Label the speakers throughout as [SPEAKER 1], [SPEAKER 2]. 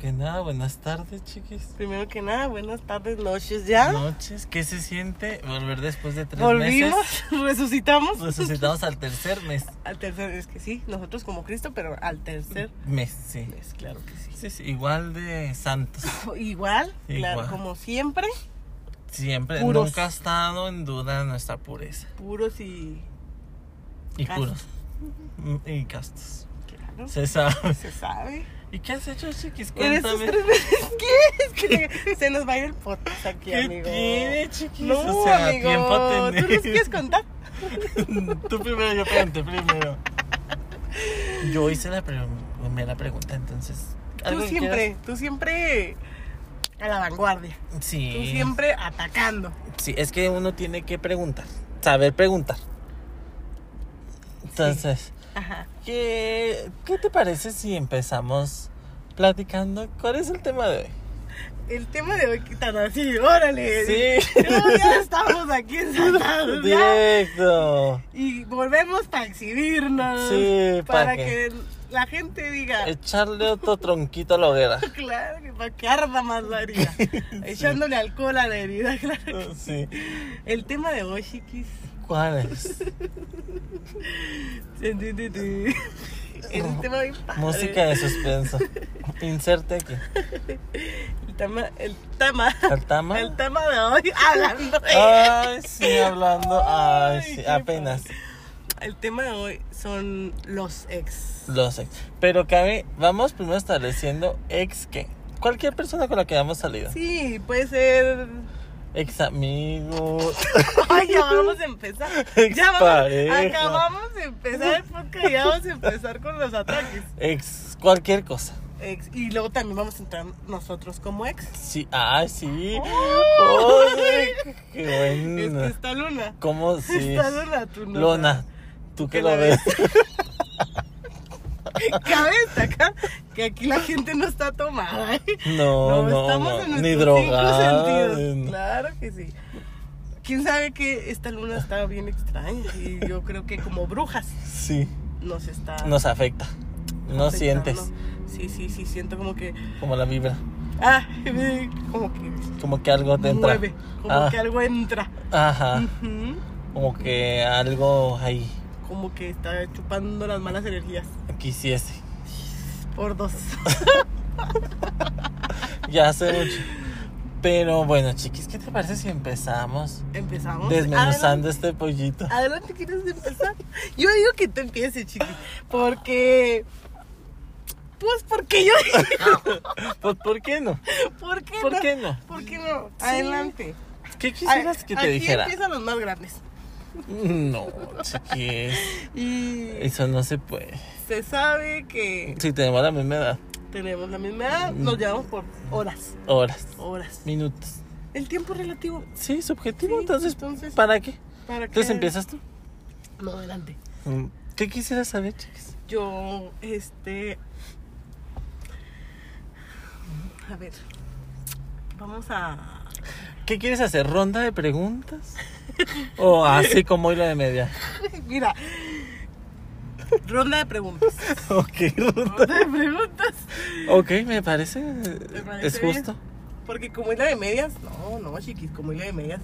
[SPEAKER 1] que nada, buenas tardes, chiquis.
[SPEAKER 2] Primero que nada, buenas tardes, noches ya.
[SPEAKER 1] Noches, ¿qué se siente volver después de tres
[SPEAKER 2] Volvimos,
[SPEAKER 1] meses?
[SPEAKER 2] resucitamos.
[SPEAKER 1] Resucitados al tercer mes.
[SPEAKER 2] Al tercer, es que sí, nosotros como Cristo, pero al tercer
[SPEAKER 1] Mes, sí.
[SPEAKER 2] mes, claro que sí.
[SPEAKER 1] Sí, sí, igual de santos.
[SPEAKER 2] Igual, claro,
[SPEAKER 1] Igual.
[SPEAKER 2] como siempre,
[SPEAKER 1] Siempre,
[SPEAKER 2] Puros.
[SPEAKER 1] nunca ha estado en duda nuestra pureza.
[SPEAKER 2] puros y
[SPEAKER 1] Y
[SPEAKER 2] Castos.
[SPEAKER 1] puros. Mm, Y castos.
[SPEAKER 2] claro,
[SPEAKER 1] Se sabe.
[SPEAKER 2] se sabe.
[SPEAKER 1] ¿Y qué has hecho, chiquis?
[SPEAKER 2] En estos
[SPEAKER 1] Cuéntame.
[SPEAKER 2] tres meses, ¿qué es? Que te- se nos va a ir el podcast aquí,
[SPEAKER 1] ¿Qué
[SPEAKER 2] amigo.
[SPEAKER 1] tiene, chiquis?
[SPEAKER 2] No,
[SPEAKER 1] o sea,
[SPEAKER 2] amigo,
[SPEAKER 1] tiempo
[SPEAKER 2] ¿tú nos quieres
[SPEAKER 1] tenés.
[SPEAKER 2] contar?
[SPEAKER 1] Tú primero, yo pregunté primero. Yo hice la prim- primera pregunta, entonces. ¿algo
[SPEAKER 2] Tú
[SPEAKER 1] que
[SPEAKER 2] siempre, tú siempre a la vanguardia.
[SPEAKER 1] quieras? Sí.
[SPEAKER 2] Tú siempre atacando.
[SPEAKER 1] Sí, es que uno tiene que preguntar, saber preguntar. Entonces,
[SPEAKER 2] Ajá.
[SPEAKER 1] ¿qué, ¿qué te parece si empezamos platicando? ¿Cuál es el tema de hoy?
[SPEAKER 2] El tema de hoy, tan así, órale.
[SPEAKER 1] Sí.
[SPEAKER 2] No, ya estamos aquí ensalados, Eh, ya.
[SPEAKER 1] Directo.
[SPEAKER 2] Y volvemos para exhibirnos.
[SPEAKER 1] Sí,
[SPEAKER 2] para,
[SPEAKER 1] para
[SPEAKER 2] que... la gente diga, "Ah,
[SPEAKER 1] Echarle otro tronquito a la hoguera.
[SPEAKER 2] claro, que para que arda más la herida. Echándole alcohol a la herida, claro. que-
[SPEAKER 1] Sí.
[SPEAKER 2] El tema de hoy, chiquis.
[SPEAKER 1] ¿Cuál es?
[SPEAKER 2] El tema de hoy, padre.
[SPEAKER 1] Música de suspenso. Inserte aquí.
[SPEAKER 2] El tema, el tema,
[SPEAKER 1] ¿El Ah. tama?
[SPEAKER 2] el tema de hoy, Ah, hablando. de-
[SPEAKER 1] Ay, sí, hablando. Ay,
[SPEAKER 2] Ay,
[SPEAKER 1] sí,
[SPEAKER 2] qué
[SPEAKER 1] apenas.
[SPEAKER 2] El tema de hoy son los ex.
[SPEAKER 1] Los ex. Pero cabe, vamos primero estableciendo ex que. Cualquier persona con la que hayamos salido.
[SPEAKER 2] Sí, puede ser.
[SPEAKER 1] Ex amigo.
[SPEAKER 2] Ay, ya vamos a empezar.
[SPEAKER 1] Ex
[SPEAKER 2] Ya vamos.
[SPEAKER 1] pareja.
[SPEAKER 2] Acabamos de empezar el podcast y ya vamos a empezar con los ataques.
[SPEAKER 1] Ex cualquier cosa.
[SPEAKER 2] Ex. Y luego también vamos a entrar nosotros como ex.
[SPEAKER 1] Sí, ay, sí.
[SPEAKER 2] Oh.
[SPEAKER 1] Oye, qué
[SPEAKER 2] Es
[SPEAKER 1] bueno.
[SPEAKER 2] que está Luna.
[SPEAKER 1] ¿Cómo sí?
[SPEAKER 2] Está Luna, tú no.
[SPEAKER 1] Lona, tú que
[SPEAKER 2] Que
[SPEAKER 1] lo
[SPEAKER 2] la
[SPEAKER 1] ves.
[SPEAKER 2] Cabe destacar que aquí la gente no está tomada. ¿eh?
[SPEAKER 1] No, no,
[SPEAKER 2] estamos
[SPEAKER 1] no.
[SPEAKER 2] en nuestros
[SPEAKER 1] Ni
[SPEAKER 2] cinco
[SPEAKER 1] drogada.
[SPEAKER 2] sentidos.
[SPEAKER 1] ni-
[SPEAKER 2] Claro que sí. Quién sabe que esta luna está bien extraña y yo creo que como brujas
[SPEAKER 1] Sí,
[SPEAKER 2] nos está.
[SPEAKER 1] nos afecta. No
[SPEAKER 2] afectando.
[SPEAKER 1] sientes
[SPEAKER 2] Sí, sí, sí, siento como que.
[SPEAKER 1] como la vibra,
[SPEAKER 2] Ah, como que
[SPEAKER 1] como que algo te entra.
[SPEAKER 2] mueve, como
[SPEAKER 1] Ah,
[SPEAKER 2] que Mm. algo entra.
[SPEAKER 1] Ajá,
[SPEAKER 2] Ujú,
[SPEAKER 1] como que algo ahí
[SPEAKER 2] Como que está chupando las malas energías.
[SPEAKER 1] quisiese.
[SPEAKER 2] Por dos.
[SPEAKER 1] Ya hace mucho. Pero bueno, chiquis, ¿qué te parece si empezamos
[SPEAKER 2] Empezamos.
[SPEAKER 1] desmenuzando este pollito?
[SPEAKER 2] Adelante, adelante, ¿quieres empezar? Yo digo que tú empieces, chiqui. Porque. Pues porque yo Ah.
[SPEAKER 1] Pues, ¿Por qué no?
[SPEAKER 2] ¿Por qué
[SPEAKER 1] ¿Por
[SPEAKER 2] no?
[SPEAKER 1] qué no?
[SPEAKER 2] ¿Por qué no? Adelante.
[SPEAKER 1] ¿Qué quisieras
[SPEAKER 2] A-
[SPEAKER 1] que te
[SPEAKER 2] aquí
[SPEAKER 1] dijera?
[SPEAKER 2] empiezan los más grandes.
[SPEAKER 1] No, chiquis,
[SPEAKER 2] Y
[SPEAKER 1] eso no se puede.
[SPEAKER 2] se sabe que
[SPEAKER 1] Si tenemos la misma edad,
[SPEAKER 2] tenemos la misma edad, nos llevamos por horas.
[SPEAKER 1] horas,
[SPEAKER 2] Horas.
[SPEAKER 1] minutos.
[SPEAKER 2] El tiempo relativo.
[SPEAKER 1] Sí, subjetivo,
[SPEAKER 2] Sí,
[SPEAKER 1] entonces,
[SPEAKER 2] entonces,
[SPEAKER 1] ¿para qué?
[SPEAKER 2] ¿Para qué?
[SPEAKER 1] Entonces empiezas tú.
[SPEAKER 2] No, adelante.
[SPEAKER 1] Mm, ¿Qué quisieras saber, chiquis?
[SPEAKER 2] Yo, este. A ver. Vamos a.
[SPEAKER 1] ¿Qué quieres hacer? ¿Ronda de preguntas? ¿O así como hoy la de media?
[SPEAKER 2] Mira. Ronda de preguntas.
[SPEAKER 1] Ok, ronda.
[SPEAKER 2] Ronda de preguntas.
[SPEAKER 1] Ok, me parece, eh,
[SPEAKER 2] parece
[SPEAKER 1] es
[SPEAKER 2] bien?
[SPEAKER 1] justo.
[SPEAKER 2] Porque como es la de medias. No, no, chiquis, como es la de medias.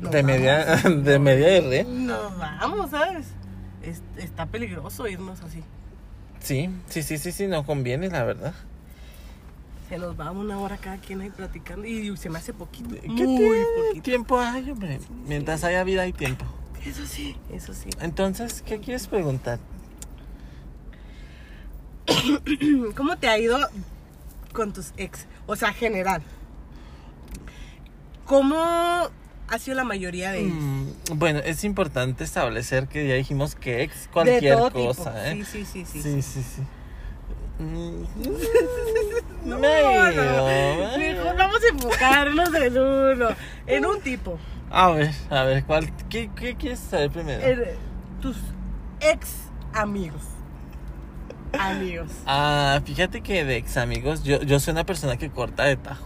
[SPEAKER 2] no
[SPEAKER 1] de
[SPEAKER 2] vamos.
[SPEAKER 1] media, ¿eh? de media de red.
[SPEAKER 2] Nos vamos, ¿sabes? Es- está peligroso irnos así.
[SPEAKER 1] Sí, sí, sí, sí, sí, no conviene, la verdad.
[SPEAKER 2] Se nos va una hora cada quien ahí platicando y se me hace poquito.
[SPEAKER 1] ¿Qué
[SPEAKER 2] muy
[SPEAKER 1] tie-
[SPEAKER 2] poquito.
[SPEAKER 1] tiempo hay, hombre? Mientras haya vida hay tiempo.
[SPEAKER 2] Eso sí, eso sí.
[SPEAKER 1] Entonces, ¿qué quieres preguntar?
[SPEAKER 2] ¿Cómo te ha ido con tus ex? O sea, general. ¿Cómo ha sido la mayoría de ellos?
[SPEAKER 1] Mm, bueno, es importante establecer que ya dijimos que ex
[SPEAKER 2] de
[SPEAKER 1] cualquier
[SPEAKER 2] todo
[SPEAKER 1] cosa,
[SPEAKER 2] tipo.
[SPEAKER 1] ¿eh?
[SPEAKER 2] Sí, sí, sí, sí.
[SPEAKER 1] Sí, sí, sí. Mm,
[SPEAKER 2] No,
[SPEAKER 1] me ha
[SPEAKER 2] no.
[SPEAKER 1] ido, ¿eh?
[SPEAKER 2] Mejor vamos a enfocarnos en uno. En un tipo.
[SPEAKER 1] A ver, a ver, ¿cuál, qué, ¿qué quieres saber primero?
[SPEAKER 2] Er- tus ex amigos. Amigos,
[SPEAKER 1] Ah, fíjate que de ex amigos, yo, yo soy una persona que corta de tajo.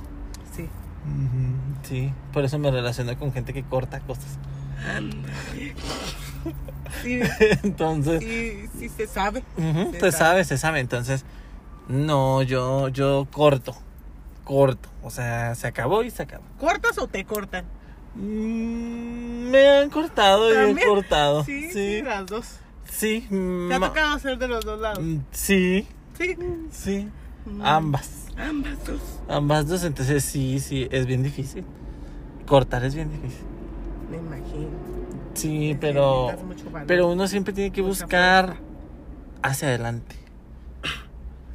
[SPEAKER 2] sí.
[SPEAKER 1] Sí, por eso me relaciono con gente que corta cosas.
[SPEAKER 2] Sí,
[SPEAKER 1] Entonces,
[SPEAKER 2] sí, sí se sabe.
[SPEAKER 1] ujú,
[SPEAKER 2] Se
[SPEAKER 1] se
[SPEAKER 2] sabe.
[SPEAKER 1] sabe, se sabe. Entonces, No, yo, yo corto. Corto. O sea, se acabó y se acabó.
[SPEAKER 2] ¿Cortas o te cortan?
[SPEAKER 1] Mm, Me han cortado y he
[SPEAKER 2] También.
[SPEAKER 1] cortado.
[SPEAKER 2] Sí, sí,
[SPEAKER 1] sí.
[SPEAKER 2] las dos.
[SPEAKER 1] Sí,
[SPEAKER 2] Te ha
[SPEAKER 1] ma-
[SPEAKER 2] tocado hacer de los dos lados.
[SPEAKER 1] mm, sí,
[SPEAKER 2] Sí.
[SPEAKER 1] sí.
[SPEAKER 2] Mm.
[SPEAKER 1] Ambas.
[SPEAKER 2] Ambas dos.
[SPEAKER 1] Ambas dos, entonces sí, sí, es bien difícil. Cortar es bien difícil.
[SPEAKER 2] Me imagino.
[SPEAKER 1] Sí,
[SPEAKER 2] Es que
[SPEAKER 1] pero.
[SPEAKER 2] necesitas mucho valor.
[SPEAKER 1] Pero uno siempre tiene que
[SPEAKER 2] Mucha
[SPEAKER 1] buscar hacia adelante.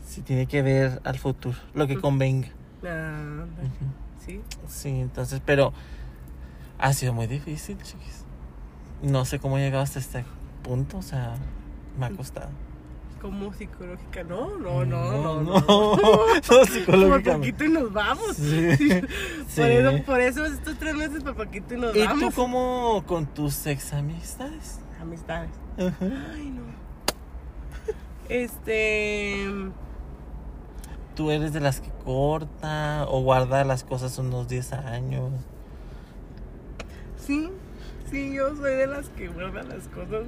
[SPEAKER 1] Sí, tiene que ver al futuro, lo que
[SPEAKER 2] Ujú.
[SPEAKER 1] convenga.
[SPEAKER 2] Ah,
[SPEAKER 1] Ujú.
[SPEAKER 2] sí.
[SPEAKER 1] Sí, entonces, pero ha sido muy difícil, chiquis. No sé cómo he llegado hasta este punto, o sea, me ha costado. Mm,
[SPEAKER 2] Como psicológica. No, no, no, no.
[SPEAKER 1] no, no,
[SPEAKER 2] Por
[SPEAKER 1] psicológicamente.
[SPEAKER 2] poquito y nos vamos.
[SPEAKER 1] Sí, sí.
[SPEAKER 2] Por, eso, por eso estos tres meses, por poquito y nos
[SPEAKER 1] ¿Y tú
[SPEAKER 2] vamos.
[SPEAKER 1] cómo con tus ex amistades?
[SPEAKER 2] Amistades.
[SPEAKER 1] Ajá.
[SPEAKER 2] Ay, no. Este.
[SPEAKER 1] ¿Tú eres de las que corta o guarda las cosas unos 10 años?
[SPEAKER 2] Sí, sí, yo soy de las que guardan las cosas.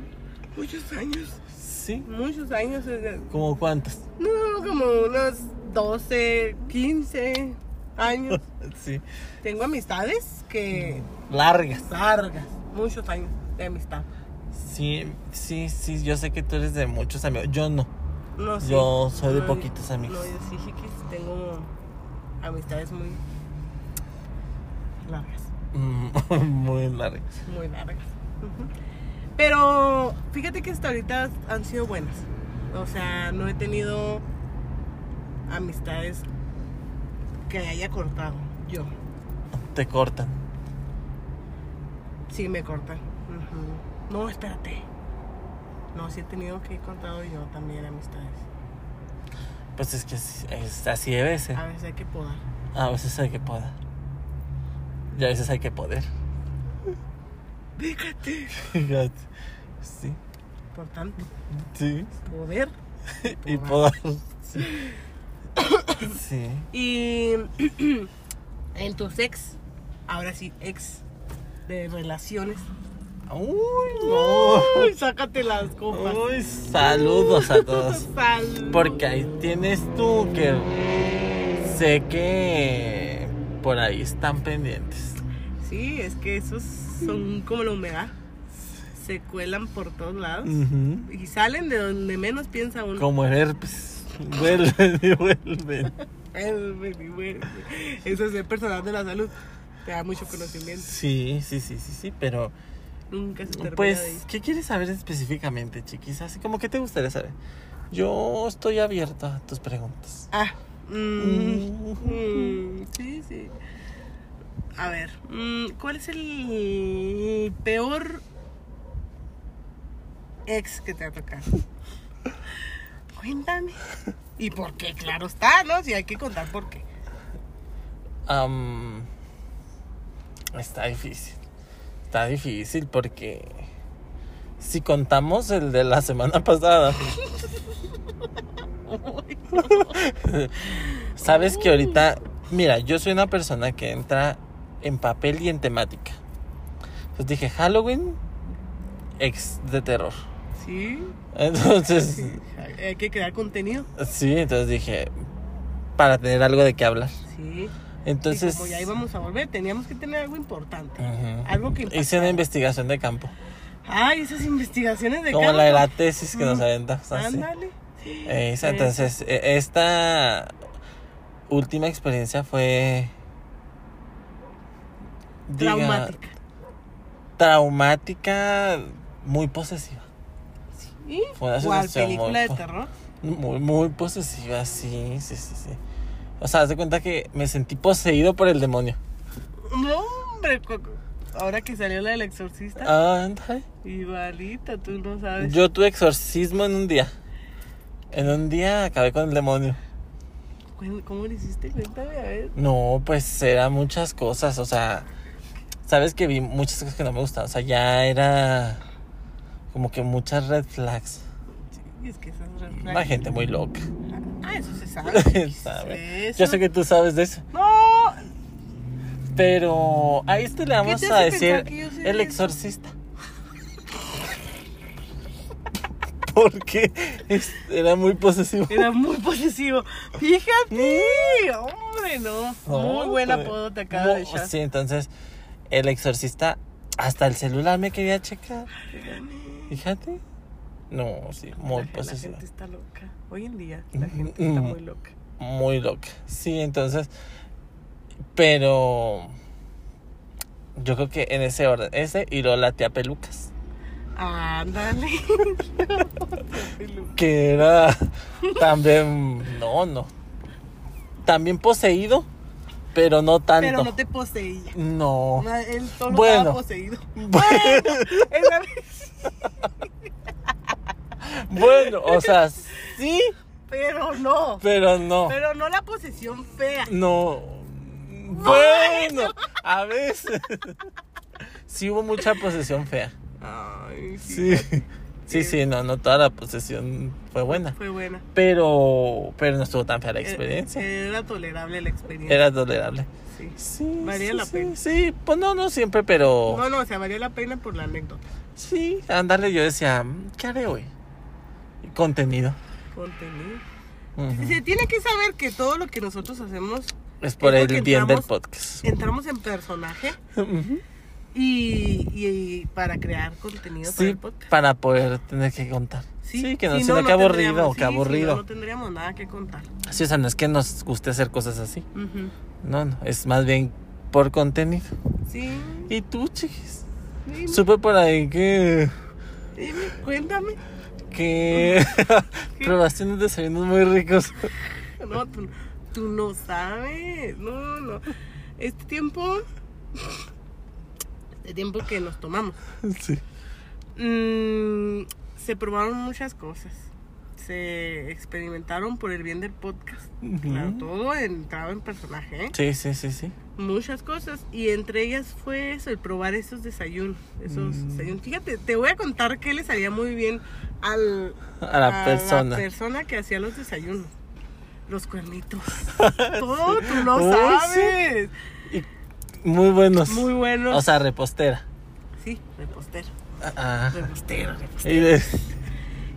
[SPEAKER 2] Muchos años.
[SPEAKER 1] Sí.
[SPEAKER 2] Muchos años. desde-
[SPEAKER 1] ¿Cómo cuántas?
[SPEAKER 2] No, como unos 12, 15 años.
[SPEAKER 1] Sí.
[SPEAKER 2] Tengo amistades que.
[SPEAKER 1] Largas.
[SPEAKER 2] largas. Muchos años de amistad.
[SPEAKER 1] Sí, sí, sí, yo sé que tú eres de muchos amigos. Yo no.
[SPEAKER 2] No sé.
[SPEAKER 1] Yo soy de poquitos amigos.
[SPEAKER 2] No, yo sí, chiquis, tengo amistades muy largas.
[SPEAKER 1] Mm, Muy larga.
[SPEAKER 2] Muy largas. Ujú. Pero fíjate que hasta ahorita han sido buenas. O sea, no he tenido amistades que haya cortado yo.
[SPEAKER 1] Te cortan.
[SPEAKER 2] Sí, me cortan. Ujú. No, espérate. No, sí he tenido que he cortado yo también amistades.
[SPEAKER 1] Pues es que es, es así de veces.
[SPEAKER 2] A veces hay que podar.
[SPEAKER 1] A veces hay que poder. Y a veces hay que poder.
[SPEAKER 2] Fíjate.
[SPEAKER 1] Fíjate. Sí,
[SPEAKER 2] Por tanto,
[SPEAKER 1] sí.
[SPEAKER 2] poder.
[SPEAKER 1] Y
[SPEAKER 2] Podar.
[SPEAKER 1] poder. Sí. Sí.
[SPEAKER 2] Y en tus ex, ahora sí, ex de relaciones.
[SPEAKER 1] Uy, no.
[SPEAKER 2] Uy, sácate las copas.
[SPEAKER 1] Uy, saludos a todos.
[SPEAKER 2] Salud.
[SPEAKER 1] Porque ahí tienes tú que sé que por ahí están pendientes.
[SPEAKER 2] Sí, es que esos son como la humedad. Se cuelan por todos lados.
[SPEAKER 1] Mm. Ujú.
[SPEAKER 2] Y salen de donde menos piensa uno.
[SPEAKER 1] Como el herpes. Vuelven y vuelven.
[SPEAKER 2] Ay, güey, güey. Eso es ser personal de la salud. Te da mucho conocimiento.
[SPEAKER 1] Sí, sí, sí, sí, sí, pero
[SPEAKER 2] Nunca se termina de ir.
[SPEAKER 1] pues, ¿qué quieres saber específicamente, chiquis? Así como, ¿qué te gustaría saber? Yo estoy abierta a tus preguntas.
[SPEAKER 2] Ah. mm,
[SPEAKER 1] Mm.
[SPEAKER 2] mm, sí, sí. A ver, mm, ¿cuál es el peor ex que te ha tocado? Cuéntame. ¿Y por qué? Claro está, ¿no? Si hay que contar por qué.
[SPEAKER 1] Am, está difícil. Está difícil porque si contamos el de la semana pasada, sabes que ahorita, mira, yo soy una persona que entra en papel y en temática. Entonces dije Halloween, ex de terror.
[SPEAKER 2] Sí,
[SPEAKER 1] Entonces,
[SPEAKER 2] hay- hay que crear contenido.
[SPEAKER 1] sí, entonces dije, para tener algo de qué hablar.
[SPEAKER 2] Sí.
[SPEAKER 1] Entonces...
[SPEAKER 2] y como "Pues ya íbamos a volver, teníamos que tener algo importante.
[SPEAKER 1] Ujú.
[SPEAKER 2] Algo que
[SPEAKER 1] Hice
[SPEAKER 2] impactara.
[SPEAKER 1] una investigación de campo,
[SPEAKER 2] Ay, esas investigaciones de
[SPEAKER 1] como
[SPEAKER 2] campo.
[SPEAKER 1] la de la tesis que nos
[SPEAKER 2] Ujú.
[SPEAKER 1] aventamos. así.
[SPEAKER 2] Ándale.
[SPEAKER 1] Esa, entonces, e- esta última experiencia fue. diga,
[SPEAKER 2] Traumática.
[SPEAKER 1] Traumática, muy posesiva.
[SPEAKER 2] ¿Y?
[SPEAKER 1] Fue una
[SPEAKER 2] ¿Cuál
[SPEAKER 1] sensación muy
[SPEAKER 2] película de
[SPEAKER 1] fu-
[SPEAKER 2] terror?
[SPEAKER 1] Muy, muy posesiva, sí, sí, sí, sí. O sea, haz de cuenta que me sentí poseído por el demonio.
[SPEAKER 2] No, hombre. cu- cu- Ahora que salió la del exorcista.
[SPEAKER 1] Ándale.
[SPEAKER 2] Igualita, tú no sabes.
[SPEAKER 1] Ah. Yo tuve exorcismo en un día. En un día acabé con el demonio.
[SPEAKER 2] Cuen- ¿Cómo lo hiciste? Cuéntame, a ver.
[SPEAKER 1] No, pues eran muchas cosas, o sea, sabes que vi muchas cosas que no me gustaban, o sea, ya era como que muchas red flags,
[SPEAKER 2] Sí, Es que esas red
[SPEAKER 1] una
[SPEAKER 2] flags-
[SPEAKER 1] gente muy loca.
[SPEAKER 2] Ah, eso se sabe.
[SPEAKER 1] ¿sabe?
[SPEAKER 2] Eso.
[SPEAKER 1] Yo sé que tú sabes de eso,
[SPEAKER 2] ¡No!
[SPEAKER 1] pero a este le vamos
[SPEAKER 2] te
[SPEAKER 1] a
[SPEAKER 2] hace
[SPEAKER 1] decir
[SPEAKER 2] pensar que yo sé de
[SPEAKER 1] el
[SPEAKER 2] eso?
[SPEAKER 1] exorcista. porque es- era muy posesivo.
[SPEAKER 2] Era muy posesivo. Fíjate. Hombre, no. Muy buen
[SPEAKER 1] Hombre.
[SPEAKER 2] apodo te acaba de
[SPEAKER 1] Mu-
[SPEAKER 2] echar.
[SPEAKER 1] Sí, entonces el exorcista hasta el celular me quería checar. Fíjate. No, sí, muy
[SPEAKER 2] la, la
[SPEAKER 1] posesivo.
[SPEAKER 2] gente está loca. Hoy en día la gente está muy loca.
[SPEAKER 1] Muy loca. Sí, entonces. Pero. Yo creo que en ese orden. Ese y luego la tía Pelucas.
[SPEAKER 2] Ándale.
[SPEAKER 1] Que era también. No, no. También poseído, pero no tanto.
[SPEAKER 2] Pero no te poseía.
[SPEAKER 1] No.
[SPEAKER 2] No, Él solo
[SPEAKER 1] Bueno.
[SPEAKER 2] estaba poseído.
[SPEAKER 1] Bueno,
[SPEAKER 2] Esa-
[SPEAKER 1] bueno, o sea, sí,
[SPEAKER 2] Pero no.
[SPEAKER 1] pero no.
[SPEAKER 2] Pero no la posesión fea.
[SPEAKER 1] No. Bueno, a veces. Sí hubo mucha posesión fea.
[SPEAKER 2] Ay,
[SPEAKER 1] Sí. Sí, sí, no, no toda la posesión fue buena.
[SPEAKER 2] Fue buena.
[SPEAKER 1] Pero, pero no estuvo tan fea
[SPEAKER 2] Eh,
[SPEAKER 1] la experiencia.
[SPEAKER 2] Era tolerable la experiencia.
[SPEAKER 1] Era tolerable.
[SPEAKER 2] Sí.
[SPEAKER 1] Sí.
[SPEAKER 2] Valía
[SPEAKER 1] sí,
[SPEAKER 2] eh. la
[SPEAKER 1] sí,
[SPEAKER 2] pena.
[SPEAKER 1] Sí, pues no, no siempre, pero.
[SPEAKER 2] No, no, o sea, valió la pena por la anécdota.
[SPEAKER 1] Sí, andarle yo decía, ¿qué haré hoy? Contenido.
[SPEAKER 2] Contenido.
[SPEAKER 1] Ujú.
[SPEAKER 2] Se tiene que saber que todo lo que nosotros hacemos,
[SPEAKER 1] Es por
[SPEAKER 2] Es
[SPEAKER 1] el
[SPEAKER 2] porque
[SPEAKER 1] bien del
[SPEAKER 2] entramos-
[SPEAKER 1] podcast.
[SPEAKER 2] entramos en personaje
[SPEAKER 1] Ujú.
[SPEAKER 2] y, y- y para crear contenido para
[SPEAKER 1] Sí,
[SPEAKER 2] el podcast.
[SPEAKER 1] para poder tener que contar. Sí, que no
[SPEAKER 2] si
[SPEAKER 1] se que aburrido
[SPEAKER 2] tendríamos-
[SPEAKER 1] o
[SPEAKER 2] sí,
[SPEAKER 1] que
[SPEAKER 2] si no,
[SPEAKER 1] aburrido.
[SPEAKER 2] no tendríamos nada que contar.
[SPEAKER 1] Sí, o sea, no es que nos guste hacer cosas así.
[SPEAKER 2] Ujú.
[SPEAKER 1] No, no, es más bien por contenido.
[SPEAKER 2] Sí.
[SPEAKER 1] ¿Y tú, chiquis?
[SPEAKER 2] Dime,
[SPEAKER 1] Supe por ahí que...
[SPEAKER 2] dime, cuéntame.
[SPEAKER 1] que... probaste unos desayunos muy ricos.
[SPEAKER 2] No, tú, tú no sabes. No, no. Este tiempo. Este tiempo que nos tomamos.
[SPEAKER 1] sí.
[SPEAKER 2] Mm, se probaron muchas cosas. Se experimentaron por el bien del podcast. Claro,
[SPEAKER 1] Ujú.
[SPEAKER 2] todo entrado en personaje, ¿eh?
[SPEAKER 1] Sí, sí, sí, sí.
[SPEAKER 2] Muchas cosas. Y entre ellas fue eso, el probar esos desayunos. Esos
[SPEAKER 1] Mm.
[SPEAKER 2] desayunos. Fíjate, te voy a contar que le salía muy bien al,
[SPEAKER 1] A la persona.
[SPEAKER 2] persona que hacía los desayunos. Los cuernitos. Todo, tú no
[SPEAKER 1] Uy,
[SPEAKER 2] sabes.
[SPEAKER 1] Muy buenos.
[SPEAKER 2] Muy bueno.
[SPEAKER 1] O sea, repostera.
[SPEAKER 2] sí, repostero.
[SPEAKER 1] Ah, ah.
[SPEAKER 2] Repostero, repostero.
[SPEAKER 1] Y de- Eh.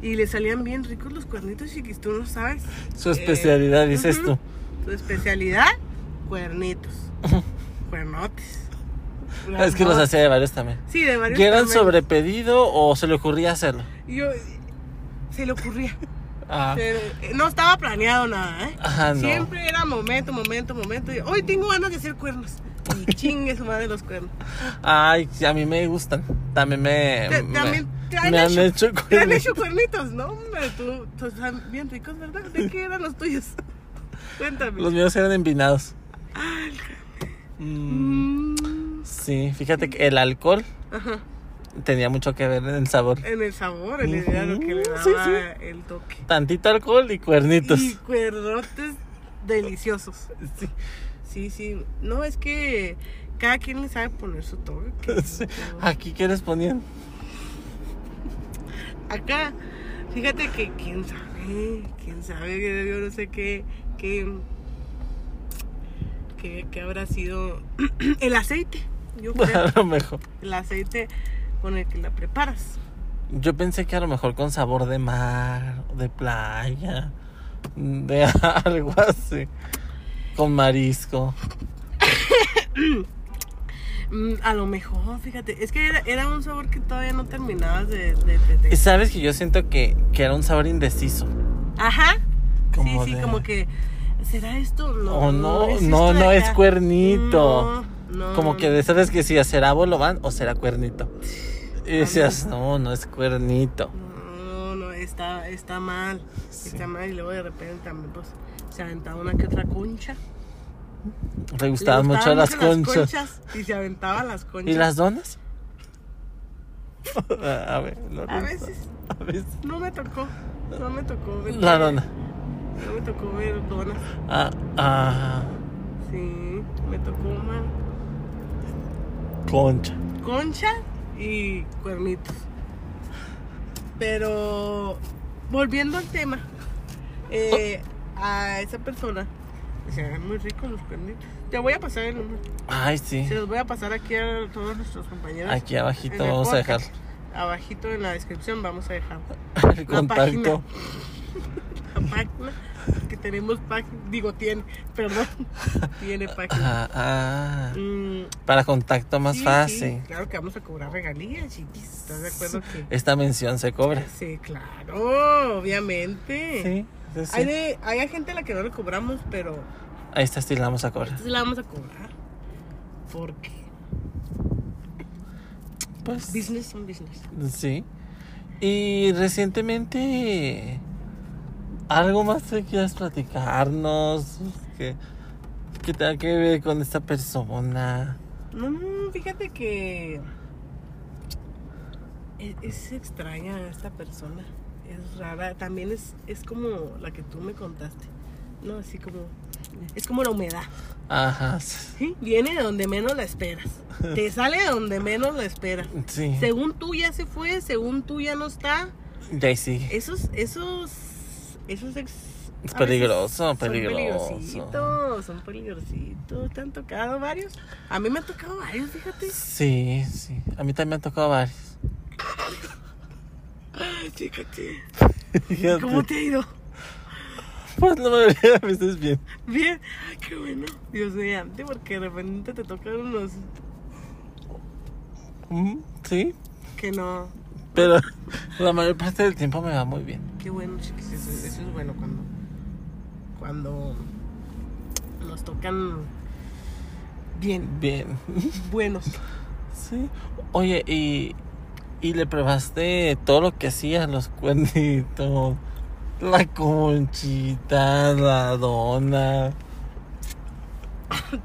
[SPEAKER 2] Y le salían bien ricos los cuernitos, chiquis, tú no sabes.
[SPEAKER 1] su especialidad, dices
[SPEAKER 2] ujú.
[SPEAKER 1] tú.
[SPEAKER 2] Su especialidad, cuernitos. Cuernotes.
[SPEAKER 1] Es que los
[SPEAKER 2] Cuernotes.
[SPEAKER 1] hacía de varios también.
[SPEAKER 2] Sí, de varios.
[SPEAKER 1] ¿Y eran
[SPEAKER 2] tamaños.
[SPEAKER 1] sobre pedido o se le ocurría hacerlo?
[SPEAKER 2] Yo, se le ocurría.
[SPEAKER 1] Ah,
[SPEAKER 2] Pero, eh, no estaba planeado nada, ¿eh?
[SPEAKER 1] Ajá, no.
[SPEAKER 2] Siempre era momento, momento, momento. Y, Hoy tengo ganas de hacer cuernos. Y chingue su madre los cuernos.
[SPEAKER 1] Ay, a mí me gustan. También me.
[SPEAKER 2] Te-
[SPEAKER 1] me-
[SPEAKER 2] también te han
[SPEAKER 1] me han
[SPEAKER 2] hecho-
[SPEAKER 1] hecho.
[SPEAKER 2] Te han
[SPEAKER 1] cuernos.
[SPEAKER 2] hecho cuernitos, ¿no? Hombre, tú, tú están bien ricos, ¿verdad? ¿De qué eran los tuyos? Cuéntame.
[SPEAKER 1] Los míos eran envinados. Mm,
[SPEAKER 2] Mm,
[SPEAKER 1] sí, fíjate que el alcohol
[SPEAKER 2] Ajá.
[SPEAKER 1] tenía mucho que ver en el sabor.
[SPEAKER 2] En el sabor, en el
[SPEAKER 1] Ujú,
[SPEAKER 2] lo que le
[SPEAKER 1] Mm, sí,
[SPEAKER 2] daba
[SPEAKER 1] sí.
[SPEAKER 2] el toque.
[SPEAKER 1] Tantito alcohol y cuernitos.
[SPEAKER 2] Y cuernotes deliciosos.
[SPEAKER 1] Sí.
[SPEAKER 2] Sí, sí. No, es que cada quien le sabe poner su toque.
[SPEAKER 1] Sí. Aquí que les ponían.
[SPEAKER 2] Acá, fíjate que quién sabe, quién sabe, yo no sé qué, qué, qué, qué habrá sido el aceite. Yo creo,
[SPEAKER 1] A lo mejor.
[SPEAKER 2] el aceite con el que la preparas.
[SPEAKER 1] Yo pensé que a lo mejor con sabor de mar, de playa, mm, de algo así. Con marisco.
[SPEAKER 2] Mm, a lo mejor, fíjate, es que era, era un sabor que todavía no terminabas de... de- de- de-
[SPEAKER 1] Y sabes que yo siento que, que era un sabor indeciso.
[SPEAKER 2] Ajá.
[SPEAKER 1] Como
[SPEAKER 2] sí, sí,
[SPEAKER 1] de-
[SPEAKER 2] como que... ¿Será esto? No,
[SPEAKER 1] O no,
[SPEAKER 2] es
[SPEAKER 1] no,
[SPEAKER 2] esto de
[SPEAKER 1] no es
[SPEAKER 2] acá.
[SPEAKER 1] cuernito.
[SPEAKER 2] No, no,
[SPEAKER 1] Como que
[SPEAKER 2] no.
[SPEAKER 1] de- sabes que si será bolobán o será cuernito.
[SPEAKER 2] Ah,
[SPEAKER 1] Y decías, no, no es cuernito.
[SPEAKER 2] No, no, está, está mal.
[SPEAKER 1] Sí.
[SPEAKER 2] Está mal y luego de repente también pues se aventaba una que otra concha.
[SPEAKER 1] Le
[SPEAKER 2] Le
[SPEAKER 1] gustaban mucho las conchas.
[SPEAKER 2] Y se aventaba las conchas.
[SPEAKER 1] ¿Y las donas? Ah, A ver, no
[SPEAKER 2] A
[SPEAKER 1] le
[SPEAKER 2] veces
[SPEAKER 1] gusta. A veces.
[SPEAKER 2] no me tocó. No me tocó ver.
[SPEAKER 1] La dona.
[SPEAKER 2] No me tocó ver donas.
[SPEAKER 1] Ah, ah,
[SPEAKER 2] Sí, me tocó una
[SPEAKER 1] concha.
[SPEAKER 2] concha y cuernitos. Pero volviendo al tema, eh, a esa persona. Se ven muy ricos los cuernitos. Te voy a pasar el número.
[SPEAKER 1] Ay, sí.
[SPEAKER 2] Se los voy a pasar aquí a todos nuestros compañeros.
[SPEAKER 1] Aquí
[SPEAKER 2] en
[SPEAKER 1] abajito
[SPEAKER 2] el
[SPEAKER 1] vamos a dejar.
[SPEAKER 2] podcast. abajito en la descripción vamos a dejar
[SPEAKER 1] El
[SPEAKER 2] la página.
[SPEAKER 1] contacto.
[SPEAKER 2] La página. Que tenemos página. Digo, tiene. Perdón. Tiene página.
[SPEAKER 1] Ah, ah,
[SPEAKER 2] Mm,
[SPEAKER 1] para contacto más
[SPEAKER 2] sí, sí,
[SPEAKER 1] fácil.
[SPEAKER 2] claro que vamos a cobrar regalías, chiquis. ¿Estás de acuerdo que.?
[SPEAKER 1] Esta mención se cobra.
[SPEAKER 2] Sí, claro, obviamente.
[SPEAKER 1] Sí, sí, sí.
[SPEAKER 2] Hay, de- hay gente a la que no le cobramos, pero
[SPEAKER 1] A esta sí la vamos a cobrar.
[SPEAKER 2] entonces la vamos a cobrar. Porque
[SPEAKER 1] Pues
[SPEAKER 2] business son business.
[SPEAKER 1] sí. Y recientemente algo más que quieras platicarnos que, que tenga que ver con esta persona.
[SPEAKER 2] No, fíjate que es, es extraña esta persona. Es rara. También es, es como la que tú me contaste. No, así como. Es como la humedad.
[SPEAKER 1] Ajá. sí,
[SPEAKER 2] ¿sí? Viene de donde menos la esperas. Te sale de donde menos la esperas.
[SPEAKER 1] Sí.
[SPEAKER 2] Según tú ya se fue, según tú ya no está.
[SPEAKER 1] De ahí sigue.
[SPEAKER 2] Esos, esos, esos ex.
[SPEAKER 1] Es
[SPEAKER 2] a veces
[SPEAKER 1] peligroso, peligroso.
[SPEAKER 2] Son peligrositos, son peligrositos. ¿Te han tocado varios? A mí me han tocado varios, fíjate.
[SPEAKER 1] Sí, sí. A mí también me han tocado varios.
[SPEAKER 2] Ay, fíjate.
[SPEAKER 1] Fíjate.
[SPEAKER 2] ¿Cómo te ha ido?
[SPEAKER 1] Pues la mayoría de veces bien.
[SPEAKER 2] Bien. Ay, qué bueno. Dios mediante, porque de repente te tocan unos
[SPEAKER 1] Mm, Sí.
[SPEAKER 2] que no.
[SPEAKER 1] Pero la mayor parte del tiempo me va muy bien.
[SPEAKER 2] Qué bueno, chiquis. Eso, eso es bueno cuando. Cuando nos tocan bien,
[SPEAKER 1] Bien.
[SPEAKER 2] buenos.
[SPEAKER 1] Sí. Oye, y, y le probaste todo lo que hacías, los cuernitos, la conchita, la dona.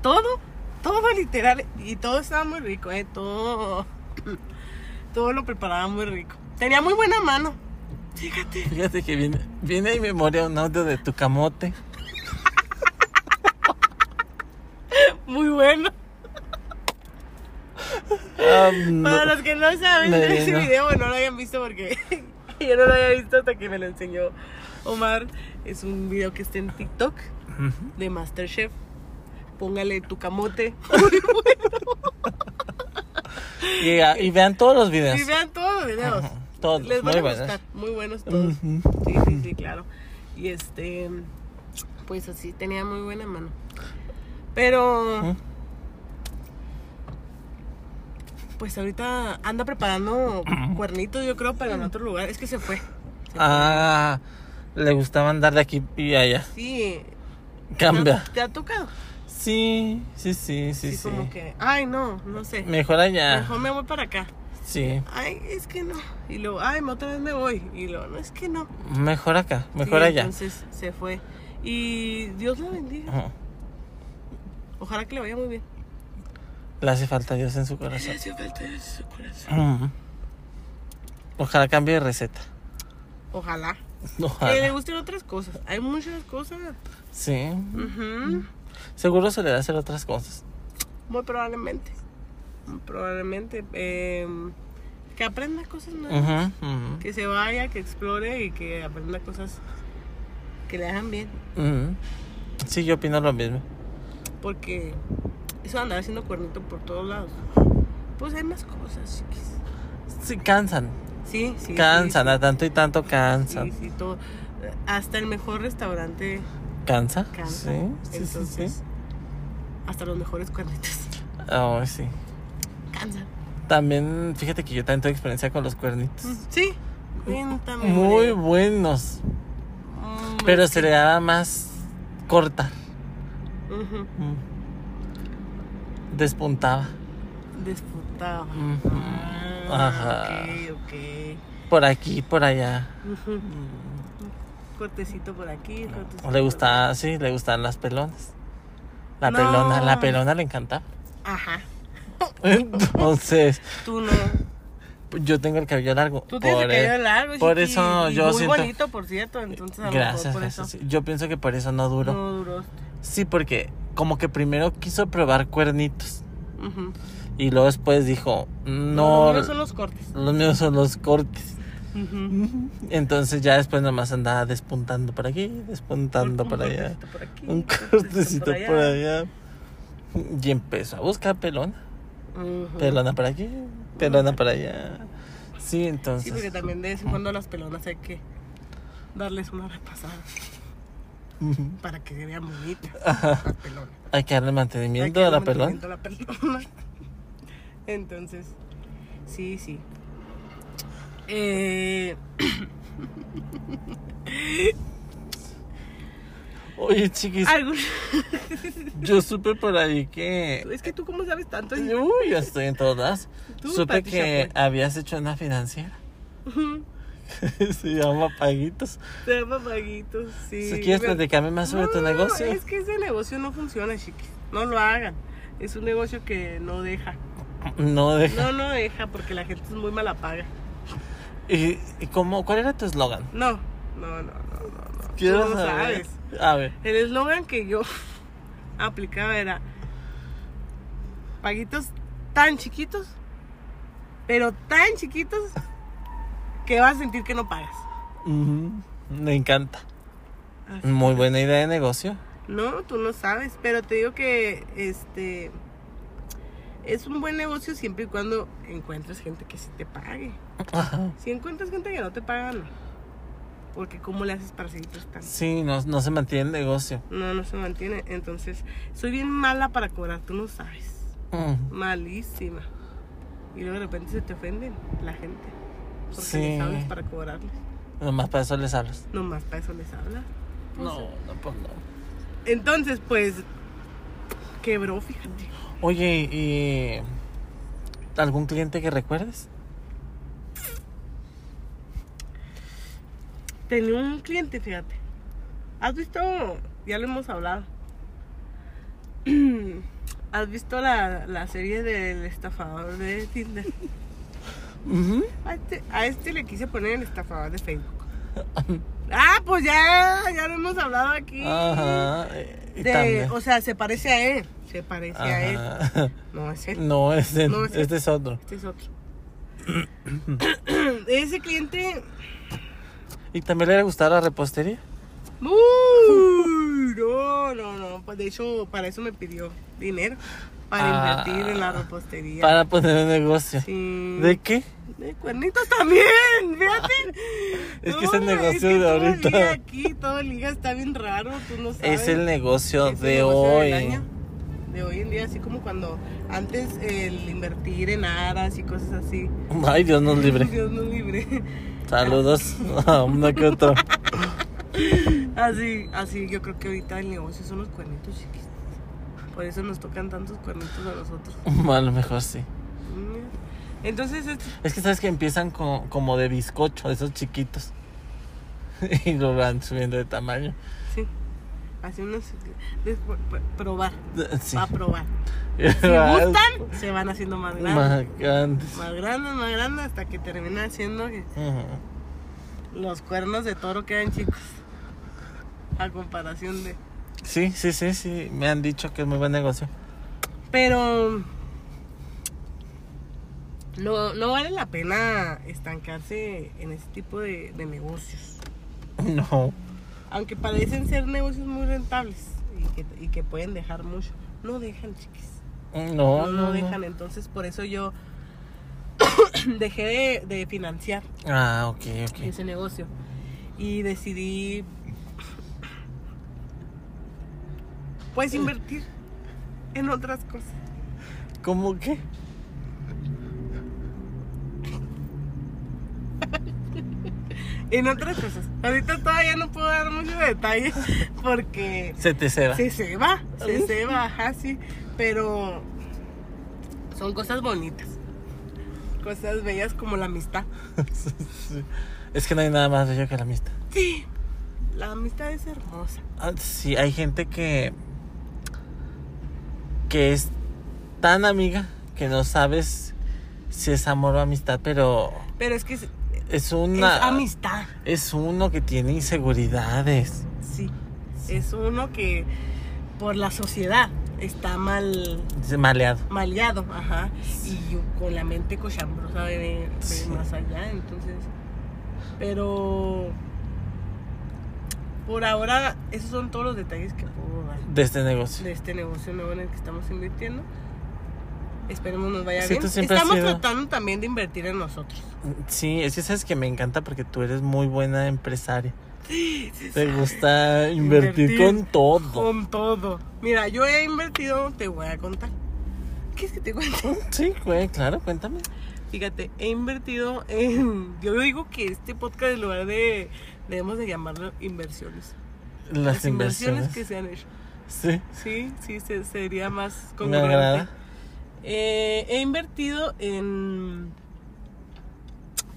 [SPEAKER 2] todo, todo literal. Y todo estaba muy rico, eh, todo. Todo lo preparaba muy rico. Tenía muy buena mano. Fíjate.
[SPEAKER 1] Fíjate que viene, viene en memoria un audio de tu camote.
[SPEAKER 2] Muy bueno.
[SPEAKER 1] Am, Ah, no.
[SPEAKER 2] Para los que no saben
[SPEAKER 1] Me
[SPEAKER 2] de ese
[SPEAKER 1] vino.
[SPEAKER 2] video, bueno, no lo hayan visto porque yo no lo había visto hasta que me lo enseñó Omar. Es un video que está en TikTok
[SPEAKER 1] Ujú.
[SPEAKER 2] de Masterchef. Póngale tu camote.
[SPEAKER 1] y, ah, y vean todos los videos.
[SPEAKER 2] Y vean todos los videos.
[SPEAKER 1] Ajá, todos,
[SPEAKER 2] Les van
[SPEAKER 1] muy
[SPEAKER 2] a
[SPEAKER 1] buenos.
[SPEAKER 2] gustar. Muy buenos todos.
[SPEAKER 1] Ujú.
[SPEAKER 2] Sí, sí, sí, claro. Y este, pues así tenía muy buena mano. Pero,
[SPEAKER 1] Ujú.
[SPEAKER 2] pues ahorita anda preparando cuernitos, yo creo, para en otro lugar. Es que se fue.
[SPEAKER 1] Ah, le gustaba andar de aquí y allá.
[SPEAKER 2] Sí.
[SPEAKER 1] Cambia.
[SPEAKER 2] ¿Te ha tocado?
[SPEAKER 1] Sí, sí, sí, sí, sí.
[SPEAKER 2] como que, ay, no, no sé.
[SPEAKER 1] Mejor allá.
[SPEAKER 2] Mejor me voy para acá.
[SPEAKER 1] Sí.
[SPEAKER 2] Ay, es que no. Y luego, ay, otra vez me voy. Y luego, no, es que no.
[SPEAKER 1] Mejor acá, mejor
[SPEAKER 2] Sí,
[SPEAKER 1] allá.
[SPEAKER 2] Entonces se fue. Y Dios la bendiga.
[SPEAKER 1] Ujú.
[SPEAKER 2] Ojalá que le vaya muy bien.
[SPEAKER 1] Le hace falta Dios en su corazón.
[SPEAKER 2] hace falta su corazón.
[SPEAKER 1] Ujú. Ojalá cambie de receta.
[SPEAKER 2] Ojalá. Que le
[SPEAKER 1] Ojalá.
[SPEAKER 2] gusten otras cosas. Hay muchas cosas.
[SPEAKER 1] Sí.
[SPEAKER 2] Ujú.
[SPEAKER 1] Seguro se le da hacer otras cosas.
[SPEAKER 2] Muy probablemente. Muy probablemente. em, que aprenda cosas nuevas.
[SPEAKER 1] Ujú, ujú,
[SPEAKER 2] Que se vaya, que explore y que aprenda cosas que le hagan bien.
[SPEAKER 1] ujú. Sí, yo opino lo mismo.
[SPEAKER 2] Porque eso de andar haciendo cuernito por todos lados. Pues hay más cosas, chiquis.
[SPEAKER 1] Sí, cansan.
[SPEAKER 2] Sí, sí. sí,
[SPEAKER 1] Cansan,
[SPEAKER 2] sí,
[SPEAKER 1] a tanto y tanto
[SPEAKER 2] sí,
[SPEAKER 1] cansan.
[SPEAKER 2] sí, todo. Hasta el mejor restaurante
[SPEAKER 1] ¿Cansa?
[SPEAKER 2] cansa.
[SPEAKER 1] Sí, sí, sí,
[SPEAKER 2] Entonces,
[SPEAKER 1] sí.
[SPEAKER 2] hasta los mejores cuernitos
[SPEAKER 1] Ay, sí.
[SPEAKER 2] cansan.
[SPEAKER 1] También, fíjate que yo también tuve experiencia con los cuernitos.
[SPEAKER 2] Sí, cuéntame.
[SPEAKER 1] Muy
[SPEAKER 2] Mariana.
[SPEAKER 1] buenos.
[SPEAKER 2] Mm,
[SPEAKER 1] Pero
[SPEAKER 2] es
[SPEAKER 1] se
[SPEAKER 2] que-
[SPEAKER 1] le daba más corta.
[SPEAKER 2] Ujú,
[SPEAKER 1] Mm. Despuntaba.
[SPEAKER 2] Desputaba.
[SPEAKER 1] Ujú.
[SPEAKER 2] Ah,
[SPEAKER 1] Ajá.
[SPEAKER 2] Ok, ok.
[SPEAKER 1] Por aquí, por allá.
[SPEAKER 2] Ujú.
[SPEAKER 1] Mm.
[SPEAKER 2] Cortecito por aquí. cortecito
[SPEAKER 1] O
[SPEAKER 2] por-
[SPEAKER 1] le gustaba, sí, le gustaban las pelonas. La
[SPEAKER 2] No.
[SPEAKER 1] pelona, la pelona le encantaba.
[SPEAKER 2] Ajá.
[SPEAKER 1] Entonces,
[SPEAKER 2] Tú no.
[SPEAKER 1] yo tengo el cabello largo.
[SPEAKER 2] Tú tienes el
[SPEAKER 1] e-
[SPEAKER 2] cabello largo.
[SPEAKER 1] por
[SPEAKER 2] chiqui,
[SPEAKER 1] eso
[SPEAKER 2] y
[SPEAKER 1] yo
[SPEAKER 2] muy
[SPEAKER 1] siento-
[SPEAKER 2] bonito, por cierto. Entonces, a lo mejor
[SPEAKER 1] Gracias,
[SPEAKER 2] por
[SPEAKER 1] gracias,
[SPEAKER 2] eso.
[SPEAKER 1] sí. Yo pienso que por eso no duró.
[SPEAKER 2] No duró.
[SPEAKER 1] Sí, porque como que primero quiso probar cuernitos.
[SPEAKER 2] Ujú.
[SPEAKER 1] Y luego después dijo, no,
[SPEAKER 2] los míos son los cortes.
[SPEAKER 1] los míos son los cortes.
[SPEAKER 2] Ujú.
[SPEAKER 1] Entonces ya después nomás andaba despuntando por aquí, despuntando
[SPEAKER 2] Un
[SPEAKER 1] por allá.
[SPEAKER 2] cortecito por aquí,
[SPEAKER 1] Un cortecito por allá. Y empezó a buscar pelona.
[SPEAKER 2] Ujú.
[SPEAKER 1] Pelona para aquí, pelona para allá. Sí,
[SPEAKER 2] Sí, porque
[SPEAKER 1] entonces.
[SPEAKER 2] también de vez en cuando a las pelonas hay que darles una repasada para que se vean bonitas las pelonas.
[SPEAKER 1] Hay que darle
[SPEAKER 2] Hay
[SPEAKER 1] mantenimiento
[SPEAKER 2] que
[SPEAKER 1] Ah, a la
[SPEAKER 2] darle
[SPEAKER 1] pelón.
[SPEAKER 2] mantenimiento a la pelona. Entonces, sí, sí. Eh,
[SPEAKER 1] Oye, chiquis,
[SPEAKER 2] algún-
[SPEAKER 1] yo supe por ahí que.
[SPEAKER 2] Es que tú cómo sabes tanto.
[SPEAKER 1] Uy, yo estoy en todas.
[SPEAKER 2] Tú,
[SPEAKER 1] Supe
[SPEAKER 2] Patricia,
[SPEAKER 1] que
[SPEAKER 2] pues.
[SPEAKER 1] habías hecho una financiera.
[SPEAKER 2] Ujú.
[SPEAKER 1] Se llama Paguitos.
[SPEAKER 2] Te da papaguitos, sí.
[SPEAKER 1] Si quieres
[SPEAKER 2] Pero-
[SPEAKER 1] platicarme más sobre tu
[SPEAKER 2] No,
[SPEAKER 1] negocio.
[SPEAKER 2] Es que ese negocio no funciona, chiquis. No lo hagan. Es un negocio que no deja.
[SPEAKER 1] No deja.
[SPEAKER 2] No, no deja porque la gente es muy mala paga.
[SPEAKER 1] ¿Y, y cómo, cuál era tu eslogan?
[SPEAKER 2] No, no, no, no, no. no.
[SPEAKER 1] Quiero
[SPEAKER 2] Tú no
[SPEAKER 1] saber.
[SPEAKER 2] sabes.
[SPEAKER 1] A ver.
[SPEAKER 2] El eslogan que yo aplicaba era paguitos tan chiquitos, pero tan chiquitos que vas a sentir que no pagas.
[SPEAKER 1] Ujú, Me encanta.
[SPEAKER 2] Así.
[SPEAKER 1] Muy buena idea de negocio.
[SPEAKER 2] No, tú no sabes, pero te digo que este es un buen negocio siempre y cuando encuentres gente que sí te pague.
[SPEAKER 1] Ajá.
[SPEAKER 2] Si encuentras gente que no te paga, no. Porque ¿cómo le haces para seguir prestando?
[SPEAKER 1] Sí, no, no se mantiene el negocio.
[SPEAKER 2] No, no se mantiene. Entonces, soy bien mala para cobrar, tú no sabes.
[SPEAKER 1] Mm,
[SPEAKER 2] Malísima. Y luego de repente se te ofenden la gente. Porque
[SPEAKER 1] Sí.
[SPEAKER 2] les hablas para cobrarles.
[SPEAKER 1] Nomás para eso les hablas.
[SPEAKER 2] Nomás para eso les hablas.
[SPEAKER 1] No, no, pues no.
[SPEAKER 2] Entonces, pues, quebró, fíjate.
[SPEAKER 1] Oye, ¿y algún cliente que recuerdes?
[SPEAKER 2] Tenía un cliente, fíjate. ¿Has visto? Ya lo hemos hablado. ¿Has visto la, la serie del estafador de Tinder?
[SPEAKER 1] Ujú.
[SPEAKER 2] A este, a este le quise poner el estafador de Facebook. Ah, pues ya, ya lo hemos hablado aquí.
[SPEAKER 1] Ajá. eh, y
[SPEAKER 2] De-
[SPEAKER 1] también-
[SPEAKER 2] o sea, se parece a él. Se parece a él.
[SPEAKER 1] Ajá.
[SPEAKER 2] No es él.
[SPEAKER 1] No, este,
[SPEAKER 2] No, ese-
[SPEAKER 1] este es otro.
[SPEAKER 2] Este es otro. Ese cliente.
[SPEAKER 1] ¿Y también le hubiera gustado la repostería?
[SPEAKER 2] Uy, no, no, no. Pues de hecho, para eso me pidió dinero. Para
[SPEAKER 1] Ah,
[SPEAKER 2] invertir en la repostería.
[SPEAKER 1] Para poner un negocio.
[SPEAKER 2] Sí.
[SPEAKER 1] ¿De qué?
[SPEAKER 2] De cuernitos también, fíjate.
[SPEAKER 1] Es que es el
[SPEAKER 2] No,
[SPEAKER 1] negocio
[SPEAKER 2] que
[SPEAKER 1] de
[SPEAKER 2] todo
[SPEAKER 1] ahorita.
[SPEAKER 2] liga aquí, todo liga está bien raro, tú no sabes.
[SPEAKER 1] Es el negocio
[SPEAKER 2] Es el
[SPEAKER 1] de
[SPEAKER 2] negocio
[SPEAKER 1] hoy.
[SPEAKER 2] del año, De hoy en día, así como cuando antes el invertir en aras y cosas así.
[SPEAKER 1] Ay, Dios nos libre.
[SPEAKER 2] Dios no libre.
[SPEAKER 1] Saludos a uno que otro.
[SPEAKER 2] Así, así yo creo que ahorita el negocio son los cuernitos chiquitos. Por eso nos tocan tantos cuernitos a nosotros.
[SPEAKER 1] A lo mejor sí.
[SPEAKER 2] Mm. Entonces, este-
[SPEAKER 1] Es que sabes que empiezan co- como de bizcocho, esos chiquitos. Y lo van subiendo de tamaño.
[SPEAKER 2] sí. Así unos después, pues, probar.
[SPEAKER 1] Sí.
[SPEAKER 2] Va a probar. Ah, Si
[SPEAKER 1] Más
[SPEAKER 2] gustan, se van haciendo más grandes.
[SPEAKER 1] grandes.
[SPEAKER 2] Más grandes, más grandes, hasta que termina siendo que
[SPEAKER 1] Ujú.
[SPEAKER 2] los cuernos de toro quedan chicos. A comparación de.
[SPEAKER 1] Sí, sí, sí, sí. Me han dicho que es muy buen negocio.
[SPEAKER 2] Pero. No, no vale la pena estancarse en ese tipo de, de negocios.
[SPEAKER 1] No.
[SPEAKER 2] Aunque parecen ser negocios muy rentables y que, y que pueden dejar mucho. No dejan, chiquis.
[SPEAKER 1] No,
[SPEAKER 2] No, no dejan. Entonces, por eso yo dejé de- de financiar.
[SPEAKER 1] Ah, ok, ok.
[SPEAKER 2] ese negocio. Y decidí pues invertir en otras cosas.
[SPEAKER 1] ¿Cómo qué?
[SPEAKER 2] En otras cosas. Ahorita todavía no puedo dar mucho detalle porque
[SPEAKER 1] Se te ceba.
[SPEAKER 2] se se va, se se va, ajá, sí, pero son cosas bonitas. Cosas bellas como la amistad.
[SPEAKER 1] Sí. Es que no hay nada más bello que la amistad.
[SPEAKER 2] Sí. La amistad es hermosa.
[SPEAKER 1] Ah, Sí, hay gente que. que es tan amiga que no sabes si es amor o amistad, pero
[SPEAKER 2] Pero es que es,
[SPEAKER 1] es una.
[SPEAKER 2] es amistad.
[SPEAKER 1] es uno que tiene inseguridades.
[SPEAKER 2] Sí, es uno que por la sociedad está mal
[SPEAKER 1] Es maleado.
[SPEAKER 2] maleado, ajá, y yo con la mente cochambrosa de, de
[SPEAKER 1] Sí.
[SPEAKER 2] más allá, entonces, pero por ahora esos son todos los detalles que puedo dar
[SPEAKER 1] de este negocio.
[SPEAKER 2] de este negocio nuevo en el que estamos invirtiendo. Esperemos nos vaya
[SPEAKER 1] Sí,
[SPEAKER 2] bien.
[SPEAKER 1] tú siempre has
[SPEAKER 2] Estamos
[SPEAKER 1] sido-
[SPEAKER 2] tratando también de invertir en nosotros.
[SPEAKER 1] Sí, es que sabes que me encanta porque tú eres muy buena empresaria. Te gusta invertir,
[SPEAKER 2] Invertir. Oh,
[SPEAKER 1] con todo.
[SPEAKER 2] Con todo. Mira, yo he invertido, te voy a contar. ¿Qué es que te cuento?
[SPEAKER 1] Mm, Sí, güey, claro, cuéntame.
[SPEAKER 2] Fíjate, he invertido en... Yo digo que este podcast en lugar de... Debemos de llamarlo inversiones.
[SPEAKER 1] Las, inversiones.
[SPEAKER 2] que se han hecho.
[SPEAKER 1] Sí,
[SPEAKER 2] Sí, sí, se- sería más
[SPEAKER 1] me
[SPEAKER 2] congruente.
[SPEAKER 1] agrada.
[SPEAKER 2] Eh, he invertido en...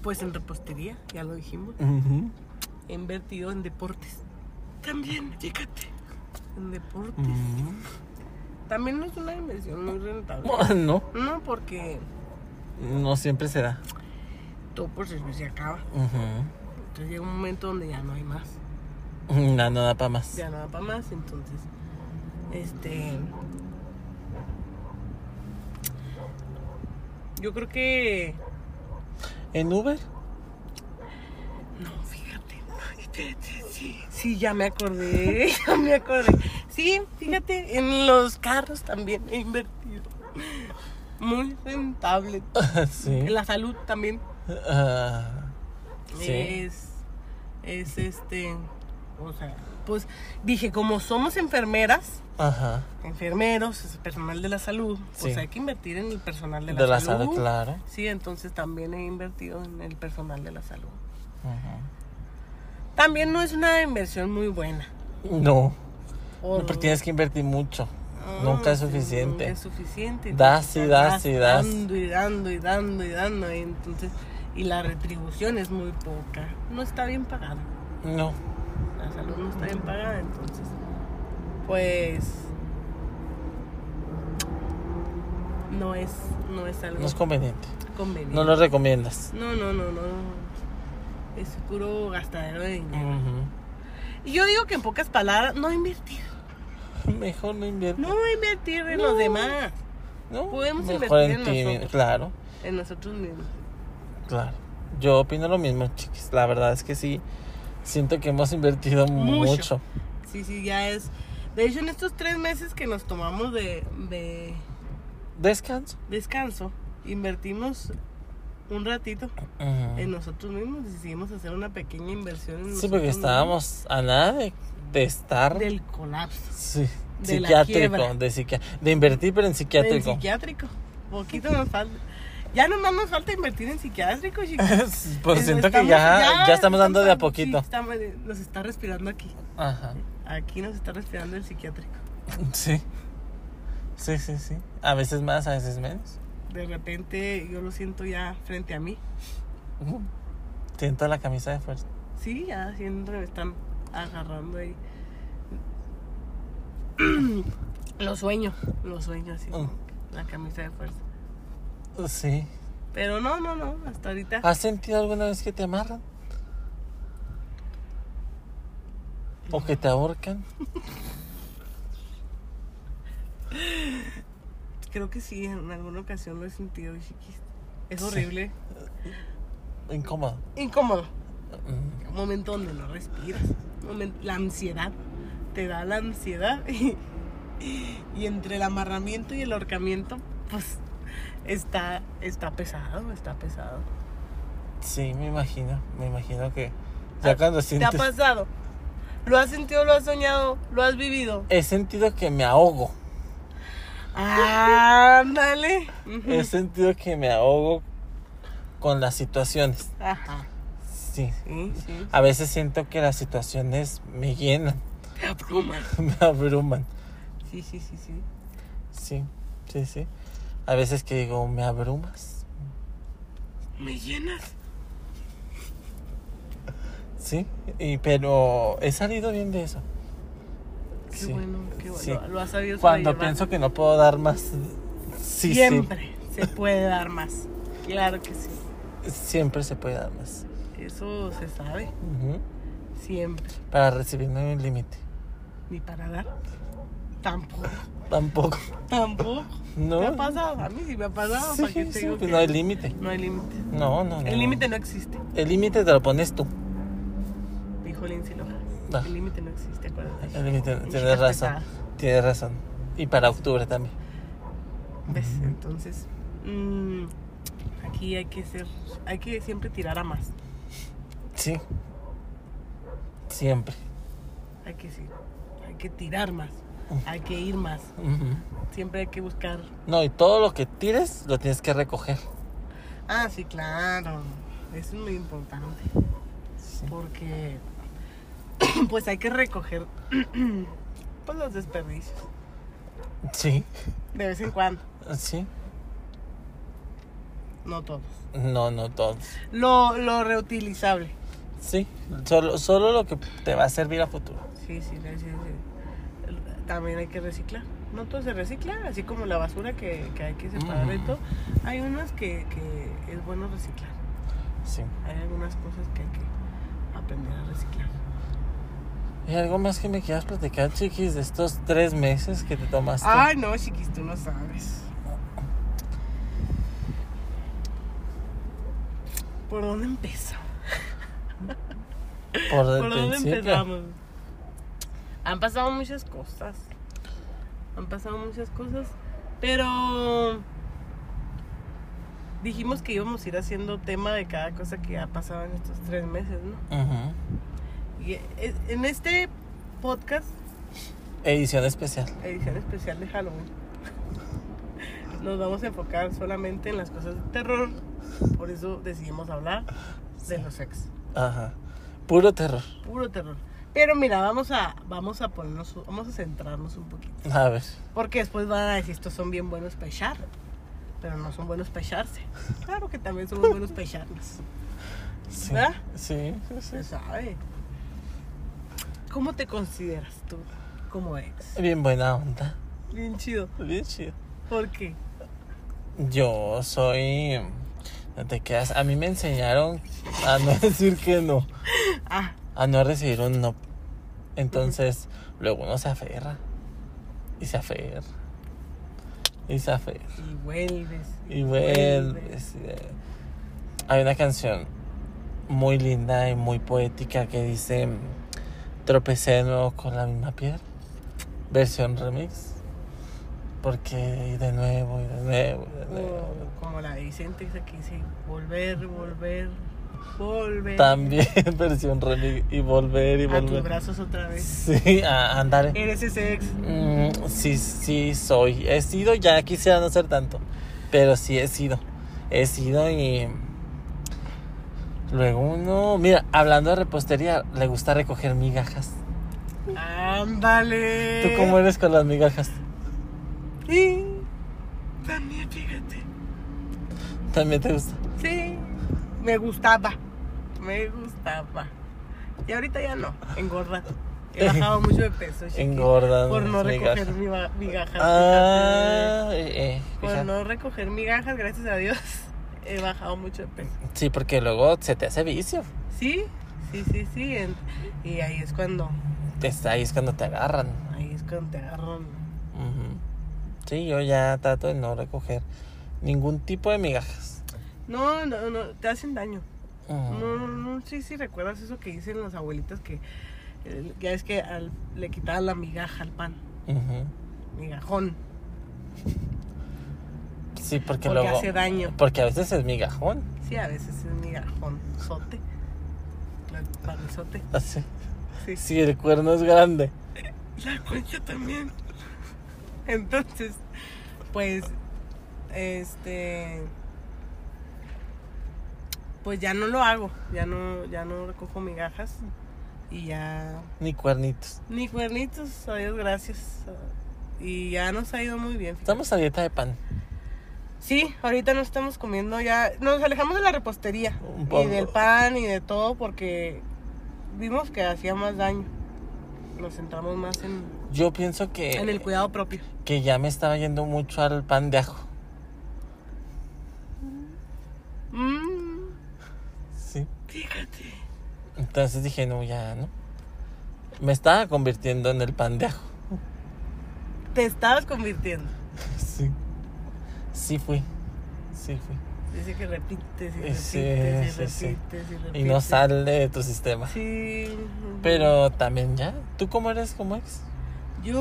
[SPEAKER 2] Pues en repostería, ya lo dijimos.
[SPEAKER 1] Ujú,
[SPEAKER 2] He invertido en deportes. También, fíjate. En deportes.
[SPEAKER 1] ujú.
[SPEAKER 2] También no es una inversión muy rentable.
[SPEAKER 1] No,
[SPEAKER 2] No, porque
[SPEAKER 1] no siempre se da.
[SPEAKER 2] todo por servicio se acaba.
[SPEAKER 1] Ujú.
[SPEAKER 2] Entonces llega un momento donde ya no hay más.
[SPEAKER 1] No, no Mm, da para más.
[SPEAKER 2] Ya no da para más. Entonces, este. Yo creo que.
[SPEAKER 1] ¿En Uber?
[SPEAKER 2] No, fíjate. Espérate, sí. Sí, ya me acordé. Ya me acordé. Sí, fíjate, en los carros también he invertido. Muy rentable.
[SPEAKER 1] ¿Ah, sí.
[SPEAKER 2] En la salud también.
[SPEAKER 1] Ah, sí.
[SPEAKER 2] es es este o sea pues dije como somos enfermeras
[SPEAKER 1] Ajá.
[SPEAKER 2] enfermeros es personal de la salud
[SPEAKER 1] Sí.
[SPEAKER 2] pues hay que invertir en el personal de
[SPEAKER 1] De
[SPEAKER 2] la, salud,
[SPEAKER 1] claro.
[SPEAKER 2] sí entonces también he invertido en el personal de la salud
[SPEAKER 1] Ajá.
[SPEAKER 2] también no es una inversión muy buena
[SPEAKER 1] No,
[SPEAKER 2] O-
[SPEAKER 1] porque tienes que invertir mucho.
[SPEAKER 2] Ah,
[SPEAKER 1] Nunca es
[SPEAKER 2] sí, nunca
[SPEAKER 1] suficiente.
[SPEAKER 2] es suficiente
[SPEAKER 1] Das y
[SPEAKER 2] Entonces,
[SPEAKER 1] das
[SPEAKER 2] estás
[SPEAKER 1] y das.
[SPEAKER 2] dando y dando y dando y dando y entonces y la retribución es muy poca no está bien pagada
[SPEAKER 1] No.
[SPEAKER 2] la salud no está bien pagada, entonces, pues, no es, no es algo
[SPEAKER 1] No es conveniente.
[SPEAKER 2] conveniente.
[SPEAKER 1] No lo recomiendas.
[SPEAKER 2] no, no, no, no, es puro gastadero de dinero.
[SPEAKER 1] Ujú.
[SPEAKER 2] Y Yo digo que en pocas palabras, no invertir,
[SPEAKER 1] Mejor no inviertes.
[SPEAKER 2] no invertir en los demás,
[SPEAKER 1] No,
[SPEAKER 2] podemos
[SPEAKER 1] mejor
[SPEAKER 2] invertir en
[SPEAKER 1] ti,
[SPEAKER 2] nosotros.
[SPEAKER 1] Claro,
[SPEAKER 2] en nosotros mismos.
[SPEAKER 1] claro. Yo opino lo mismo, chiquis. La verdad es que sí. Siento que hemos invertido
[SPEAKER 2] Mucho.
[SPEAKER 1] mucho.
[SPEAKER 2] Sí, sí, ya es, de hecho en estos tres meses que nos tomamos de, de
[SPEAKER 1] Descanso.
[SPEAKER 2] descanso, invertimos un ratito
[SPEAKER 1] Ujú.
[SPEAKER 2] en nosotros mismos decidimos hacer una pequeña inversión en
[SPEAKER 1] Sí,
[SPEAKER 2] nosotros
[SPEAKER 1] porque
[SPEAKER 2] mismos.
[SPEAKER 1] estábamos a nada de, de estar
[SPEAKER 2] del colapso
[SPEAKER 1] sí,
[SPEAKER 2] de la quiebra.
[SPEAKER 1] psiquiátrico, de, psiquia- de invertir, pero en
[SPEAKER 2] del
[SPEAKER 1] psiquiátrico.
[SPEAKER 2] psiquiátrico poquito nos falta ya nomás nos falta invertir en psiquiátrico chicos
[SPEAKER 1] pues
[SPEAKER 2] Eso,
[SPEAKER 1] siento que
[SPEAKER 2] estamos-
[SPEAKER 1] ya, ya estamos dando de a
[SPEAKER 2] sí,
[SPEAKER 1] poquito.
[SPEAKER 2] estamos- nos está respirando aquí
[SPEAKER 1] Ajá.
[SPEAKER 2] aquí nos está respirando el psiquiátrico
[SPEAKER 1] Sí. Sí, sí, sí. A veces más, a veces menos.
[SPEAKER 2] de repente yo lo siento ya frente a mí
[SPEAKER 1] Ujú. Siento la camisa de fuerza.
[SPEAKER 2] sí ya siempre me están agarrando ahí lo sueño lo sueño así
[SPEAKER 1] Mm.
[SPEAKER 2] la camisa de fuerza
[SPEAKER 1] Sí.
[SPEAKER 2] pero no no no hasta ahorita
[SPEAKER 1] ¿Has sentido alguna vez que te amarran? ¿O que te ahorcan?
[SPEAKER 2] Creo que sí, en alguna ocasión lo he sentido, chiquis. Es
[SPEAKER 1] Sí.
[SPEAKER 2] horrible.
[SPEAKER 1] Incómodo.
[SPEAKER 2] Incómodo.
[SPEAKER 1] Mm.
[SPEAKER 2] Un momento donde no respiras. Un momen- La ansiedad. Te da la ansiedad. Y, y entre el amarramiento y el ahorcamiento, pues está, está pesado, está pesado.
[SPEAKER 1] Sí, me imagino. Me imagino que ya cuando
[SPEAKER 2] Ah, ¿Te ha
[SPEAKER 1] sientes...
[SPEAKER 2] pasado? ¿Lo has sentido, lo has soñado, lo has vivido?
[SPEAKER 1] He sentido que me ahogo.
[SPEAKER 2] Ándale. Ujú.
[SPEAKER 1] He sentido que me ahogo con las situaciones.
[SPEAKER 2] Ajá.
[SPEAKER 1] Sí.
[SPEAKER 2] Sí, sí.
[SPEAKER 1] A veces siento que las situaciones me llenan,
[SPEAKER 2] Te abruman.
[SPEAKER 1] me abruman.
[SPEAKER 2] Sí, sí, sí, sí.
[SPEAKER 1] Sí, sí, sí. A veces que digo, me abrumas.
[SPEAKER 2] Me llenas.
[SPEAKER 1] Sí, y, pero he salido bien de eso.
[SPEAKER 2] Qué
[SPEAKER 1] Sí,
[SPEAKER 2] bueno, qué bueno.
[SPEAKER 1] sí.
[SPEAKER 2] Lo, lo has sabido
[SPEAKER 1] Cuando
[SPEAKER 2] sobrellevar.
[SPEAKER 1] pienso que no puedo dar más, sí,
[SPEAKER 2] Siempre se puede dar más. Claro que sí.
[SPEAKER 1] sí, siempre se puede dar más.
[SPEAKER 2] Eso se sabe.
[SPEAKER 1] Ujú.
[SPEAKER 2] Siempre.
[SPEAKER 1] Para recibir no hay un límite.
[SPEAKER 2] Ni para dar. Tampoco.
[SPEAKER 1] Tampoco.
[SPEAKER 2] Tampoco.
[SPEAKER 1] No.
[SPEAKER 2] ¿Te ha pasado? A mí sí me ha pasado.
[SPEAKER 1] Sí,
[SPEAKER 2] ¿Para qué te
[SPEAKER 1] sí,
[SPEAKER 2] digo
[SPEAKER 1] pues
[SPEAKER 2] que
[SPEAKER 1] no hay Ah. límite.
[SPEAKER 2] no hay límite.
[SPEAKER 1] No, no, no.
[SPEAKER 2] El límite no existe,
[SPEAKER 1] El límite te lo pones tú.
[SPEAKER 2] dijo Lindsay Lohan.
[SPEAKER 1] Ah.
[SPEAKER 2] El límite no existe, acuérdate.
[SPEAKER 1] El límite,
[SPEAKER 2] En
[SPEAKER 1] tienes
[SPEAKER 2] chicas
[SPEAKER 1] razón. Tienes razón. Y para octubre también.
[SPEAKER 2] ¿Ves? Entonces, mm, aquí hay que ser, hay que siempre tirar a más.
[SPEAKER 1] Sí. Siempre.
[SPEAKER 2] Hay que sí, hay que tirar más,
[SPEAKER 1] Ah.
[SPEAKER 2] hay que ir más.
[SPEAKER 1] Ujú.
[SPEAKER 2] Siempre hay que buscar.
[SPEAKER 1] No, y todo lo que tires lo tienes que recoger.
[SPEAKER 2] Ah, sí, claro. Eso es muy importante. Porque, pues hay que recoger pues, los desperdicios
[SPEAKER 1] Sí.
[SPEAKER 2] de vez en cuando,
[SPEAKER 1] Sí.
[SPEAKER 2] no todos.
[SPEAKER 1] No, no todo.
[SPEAKER 2] Lo, lo reutilizable.
[SPEAKER 1] Sí. Solo, solo lo que te va a servir a futuro.
[SPEAKER 2] Sí, sí, sí, sí, sí. También hay que reciclar. No todo se recicla, así como la basura que, que hay que separar de
[SPEAKER 1] Ujú.
[SPEAKER 2] todo. Hay unas que, que es bueno reciclar.
[SPEAKER 1] Sí.
[SPEAKER 2] Hay algunas cosas que hay que aprender a reciclar.
[SPEAKER 1] ¿Y algo más que me quieras platicar, chiquis, de estos tres meses que te tomaste?
[SPEAKER 2] Ay, no, chiquis, tú no sabes. ¿Por dónde empezó?
[SPEAKER 1] por el
[SPEAKER 2] ¿Por dónde
[SPEAKER 1] principio.
[SPEAKER 2] empezamos? Han pasado muchas cosas. Han pasado muchas cosas. Pero dijimos que íbamos a ir haciendo tema de cada cosa que ha pasado en estos tres meses, ¿no?
[SPEAKER 1] Ujú.
[SPEAKER 2] Y eh, en este podcast,
[SPEAKER 1] Edición especial.
[SPEAKER 2] edición especial de Halloween, nos vamos a enfocar solamente en las cosas de terror. Por eso decidimos hablar de los ex.
[SPEAKER 1] Ajá. Puro terror.
[SPEAKER 2] Puro terror. Pero mira, vamos a, vamos a ponernos, vamos a centrarnos un poquito.
[SPEAKER 1] A ver.
[SPEAKER 2] Porque después van a decir, estos son bien buenos para echar. Pero no son buenos para echarse. Claro que también somos buenos para echarnos.
[SPEAKER 1] Sí.
[SPEAKER 2] ¿Verdad?
[SPEAKER 1] Sí, sí, sí.
[SPEAKER 2] Se sabe. ¿Cómo te consideras tú como ex?
[SPEAKER 1] Bien buena onda.
[SPEAKER 2] Bien chido.
[SPEAKER 1] Bien chido.
[SPEAKER 2] ¿Por qué?
[SPEAKER 1] Yo soy. No te quedas. A mí me enseñaron a no decir que no.
[SPEAKER 2] Ah,
[SPEAKER 1] A no recibir un no. Entonces, luego uno se aferra. Y se aferra. Y se aferra.
[SPEAKER 2] y vuelves.
[SPEAKER 1] Y vuelves. y, eh, Hay una canción muy linda y muy poética que dice: Tropecé de nuevo con la misma piedra. Versión remix. Porque y de nuevo, y de nuevo, y de nuevo.
[SPEAKER 2] O como la de Vicente esa que dice, volver, volver, volver.
[SPEAKER 1] También versión remix. Y volver y
[SPEAKER 2] A Eh, tus
[SPEAKER 1] volver.
[SPEAKER 2] brazos otra vez.
[SPEAKER 1] Sí, a andar.
[SPEAKER 2] Eres ese ex.
[SPEAKER 1] Mm, sí, sí, soy. He sido, ya quisiera no ser tanto. Pero sí he sido. He sido y. Luego uno. Mira, hablando de repostería, le gusta recoger migajas.
[SPEAKER 2] Ándale.
[SPEAKER 1] ¿Tú cómo
[SPEAKER 2] Eh.
[SPEAKER 1] eres con las migajas?
[SPEAKER 2] Sí. También, fíjate.
[SPEAKER 1] También te gusta.
[SPEAKER 2] Sí. Me gustaba. Me gustaba. Y ahorita ya no. Engorda. He bajado mucho de peso. chiqui,
[SPEAKER 1] Engordan
[SPEAKER 2] Por no
[SPEAKER 1] las migajas.
[SPEAKER 2] recoger mi ba- migajas.
[SPEAKER 1] Ah, eh, eh,
[SPEAKER 2] fíjate.
[SPEAKER 1] fija-
[SPEAKER 2] Por Pues no recoger migajas, gracias a Dios. He bajado mucho de peso.
[SPEAKER 1] Sí, porque luego se te hace vicio.
[SPEAKER 2] Sí, sí, sí, sí. en- y ahí es cuando.
[SPEAKER 1] Es- Ahí es cuando te agarran.
[SPEAKER 2] Ahí es cuando te agarran.
[SPEAKER 1] Ujú. Sí, yo ya trato de no recoger ningún tipo de migajas.
[SPEAKER 2] No, no, no. Te hacen daño.
[SPEAKER 1] Ujú.
[SPEAKER 2] No, no, no sé si recuerdas eso que dicen las abuelitas que eh, ya es que al- le quitaban la migaja al pan,
[SPEAKER 1] Ujú.
[SPEAKER 2] migajón,
[SPEAKER 1] Sí, porque,
[SPEAKER 2] porque
[SPEAKER 1] luego.
[SPEAKER 2] hace daño.
[SPEAKER 1] Porque a veces es migajón.
[SPEAKER 2] Sí, a veces es migajón, sote, el panizote.
[SPEAKER 1] Así.
[SPEAKER 2] Sí.
[SPEAKER 1] Si el cuerno es grande.
[SPEAKER 2] La concha también. Entonces, pues, este, pues ya no lo hago, ya no, ya no recojo migajas y ya
[SPEAKER 1] Ni cuernitos.
[SPEAKER 2] Ni cuernitos, a Dios gracias. Y ya nos ha ido muy bien. fíjate.
[SPEAKER 1] Estamos a dieta de pan.
[SPEAKER 2] Sí, ahorita no estamos comiendo ya. Nos alejamos de la repostería.
[SPEAKER 1] Un poco.
[SPEAKER 2] Y del pan y de todo porque vimos que hacía más daño. Nos centramos más en,
[SPEAKER 1] Yo pienso que.
[SPEAKER 2] en el cuidado propio.
[SPEAKER 1] Que ya me estaba yendo mucho al pan de ajo.
[SPEAKER 2] Mm,
[SPEAKER 1] Sí.
[SPEAKER 2] fíjate.
[SPEAKER 1] Entonces dije, no, ya, ¿no? Me estaba convirtiendo en el pan de ajo.
[SPEAKER 2] Te estabas convirtiendo.
[SPEAKER 1] Sí. Sí fui. Sí fui.
[SPEAKER 2] Dice que repites y
[SPEAKER 1] Sí,
[SPEAKER 2] repites
[SPEAKER 1] sí,
[SPEAKER 2] y
[SPEAKER 1] sí.
[SPEAKER 2] repites y repites.
[SPEAKER 1] Y no sale de tu sistema.
[SPEAKER 2] Sí.
[SPEAKER 1] Pero también ya. ¿Tú cómo eres como ex?
[SPEAKER 2] Yo.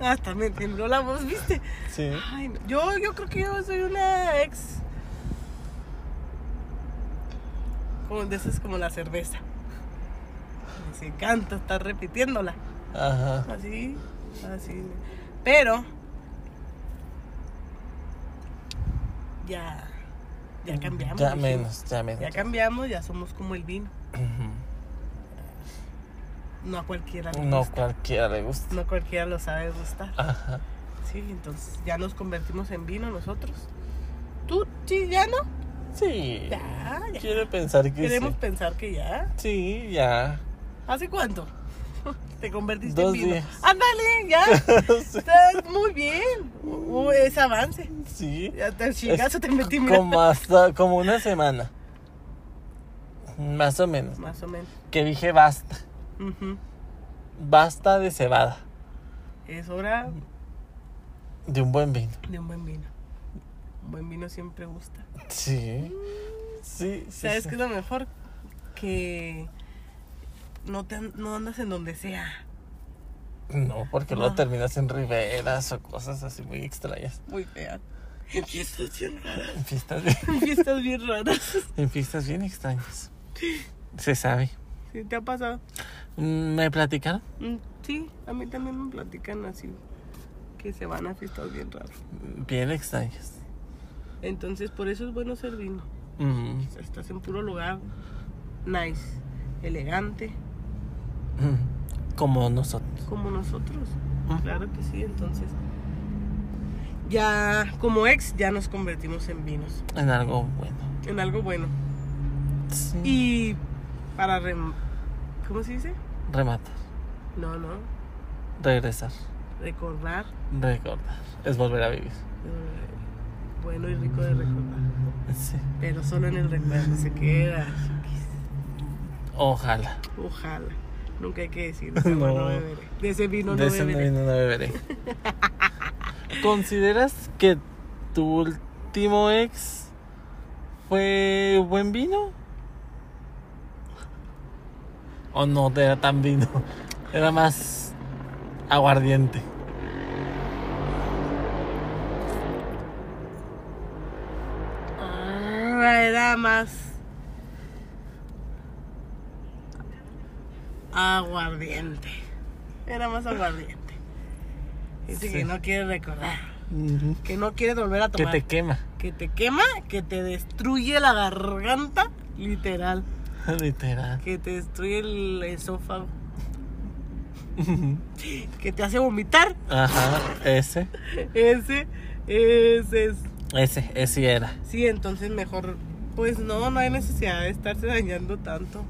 [SPEAKER 2] Hasta me ah, tembló la voz, ¿viste?
[SPEAKER 1] Sí.
[SPEAKER 2] Ay, no. yo, yo creo que yo soy una ex. Como de esas como la cerveza. Les encanta estar repitiéndola.
[SPEAKER 1] Ajá.
[SPEAKER 2] Así, así. Pero. Ya. Ya cambiamos.
[SPEAKER 1] Ya
[SPEAKER 2] dijimos.
[SPEAKER 1] menos, ya menos.
[SPEAKER 2] Ya cambiamos, ya somos como el vino.
[SPEAKER 1] Ujú.
[SPEAKER 2] No a cualquiera. le
[SPEAKER 1] No
[SPEAKER 2] gusta.
[SPEAKER 1] cualquiera le gusta.
[SPEAKER 2] No a cualquiera lo sabe gustar.
[SPEAKER 1] Ajá.
[SPEAKER 2] Sí, entonces ya nos convertimos en vino nosotros. ¿Tú sí ya no?
[SPEAKER 1] Sí.
[SPEAKER 2] Ya, ya.
[SPEAKER 1] Quiero pensar que
[SPEAKER 2] Queremos
[SPEAKER 1] sí.
[SPEAKER 2] pensar que ya.
[SPEAKER 1] Sí, ya.
[SPEAKER 2] ¿Hace cuánto? Te convertiste
[SPEAKER 1] Dos
[SPEAKER 2] en vino.
[SPEAKER 1] días.
[SPEAKER 2] Ándale, ya.
[SPEAKER 1] Sí.
[SPEAKER 2] Estás muy bien. Uh, es avance.
[SPEAKER 1] Sí.
[SPEAKER 2] Ya te chingazo, te metí mira.
[SPEAKER 1] Como hasta, como una semana. Más o menos.
[SPEAKER 2] Más o menos.
[SPEAKER 1] Que dije basta.
[SPEAKER 2] Ujú.
[SPEAKER 1] Basta de cebada.
[SPEAKER 2] Es hora
[SPEAKER 1] De un buen vino.
[SPEAKER 2] de un buen vino. Un buen vino siempre gusta.
[SPEAKER 1] Sí. Sí, sí.
[SPEAKER 2] ¿Sabes
[SPEAKER 1] sí.
[SPEAKER 2] qué es lo mejor? Que no, te, an- no andas en donde sea.
[SPEAKER 1] No, porque luego
[SPEAKER 2] No.
[SPEAKER 1] terminas en riberas o cosas así muy extrañas.
[SPEAKER 2] Muy fea. Fiestas bien raras.
[SPEAKER 1] En fiestas bien,
[SPEAKER 2] Fiestas bien raras.
[SPEAKER 1] en fiestas bien extrañas. Se sabe.
[SPEAKER 2] ¿Sí te ha pasado?
[SPEAKER 1] Mm, ¿Me platicaron?
[SPEAKER 2] Mm, Sí, a mí también me platican así. Que se van a fiestas bien raras.
[SPEAKER 1] Bien extrañas.
[SPEAKER 2] Entonces, por eso es bueno ser vino.
[SPEAKER 1] Mm,
[SPEAKER 2] O sea, Estás en puro lugar nice, elegante,
[SPEAKER 1] mm, Como nosotros.
[SPEAKER 2] como nosotros.
[SPEAKER 1] Ujú.
[SPEAKER 2] Claro que sí, entonces. Ya, como ex, ya nos convertimos en vinos,
[SPEAKER 1] En algo bueno.
[SPEAKER 2] en algo bueno.
[SPEAKER 1] Sí.
[SPEAKER 2] Y para rem... ¿Cómo se dice?
[SPEAKER 1] Rematar.
[SPEAKER 2] No, no.
[SPEAKER 1] Regresar.
[SPEAKER 2] Recordar.
[SPEAKER 1] Recordar. Es volver a vivir.
[SPEAKER 2] eh, Bueno y rico de recordar.
[SPEAKER 1] Sí.
[SPEAKER 2] Pero solo en el recuerdo se queda.
[SPEAKER 1] Ojalá.
[SPEAKER 2] Ojalá. Nunca hay que decir, de ese agua no
[SPEAKER 1] No.
[SPEAKER 2] beberé. De ese vino
[SPEAKER 1] de
[SPEAKER 2] no
[SPEAKER 1] ese
[SPEAKER 2] beberé.
[SPEAKER 1] vino no beberé. ¿Consideras que tu último ex fue buen vino? ¿O no era tan vino? Era más aguardiente.
[SPEAKER 2] Ah, era más aguardiente. Era más aguardiente. Dice
[SPEAKER 1] Sí.
[SPEAKER 2] que no quiere recordar, que no quiere volver a
[SPEAKER 1] Que
[SPEAKER 2] tomar.
[SPEAKER 1] te quema,
[SPEAKER 2] que te quema, que te destruye la garganta, literal,
[SPEAKER 1] literal.
[SPEAKER 2] que te destruye el esófago, que te hace vomitar.
[SPEAKER 1] Ajá, ese.
[SPEAKER 2] Ese, ese es.
[SPEAKER 1] Ese, ese era.
[SPEAKER 2] Sí, entonces mejor, pues no, no hay necesidad de estarse dañando tanto.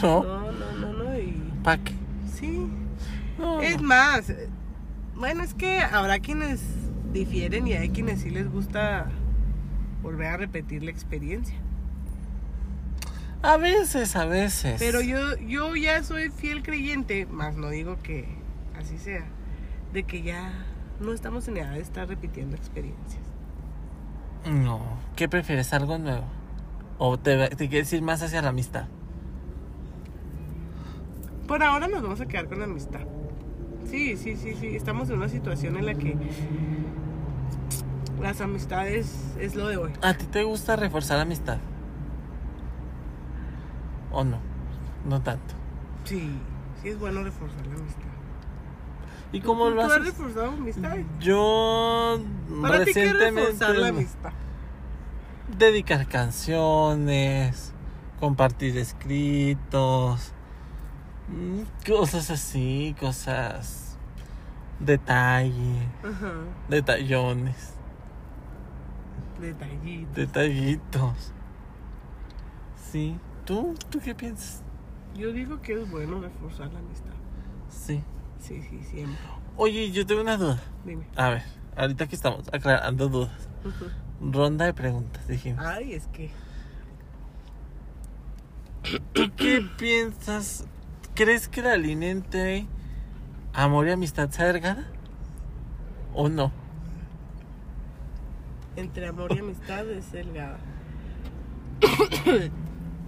[SPEAKER 1] No,
[SPEAKER 2] No, no, no, no, y
[SPEAKER 1] ¿pa' qué?
[SPEAKER 2] sí.
[SPEAKER 1] No,
[SPEAKER 2] Es
[SPEAKER 1] no.
[SPEAKER 2] más, eh, bueno, es que habrá quienes difieren y hay quienes sí les gusta volver a repetir la experiencia.
[SPEAKER 1] A veces, a veces.
[SPEAKER 2] Pero yo, yo ya soy fiel creyente, más no digo que así sea, de que ya no estamos en edad de estar repitiendo experiencias.
[SPEAKER 1] No. ¿Qué prefieres? ¿Algo nuevo? ¿O te, te quieres ir más hacia la amistad?
[SPEAKER 2] Por ahora nos vamos a quedar con la amistad. Sí, sí, sí, sí. Estamos en una situación en la que las amistades es lo de hoy.
[SPEAKER 1] ¿A ti te gusta reforzar amistad? ¿O no? No tanto.
[SPEAKER 2] Sí, sí es bueno reforzar la amistad.
[SPEAKER 1] ¿Y cómo
[SPEAKER 2] ¿Tú
[SPEAKER 1] lo
[SPEAKER 2] has
[SPEAKER 1] haces?
[SPEAKER 2] reforzado amistades?
[SPEAKER 1] Yo
[SPEAKER 2] Para ti, ¿qué es
[SPEAKER 1] recientemente
[SPEAKER 2] reforzar la amistad?
[SPEAKER 1] dedicar canciones, compartir escritos, mm, cosas así, cosas detalle,
[SPEAKER 2] Ajá.
[SPEAKER 1] detallones,
[SPEAKER 2] Detallito.
[SPEAKER 1] detallitos. Sí, ¿tú tú qué piensas?
[SPEAKER 2] Yo digo que es bueno reforzar la amistad.
[SPEAKER 1] Sí.
[SPEAKER 2] Sí, sí, siempre.
[SPEAKER 1] Oye, yo tengo una duda.
[SPEAKER 2] Dime.
[SPEAKER 1] A ver, ahorita que estamos aclarando dudas.
[SPEAKER 2] Ujú.
[SPEAKER 1] Ronda de preguntas, dijimos.
[SPEAKER 2] Ay, es que.
[SPEAKER 1] ¿Tú qué piensas? ¿Crees que la línea entre amor y amistad sea delgada? ¿O no?
[SPEAKER 2] Entre amor y amistad es delgada.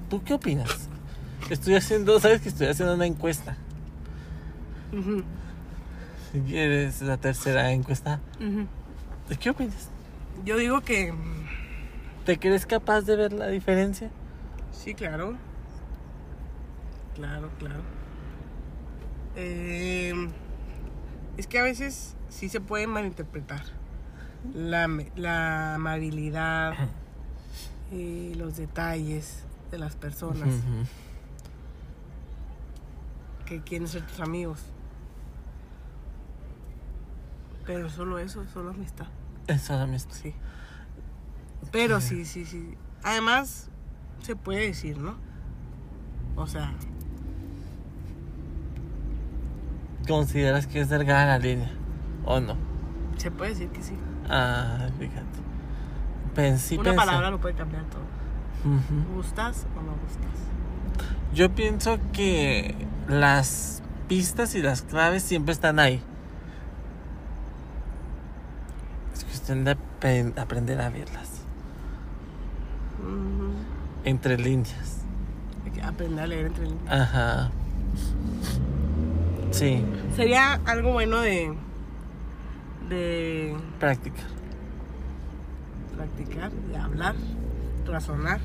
[SPEAKER 1] ¿Tú qué opinas? Estoy haciendo, sabes que estoy haciendo una encuesta.
[SPEAKER 2] Ujú.
[SPEAKER 1] Eres la tercera encuesta.
[SPEAKER 2] Ujú.
[SPEAKER 1] ¿De qué opinas?
[SPEAKER 2] Yo digo que mm,
[SPEAKER 1] ¿Te crees capaz de ver la diferencia?
[SPEAKER 2] sí, claro. Claro, claro. Eh, es que a veces sí se puede malinterpretar la, am- la amabilidad y los detalles de las personas
[SPEAKER 1] Ujú.
[SPEAKER 2] que quieren ser tus amigos. Pero solo eso, solo amistad.
[SPEAKER 1] Eso la misma.
[SPEAKER 2] Sí. Pero sí, sí, sí. Además, se puede decir, ¿no? O sea,
[SPEAKER 1] ¿Consideras que es delgada la línea? ¿O no?
[SPEAKER 2] se puede decir que sí.
[SPEAKER 1] Ah, fíjate. Pensé,
[SPEAKER 2] Una
[SPEAKER 1] pensé.
[SPEAKER 2] palabra lo puede cambiar todo.
[SPEAKER 1] Ujú.
[SPEAKER 2] ¿Gustas o no gustas?
[SPEAKER 1] Yo pienso que las pistas y las claves siempre están ahí. Es cuestión de apen- aprender a verlas.
[SPEAKER 2] Ujú.
[SPEAKER 1] Entre líneas.
[SPEAKER 2] Hay que aprender a leer entre líneas.
[SPEAKER 1] Ajá. Sí,
[SPEAKER 2] Sería algo bueno de. de
[SPEAKER 1] práctica.
[SPEAKER 2] practicar, de hablar, razonar.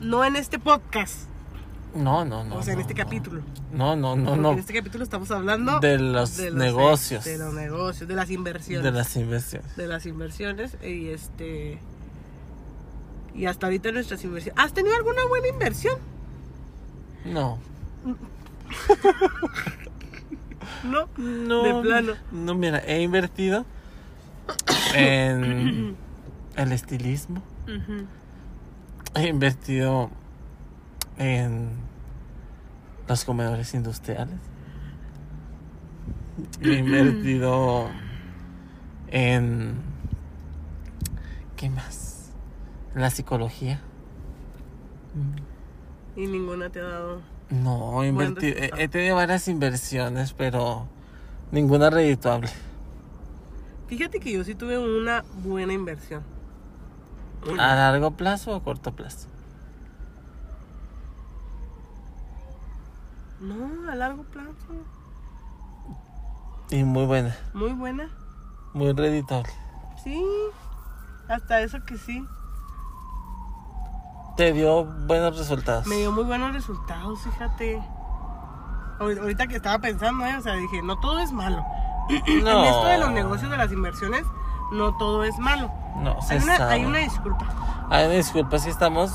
[SPEAKER 2] No en este podcast,
[SPEAKER 1] No, no, no.
[SPEAKER 2] o sea, en
[SPEAKER 1] no,
[SPEAKER 2] este
[SPEAKER 1] no.
[SPEAKER 2] capítulo.
[SPEAKER 1] No, no, no,
[SPEAKER 2] Porque
[SPEAKER 1] no.
[SPEAKER 2] En este capítulo estamos hablando
[SPEAKER 1] De los negocios.
[SPEAKER 2] De los negocios, de las inversiones.
[SPEAKER 1] De las inversiones.
[SPEAKER 2] de las inversiones. Y este. Y hasta ahorita nuestras inversiones. ¿Has tenido alguna buena inversión?
[SPEAKER 1] No.
[SPEAKER 2] No.
[SPEAKER 1] No.
[SPEAKER 2] De plano.
[SPEAKER 1] No, mira, he invertido en el estilismo. He invertido en los comedores industriales. He invertido en... ¿Qué más? La psicología.
[SPEAKER 2] Y ninguna te ha dado.
[SPEAKER 1] No, he inverti- he-
[SPEAKER 2] resultado.
[SPEAKER 1] he tenido varias inversiones, pero ninguna redituable.
[SPEAKER 2] Fíjate que yo sí tuve una buena inversión.
[SPEAKER 1] ¿A largo plazo o a corto plazo?
[SPEAKER 2] No, a largo plazo.
[SPEAKER 1] Y muy buena,
[SPEAKER 2] Muy buena.
[SPEAKER 1] muy redituable.
[SPEAKER 2] Sí. Hasta eso que sí.
[SPEAKER 1] Te dio buenos resultados.
[SPEAKER 2] Me dio muy buenos resultados, fíjate. Ahor- Ahorita que estaba pensando, ¿eh? o sea, dije, no todo es malo.
[SPEAKER 1] No.
[SPEAKER 2] En esto de los negocios, de las inversiones, no todo es malo.
[SPEAKER 1] No, se
[SPEAKER 2] Hay una,
[SPEAKER 1] sabe.
[SPEAKER 2] hay una disculpa.
[SPEAKER 1] Ay, disculpa si estamos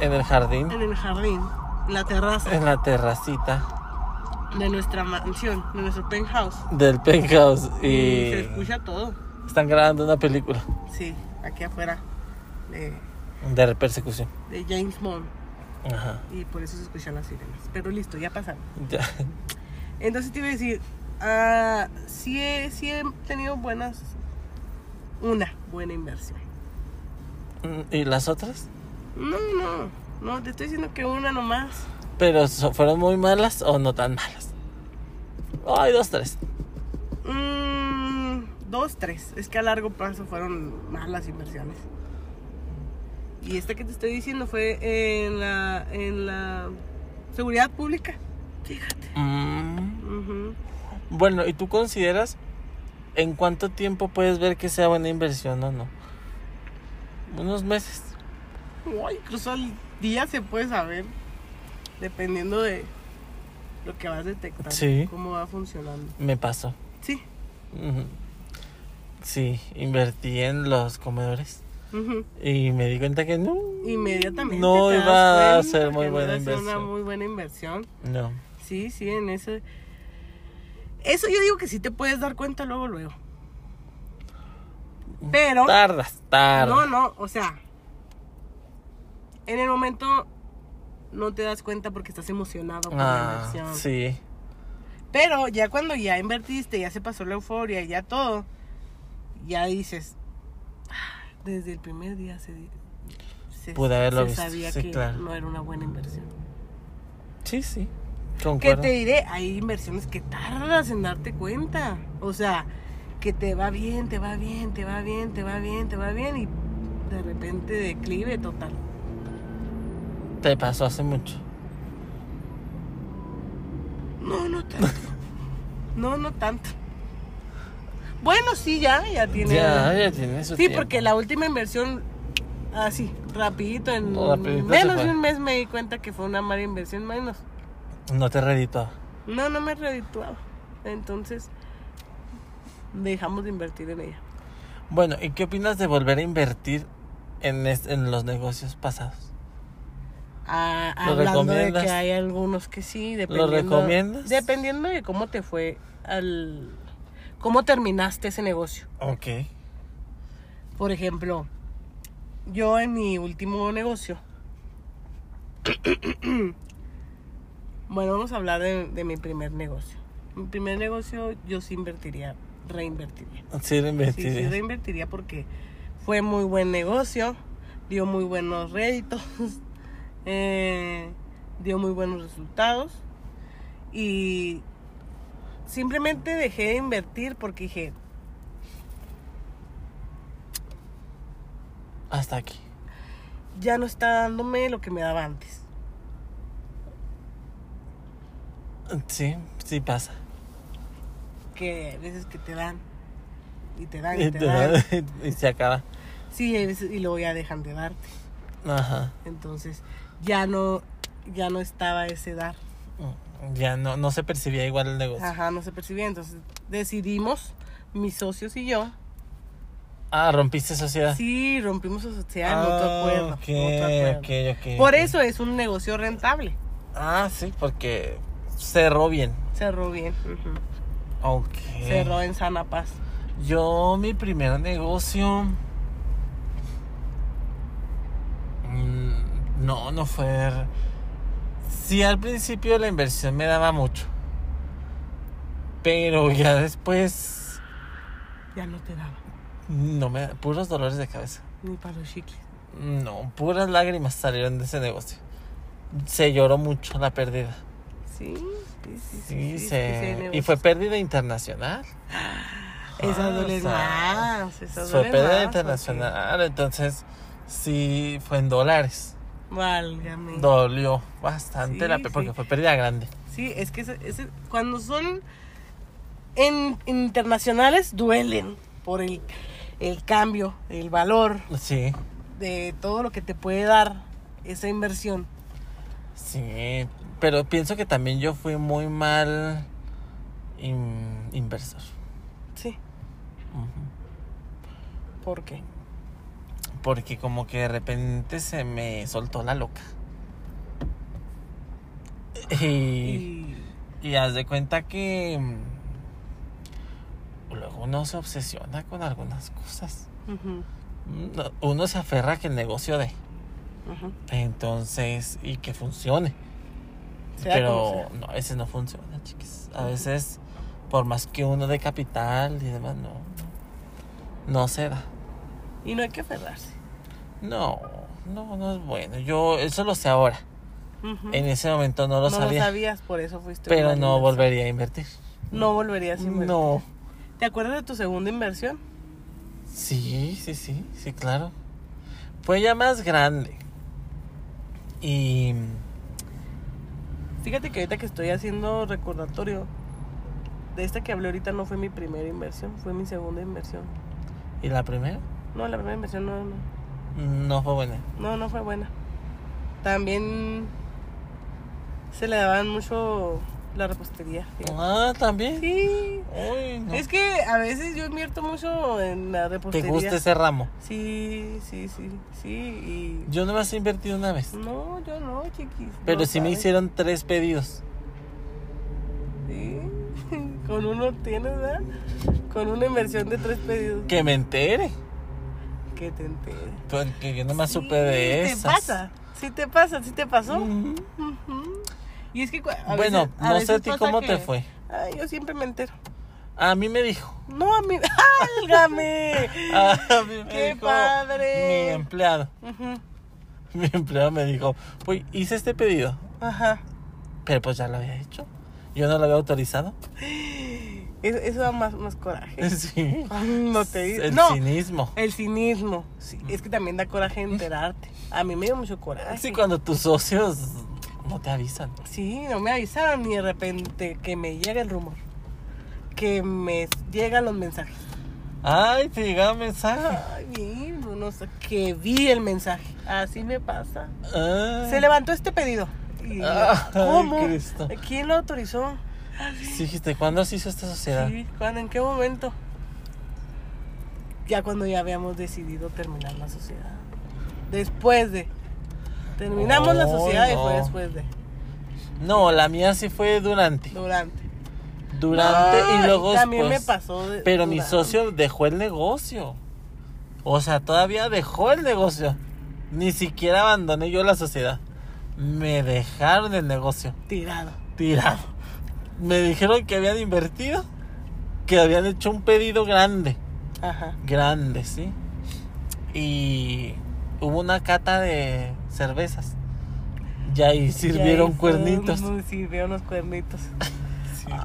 [SPEAKER 1] en el jardín,
[SPEAKER 2] En el jardín, en la terraza
[SPEAKER 1] en la terracita
[SPEAKER 2] de nuestra mansión, de nuestro penthouse.
[SPEAKER 1] del penthouse
[SPEAKER 2] Y
[SPEAKER 1] y
[SPEAKER 2] se escucha todo.
[SPEAKER 1] están grabando una película
[SPEAKER 2] Sí, aquí afuera de,
[SPEAKER 1] de persecución.
[SPEAKER 2] de James Bond.
[SPEAKER 1] Ajá.
[SPEAKER 2] Y por eso se escuchan las sirenas. Pero listo, ya pasaron.
[SPEAKER 1] Ya.
[SPEAKER 2] Entonces te iba a decir, ah, sí, he, sí he tenido buenas, una buena inversión.
[SPEAKER 1] ¿Y las otras?
[SPEAKER 2] No, no, no, te estoy diciendo que una nomás.
[SPEAKER 1] ¿Pero so- fueron muy malas o no tan malas? Ay, dos, tres.
[SPEAKER 2] Mm, dos, tres. Es que a largo plazo fueron malas inversiones. Y esta que te estoy diciendo fue en la, en la seguridad pública. Fíjate.
[SPEAKER 1] Mm.
[SPEAKER 2] Ujú.
[SPEAKER 1] Bueno, ¿y tú consideras en cuánto tiempo puedes ver que sea buena inversión o no? Unos meses.
[SPEAKER 2] O incluso al día se puede saber, dependiendo de lo que vas detectando,
[SPEAKER 1] Sí.
[SPEAKER 2] cómo va funcionando.
[SPEAKER 1] Me pasó.
[SPEAKER 2] Sí.
[SPEAKER 1] Ujú. Sí, invertí en los comedores
[SPEAKER 2] Ujú.
[SPEAKER 1] y me di cuenta que no.
[SPEAKER 2] Inmediatamente.
[SPEAKER 1] No
[SPEAKER 2] te das
[SPEAKER 1] iba a
[SPEAKER 2] cuenta
[SPEAKER 1] ser muy
[SPEAKER 2] que no
[SPEAKER 1] buena
[SPEAKER 2] iba a ser Una
[SPEAKER 1] inversión.
[SPEAKER 2] muy buena inversión.
[SPEAKER 1] No.
[SPEAKER 2] Sí, sí, en eso. Eso yo digo que sí te puedes dar cuenta luego, luego. Pero,
[SPEAKER 1] Tardas, tardas.
[SPEAKER 2] no, no, o sea, en el momento no te das cuenta porque estás emocionado por la
[SPEAKER 1] Ah,
[SPEAKER 2] inversión.
[SPEAKER 1] sí.
[SPEAKER 2] Pero ya cuando ya invertiste, ya se pasó la euforia, ya todo, ya dices, "Ah, desde el primer día se, di- se-
[SPEAKER 1] Pude haberlo
[SPEAKER 2] se
[SPEAKER 1] visto,
[SPEAKER 2] sabía
[SPEAKER 1] sí,
[SPEAKER 2] que
[SPEAKER 1] claro.
[SPEAKER 2] no era una buena inversión.
[SPEAKER 1] Sí, sí.
[SPEAKER 2] Que
[SPEAKER 1] Concuerdo.
[SPEAKER 2] te diré, hay inversiones que tardas en darte cuenta. O sea, que te va bien, te va bien, te va bien, te va bien, te va bien y de repente declive total.
[SPEAKER 1] Te pasó hace mucho.
[SPEAKER 2] No, no tanto. Bueno, sí, ya, ya tiene.
[SPEAKER 1] Ya, ya tiene su
[SPEAKER 2] sí,
[SPEAKER 1] tiempo.
[SPEAKER 2] porque la última inversión, así, rapidito, en
[SPEAKER 1] No, rapidito se
[SPEAKER 2] menos
[SPEAKER 1] fue.
[SPEAKER 2] de un mes me di cuenta que fue una mala inversión, menos.
[SPEAKER 1] No te reditó.
[SPEAKER 2] No, no me redituaba. Entonces, dejamos de invertir en ella.
[SPEAKER 1] Bueno, ¿y qué opinas de volver a invertir en, es- en los negocios pasados?
[SPEAKER 2] Ah,
[SPEAKER 1] ¿Lo
[SPEAKER 2] hablando de que
[SPEAKER 1] recomiendas?
[SPEAKER 2] hay algunos que sí, dependiendo.
[SPEAKER 1] recomiendas?
[SPEAKER 2] Dependiendo de cómo te fue al. cómo terminaste ese negocio.
[SPEAKER 1] Ok.
[SPEAKER 2] Por ejemplo, yo en mi último negocio. bueno, vamos a hablar de, de mi primer negocio. Mi primer negocio yo sí invertiría, reinvertiría.
[SPEAKER 1] Sí, lo
[SPEAKER 2] Sí, sí,
[SPEAKER 1] invertiría.
[SPEAKER 2] reinvertiría porque fue muy buen negocio, dio muy buenos réditos, eh, dio muy buenos resultados y simplemente dejé de invertir porque dije,
[SPEAKER 1] Hasta aquí.
[SPEAKER 2] ya no está dándome lo que me daba antes.
[SPEAKER 1] Sí, sí pasa.
[SPEAKER 2] que hay veces que te dan y te dan y,
[SPEAKER 1] Y,
[SPEAKER 2] te,
[SPEAKER 1] te
[SPEAKER 2] dan.
[SPEAKER 1] da- y se acaba.
[SPEAKER 2] Sí, hay veces- y luego ya dejan de darte.
[SPEAKER 1] Ajá.
[SPEAKER 2] Entonces, ya no ya no estaba ese dar.
[SPEAKER 1] Ya no, no se percibía igual el negocio.
[SPEAKER 2] Ajá, no se percibía. Entonces, decidimos mis socios y yo.
[SPEAKER 1] Ah, rompiste sociedad.
[SPEAKER 2] Sí, rompimos la sociedad,
[SPEAKER 1] Ah,
[SPEAKER 2] otro acuerdo,
[SPEAKER 1] ok,
[SPEAKER 2] otro acuerdo.
[SPEAKER 1] ok, ok,
[SPEAKER 2] Por
[SPEAKER 1] ok.
[SPEAKER 2] eso es un negocio rentable.
[SPEAKER 1] Ah, sí, porque cerró bien.
[SPEAKER 2] Cerró bien. ujú.
[SPEAKER 1] Ok.
[SPEAKER 2] Cerró en sana paz.
[SPEAKER 1] Yo, mi primer negocio. mm, No, no fue. Sí, al principio la inversión me daba mucho. Pero ya después.
[SPEAKER 2] Ya no te daba
[SPEAKER 1] No me. Puros dolores de cabeza.
[SPEAKER 2] ni para los chicles.
[SPEAKER 1] No, puras lágrimas salieron de ese negocio. Se lloró mucho la pérdida.
[SPEAKER 2] Sí, sí, sí.
[SPEAKER 1] Sí,
[SPEAKER 2] sí, sí,
[SPEAKER 1] se-
[SPEAKER 2] ese
[SPEAKER 1] Y
[SPEAKER 2] negocio.
[SPEAKER 1] fue pérdida internacional.
[SPEAKER 2] Esas
[SPEAKER 1] Ah,
[SPEAKER 2] duelen
[SPEAKER 1] o sea,
[SPEAKER 2] más. Esas
[SPEAKER 1] fue
[SPEAKER 2] duelen
[SPEAKER 1] pérdida
[SPEAKER 2] más,
[SPEAKER 1] internacional. Entonces, sí, fue en dólares.
[SPEAKER 2] porque- Válgame.
[SPEAKER 1] Dolió bastante
[SPEAKER 2] Sí,
[SPEAKER 1] la pérdida porque
[SPEAKER 2] sí.
[SPEAKER 1] fue pérdida grande.
[SPEAKER 2] sí, es que ese- ese- cuando son en, internacionales duelen por el, el cambio, el valor
[SPEAKER 1] Sí,
[SPEAKER 2] de todo lo que te puede dar esa inversión.
[SPEAKER 1] sí. Pero pienso que también yo fui muy mal in- inversor.
[SPEAKER 2] Sí,
[SPEAKER 1] Ujú.
[SPEAKER 2] ¿por qué?
[SPEAKER 1] Porque como que de repente se me soltó la loca. Y,
[SPEAKER 2] Y-
[SPEAKER 1] y haz de cuenta que mm, luego uno se obsesiona con algunas cosas.
[SPEAKER 2] ujú,
[SPEAKER 1] Uno- Uno se aferra a que el negocio de.
[SPEAKER 2] ujú.
[SPEAKER 1] Entonces, y que funcione.
[SPEAKER 2] Sea como
[SPEAKER 1] Pero
[SPEAKER 2] sea.
[SPEAKER 1] no, a veces no funciona, chicas. A veces, por más que uno de capital y demás, no. No se da.
[SPEAKER 2] Y no hay que aferrarse.
[SPEAKER 1] No, no, no es bueno. Yo eso lo sé ahora.
[SPEAKER 2] Ujú.
[SPEAKER 1] En ese momento no lo
[SPEAKER 2] no
[SPEAKER 1] sabía.
[SPEAKER 2] lo sabías, por eso fuiste. un
[SPEAKER 1] pero
[SPEAKER 2] mal
[SPEAKER 1] no
[SPEAKER 2] inversor.
[SPEAKER 1] volvería a invertir.
[SPEAKER 2] No volverías a invertir.
[SPEAKER 1] No.
[SPEAKER 2] ¿Te acuerdas de tu segunda inversión?
[SPEAKER 1] Sí, sí, sí, sí, claro. Fue ya más grande. Y
[SPEAKER 2] Fíjate que ahorita que estoy haciendo recordatorio, de esta que hablé ahorita no fue mi primera inversión, fue mi segunda inversión.
[SPEAKER 1] ¿Y la primera?
[SPEAKER 2] No, la primera inversión no, no,
[SPEAKER 1] No fue buena.
[SPEAKER 2] no, no fue buena. También se le daban mucho la repostería. fíjate.
[SPEAKER 1] Ah, también.
[SPEAKER 2] Sí.
[SPEAKER 1] Uy, no.
[SPEAKER 2] Es que a veces yo invierto mucho en la
[SPEAKER 1] ¿Te
[SPEAKER 2] repostería.
[SPEAKER 1] gusta ese ramo?
[SPEAKER 2] Sí, sí, sí, sí. Y...
[SPEAKER 1] Yo nomás he invertido una vez.
[SPEAKER 2] No, yo no, chiquis.
[SPEAKER 1] Pero
[SPEAKER 2] Mm, no
[SPEAKER 1] sí me
[SPEAKER 2] sabes.
[SPEAKER 1] hicieron tres pedidos.
[SPEAKER 2] Sí. Con uno tienes, ¿verdad? Con una inversión de tres pedidos.
[SPEAKER 1] Que me entere.
[SPEAKER 2] Que te enteres.
[SPEAKER 1] Porque yo nomás
[SPEAKER 2] Sí,
[SPEAKER 1] supe de esas.
[SPEAKER 2] ¿Te pasa? Sí te pasa, sí te pasó.
[SPEAKER 1] Ujú.
[SPEAKER 2] Ujú. Y es que cu- a
[SPEAKER 1] Bueno,
[SPEAKER 2] veces- a
[SPEAKER 1] no
[SPEAKER 2] veces
[SPEAKER 1] sé a ti
[SPEAKER 2] pasa
[SPEAKER 1] cómo
[SPEAKER 2] que-
[SPEAKER 1] te fue.
[SPEAKER 2] Ay, yo siempre me entero.
[SPEAKER 1] A mí me dijo.
[SPEAKER 2] No, a mí, ¡álgame!
[SPEAKER 1] A mí Ah, me
[SPEAKER 2] ¡Qué
[SPEAKER 1] dijo Mi
[SPEAKER 2] padre!
[SPEAKER 1] empleado.
[SPEAKER 2] Ujú,
[SPEAKER 1] Mi empleado me dijo, pues hice este pedido.
[SPEAKER 2] Ajá.
[SPEAKER 1] Pero pues ya lo había hecho. Yo no lo había autorizado.
[SPEAKER 2] Eso, eso da más, más coraje.
[SPEAKER 1] Sí.
[SPEAKER 2] No te digo.
[SPEAKER 1] El Mm.
[SPEAKER 2] No,
[SPEAKER 1] cinismo.
[SPEAKER 2] el cinismo. Sí, es que también da coraje enterarte. A mí me dio mucho coraje.
[SPEAKER 1] Sí, cuando tus socios no te avisan.
[SPEAKER 2] Sí, no me avisaron ni de repente que me llega el rumor. que me llegan los mensajes.
[SPEAKER 1] Ay, te llegaba mensaje.
[SPEAKER 2] Ay, bien, Bruno, o sea, que vi el mensaje. Así me pasa.
[SPEAKER 1] Ah,
[SPEAKER 2] Se levantó este pedido. Y,
[SPEAKER 1] Ay,
[SPEAKER 2] ¿Cómo?
[SPEAKER 1] Cristo.
[SPEAKER 2] ¿Quién lo autorizó?
[SPEAKER 1] sí, dijiste, ¿cuándo se hizo esta sociedad?
[SPEAKER 2] Sí, ¿cuándo? ¿En qué momento? Ya cuando ya habíamos decidido terminar la sociedad. Después de. Terminamos la
[SPEAKER 1] Oh,
[SPEAKER 2] sociedad y
[SPEAKER 1] no.
[SPEAKER 2] fue después de.
[SPEAKER 1] No, la mía sí fue durante.
[SPEAKER 2] Durante.
[SPEAKER 1] Durante
[SPEAKER 2] No,
[SPEAKER 1] y luego
[SPEAKER 2] También
[SPEAKER 1] después.
[SPEAKER 2] me pasó. de-
[SPEAKER 1] Pero mi
[SPEAKER 2] durante.
[SPEAKER 1] socio dejó el negocio. O sea, todavía dejó el negocio. Ni siquiera abandoné yo la sociedad. Me dejaron el negocio
[SPEAKER 2] Tirado.
[SPEAKER 1] tirado. Me dijeron que habían invertido, que habían hecho un pedido grande.
[SPEAKER 2] Ajá.
[SPEAKER 1] Grande, sí. Y hubo una cata de cervezas. Y ahí sirvieron
[SPEAKER 2] Y ahí fue
[SPEAKER 1] cuernitos.
[SPEAKER 2] donde Sirvieron los cuernitos.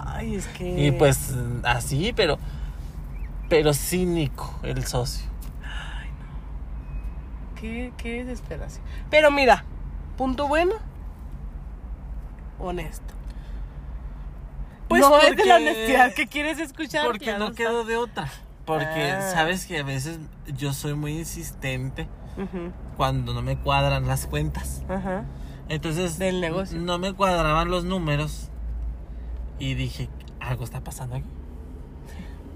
[SPEAKER 2] Ay, es que.
[SPEAKER 1] Y pues así, pero pero cínico el socio.
[SPEAKER 2] Qué, qué desesperación. Pero mira, punto bueno, honesto.
[SPEAKER 1] Pues
[SPEAKER 2] no es de
[SPEAKER 1] porque-
[SPEAKER 2] la honestidad que quieres escuchar.
[SPEAKER 1] Porque
[SPEAKER 2] claro
[SPEAKER 1] no quedó de otra. Porque
[SPEAKER 2] Ah.
[SPEAKER 1] sabes que a veces yo soy muy insistente
[SPEAKER 2] está. Ujú,
[SPEAKER 1] cuando no me cuadran las cuentas.
[SPEAKER 2] Ajá.
[SPEAKER 1] Entonces
[SPEAKER 2] Del negocio.
[SPEAKER 1] no me cuadraban los números y dije, algo está pasando aquí.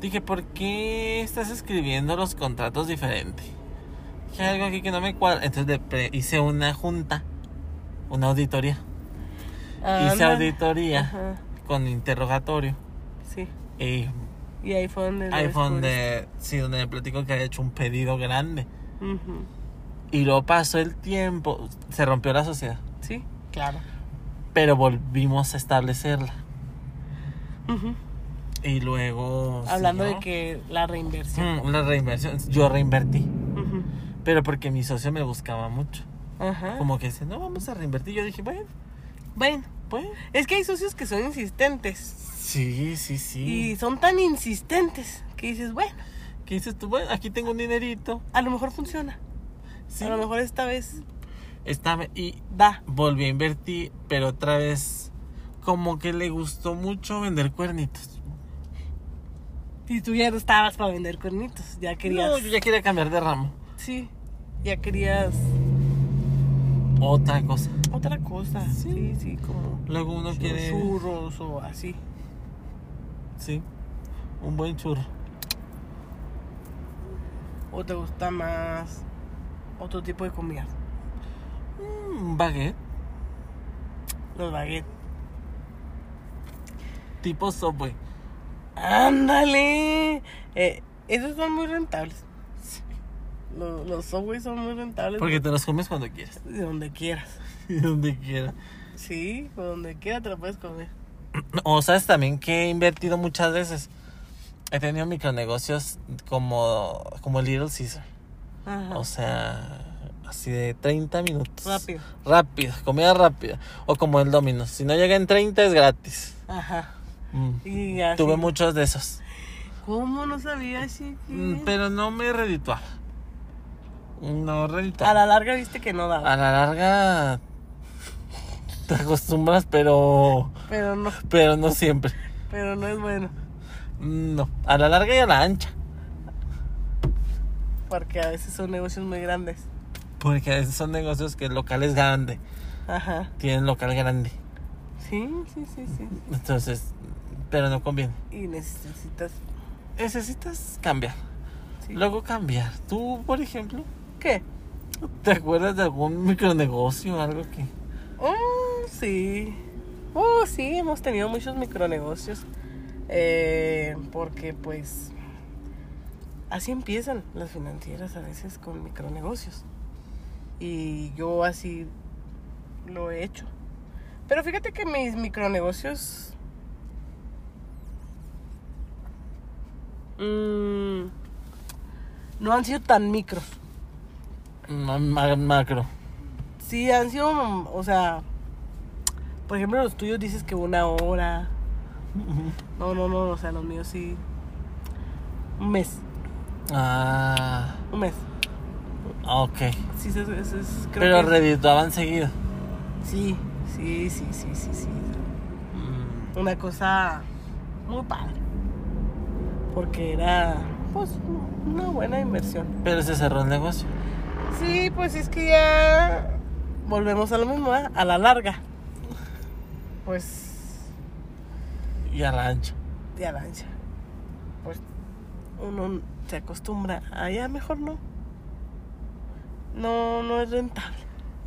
[SPEAKER 1] Dije, ¿por qué estás escribiendo los contratos diferente? Dije, "Hay algo aquí que no me cuadra. Entonces le pre- hice una junta, una auditoría. Hice
[SPEAKER 2] Ah, Ándale.
[SPEAKER 1] auditoría
[SPEAKER 2] Ajá,
[SPEAKER 1] con interrogatorio.
[SPEAKER 2] Sí.
[SPEAKER 1] Y
[SPEAKER 2] Y ahí fue donde. lo
[SPEAKER 1] ahí fue
[SPEAKER 2] descubrí.
[SPEAKER 1] donde, sí, donde me platicó que había hecho un pedido grande.
[SPEAKER 2] Ujú,
[SPEAKER 1] Y luego pasó el tiempo, se rompió la sociedad,
[SPEAKER 2] Sí, claro.
[SPEAKER 1] pero volvimos a establecerla.
[SPEAKER 2] Ujú.
[SPEAKER 1] Y luego...
[SPEAKER 2] Hablando
[SPEAKER 1] siguió.
[SPEAKER 2] de que la reinversión.
[SPEAKER 1] Mm, Una reinversión. Yo reinvertí.
[SPEAKER 2] Ujú,
[SPEAKER 1] Pero porque mi socio me buscaba mucho.
[SPEAKER 2] Ajá.
[SPEAKER 1] Como que dice, no, vamos a reinvertir. Yo dije, bueno,
[SPEAKER 2] Bueno,
[SPEAKER 1] pues.
[SPEAKER 2] es que hay socios que son insistentes.
[SPEAKER 1] Sí, sí, sí.
[SPEAKER 2] Y son tan insistentes que dices, bueno,
[SPEAKER 1] ¿Qué dices tú? Bueno, aquí tengo un dinerito.
[SPEAKER 2] a lo mejor funciona.
[SPEAKER 1] Sí.
[SPEAKER 2] A lo mejor esta vez
[SPEAKER 1] Estaba, y
[SPEAKER 2] da.
[SPEAKER 1] volví a invertir, pero otra vez como que le gustó mucho vender cuernitos.
[SPEAKER 2] Y tú ya no estabas para vender cuernitos, ya querías.
[SPEAKER 1] No, yo ya quería cambiar de ramo.
[SPEAKER 2] Sí, ya querías
[SPEAKER 1] Otra cosa.
[SPEAKER 2] otra cosa. Sí, sí, como
[SPEAKER 1] Luego uno quiere...
[SPEAKER 2] churros o así.
[SPEAKER 1] Sí. Un buen churro.
[SPEAKER 2] O te gusta más otro tipo de comida.
[SPEAKER 1] Mm, Un baguette.
[SPEAKER 2] Los baguettes.
[SPEAKER 1] Tipo Subway.
[SPEAKER 2] ¡Ándale! Eh, esos son muy rentables. Lo- Los, Subway son muy rentables.
[SPEAKER 1] Porque te los comes cuando quieras.
[SPEAKER 2] De donde quieras.
[SPEAKER 1] Donde quieras.
[SPEAKER 2] Sí, de donde quiera te lo puedes comer.
[SPEAKER 1] O sabes también que he invertido muchas veces. He tenido micronegocios como, como Little Caesar.
[SPEAKER 2] Ajá.
[SPEAKER 1] O sea, así de 30 minutos.
[SPEAKER 2] Rápido.
[SPEAKER 1] Rápido, comida rápida. O como el Domino's. Si no llega en 30 es gratis.
[SPEAKER 2] Ajá.
[SPEAKER 1] Mm.
[SPEAKER 2] Y así.
[SPEAKER 1] Tuve muchos de esos.
[SPEAKER 2] ¿Cómo no sabía, chiqui?
[SPEAKER 1] Mm, Pero no me redituaba. No redituaba.
[SPEAKER 2] A la larga viste que no daba.
[SPEAKER 1] A la larga te acostumbras, pero,
[SPEAKER 2] Pero no,
[SPEAKER 1] pero no siempre.
[SPEAKER 2] pero no es bueno.
[SPEAKER 1] No, a la larga y a la ancha.
[SPEAKER 2] Porque a veces son negocios muy grandes.
[SPEAKER 1] Porque a veces son negocios que el local es grande,
[SPEAKER 2] Ajá.
[SPEAKER 1] tienen local grande.
[SPEAKER 2] Sí, sí, sí, sí.
[SPEAKER 1] Entonces, pero no conviene.
[SPEAKER 2] Y necesitas.
[SPEAKER 1] Necesitas cambiar.
[SPEAKER 2] sí.
[SPEAKER 1] Luego cambiar. Tú, por ejemplo,
[SPEAKER 2] ¿Qué?
[SPEAKER 1] ¿te acuerdas de algún micronegocio o algo que...
[SPEAKER 2] Oh, sí. Oh, sí, hemos tenido muchos micronegocios. Eh, porque, pues. Así empiezan las financieras a veces con micronegocios. Y yo así lo he hecho. Pero fíjate que mis micronegocios. mm, no han sido tan micros.
[SPEAKER 1] ma- ma- macro?
[SPEAKER 2] Sí, han sido, mm, o sea, por ejemplo, los tuyos dices que una hora. No, no, no, o sea, los míos sí. Un mes,
[SPEAKER 1] Ah,
[SPEAKER 2] un mes.
[SPEAKER 1] ok.
[SPEAKER 2] Sí, eso es, eso es- creo
[SPEAKER 1] Pero
[SPEAKER 2] que-
[SPEAKER 1] redituaban seguido.
[SPEAKER 2] Sí, sí, sí, sí, sí, sí.
[SPEAKER 1] Mm,
[SPEAKER 2] Una cosa muy padre. porque era pues una buena inversión.
[SPEAKER 1] Pero se cerró el negocio.
[SPEAKER 2] Sí, pues es que ya volvemos a lo mismo, ¿verdad? a la larga. Pues
[SPEAKER 1] Y a la ancha.
[SPEAKER 2] de ancha. Pues uno se acostumbra a ya mejor no. No, no es rentable.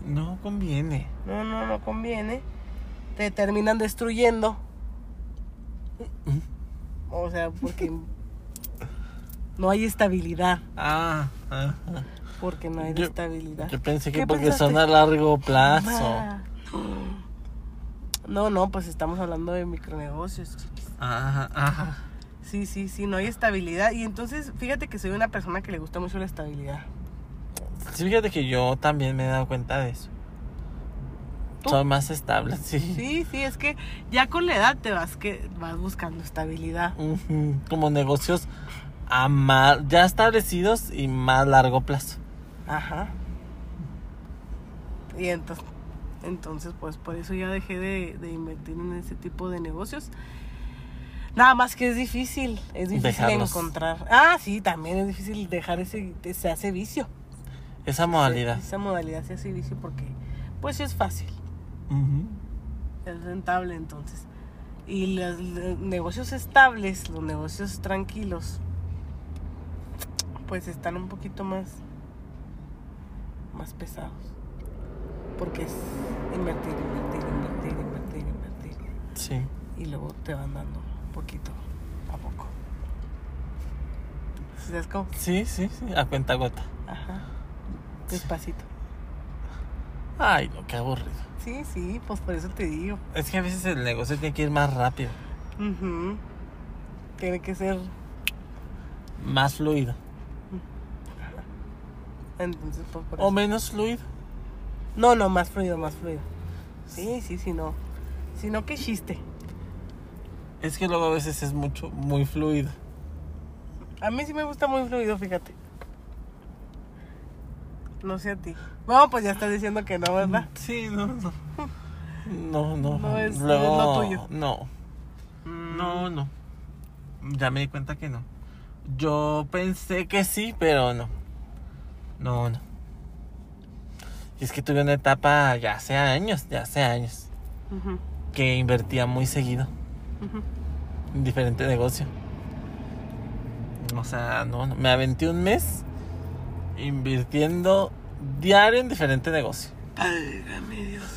[SPEAKER 1] No conviene.
[SPEAKER 2] No, no, no conviene. Te terminan destruyendo. O sea, porque no hay estabilidad.
[SPEAKER 1] Ah, ah, ah.
[SPEAKER 2] Porque no hay
[SPEAKER 1] Yo-
[SPEAKER 2] estabilidad.
[SPEAKER 1] Yo pensé que
[SPEAKER 2] ¿Qué
[SPEAKER 1] porque
[SPEAKER 2] pensaste?
[SPEAKER 1] son a largo plazo.
[SPEAKER 2] Ma. No, no, pues estamos hablando de micronegocios, chiquis.
[SPEAKER 1] Ajá, ajá.
[SPEAKER 2] Sí, sí, sí, no hay estabilidad. Y entonces, fíjate que soy una persona que le gusta mucho la estabilidad.
[SPEAKER 1] Sí, fíjate que yo también me he dado cuenta de eso.
[SPEAKER 2] ¿Tú?
[SPEAKER 1] Soy más estable, sí.
[SPEAKER 2] Sí, sí, es que ya con la edad te vas que vas buscando estabilidad.
[SPEAKER 1] Ujú, Como negocios a ma- ya establecidos y más largo plazo.
[SPEAKER 2] Ajá. Y entonces, entonces pues por eso ya dejé de, de invertir en ese tipo de negocios. Nada más que es difícil, es difícil
[SPEAKER 1] Dejarlos.
[SPEAKER 2] encontrar. Ah, sí, también es difícil dejar ese, se hace vicio.
[SPEAKER 1] Esa modalidad.
[SPEAKER 2] Esa modalidad se hace vicio porque pues sí es fácil,
[SPEAKER 1] Ujú.
[SPEAKER 2] es rentable entonces. Y los le- negocios estables, los negocios tranquilos, pues están un poquito más, más pesados. Porque es invertir, invertir, invertir, invertir, invertir.
[SPEAKER 1] Sí.
[SPEAKER 2] Y luego te van dando poquito a poco. ¿Sí ¿Sabes cómo?
[SPEAKER 1] sí, sí, sí, a cuenta gota.
[SPEAKER 2] Ajá. Despacito.
[SPEAKER 1] Ay, no, qué aburrido.
[SPEAKER 2] Sí, sí, pues por eso te digo.
[SPEAKER 1] Es que a veces el negocio tiene que ir más rápido,
[SPEAKER 2] Ujú. Tiene que ser.
[SPEAKER 1] más fluido.
[SPEAKER 2] Entonces, pues por
[SPEAKER 1] O
[SPEAKER 2] eso.
[SPEAKER 1] menos fluido.
[SPEAKER 2] No, no, más fluido, más fluido. Sí, sí, sí, no. Si no, qué chiste.
[SPEAKER 1] Es que luego a veces es mucho, muy fluido.
[SPEAKER 2] A mí sí me gusta muy fluido, fíjate. No sé a ti. Bueno, pues ya estás diciendo que no, ¿verdad?
[SPEAKER 1] Sí, no, no. No, no.
[SPEAKER 2] No es- no es
[SPEAKER 1] luego,
[SPEAKER 2] lo tuyo.
[SPEAKER 1] No, no,
[SPEAKER 2] Mm,
[SPEAKER 1] no. Ya me di cuenta que no. Yo pensé que sí, pero no. No, no. Y es que tuve una etapa ya hace años, ya hace años,
[SPEAKER 2] ujú,
[SPEAKER 1] que invertía muy seguido
[SPEAKER 2] ujú.
[SPEAKER 1] en diferente negocio. O sea, no, no. Me aventé un mes invirtiendo diario en diferente negocio.
[SPEAKER 2] Válgame Dios.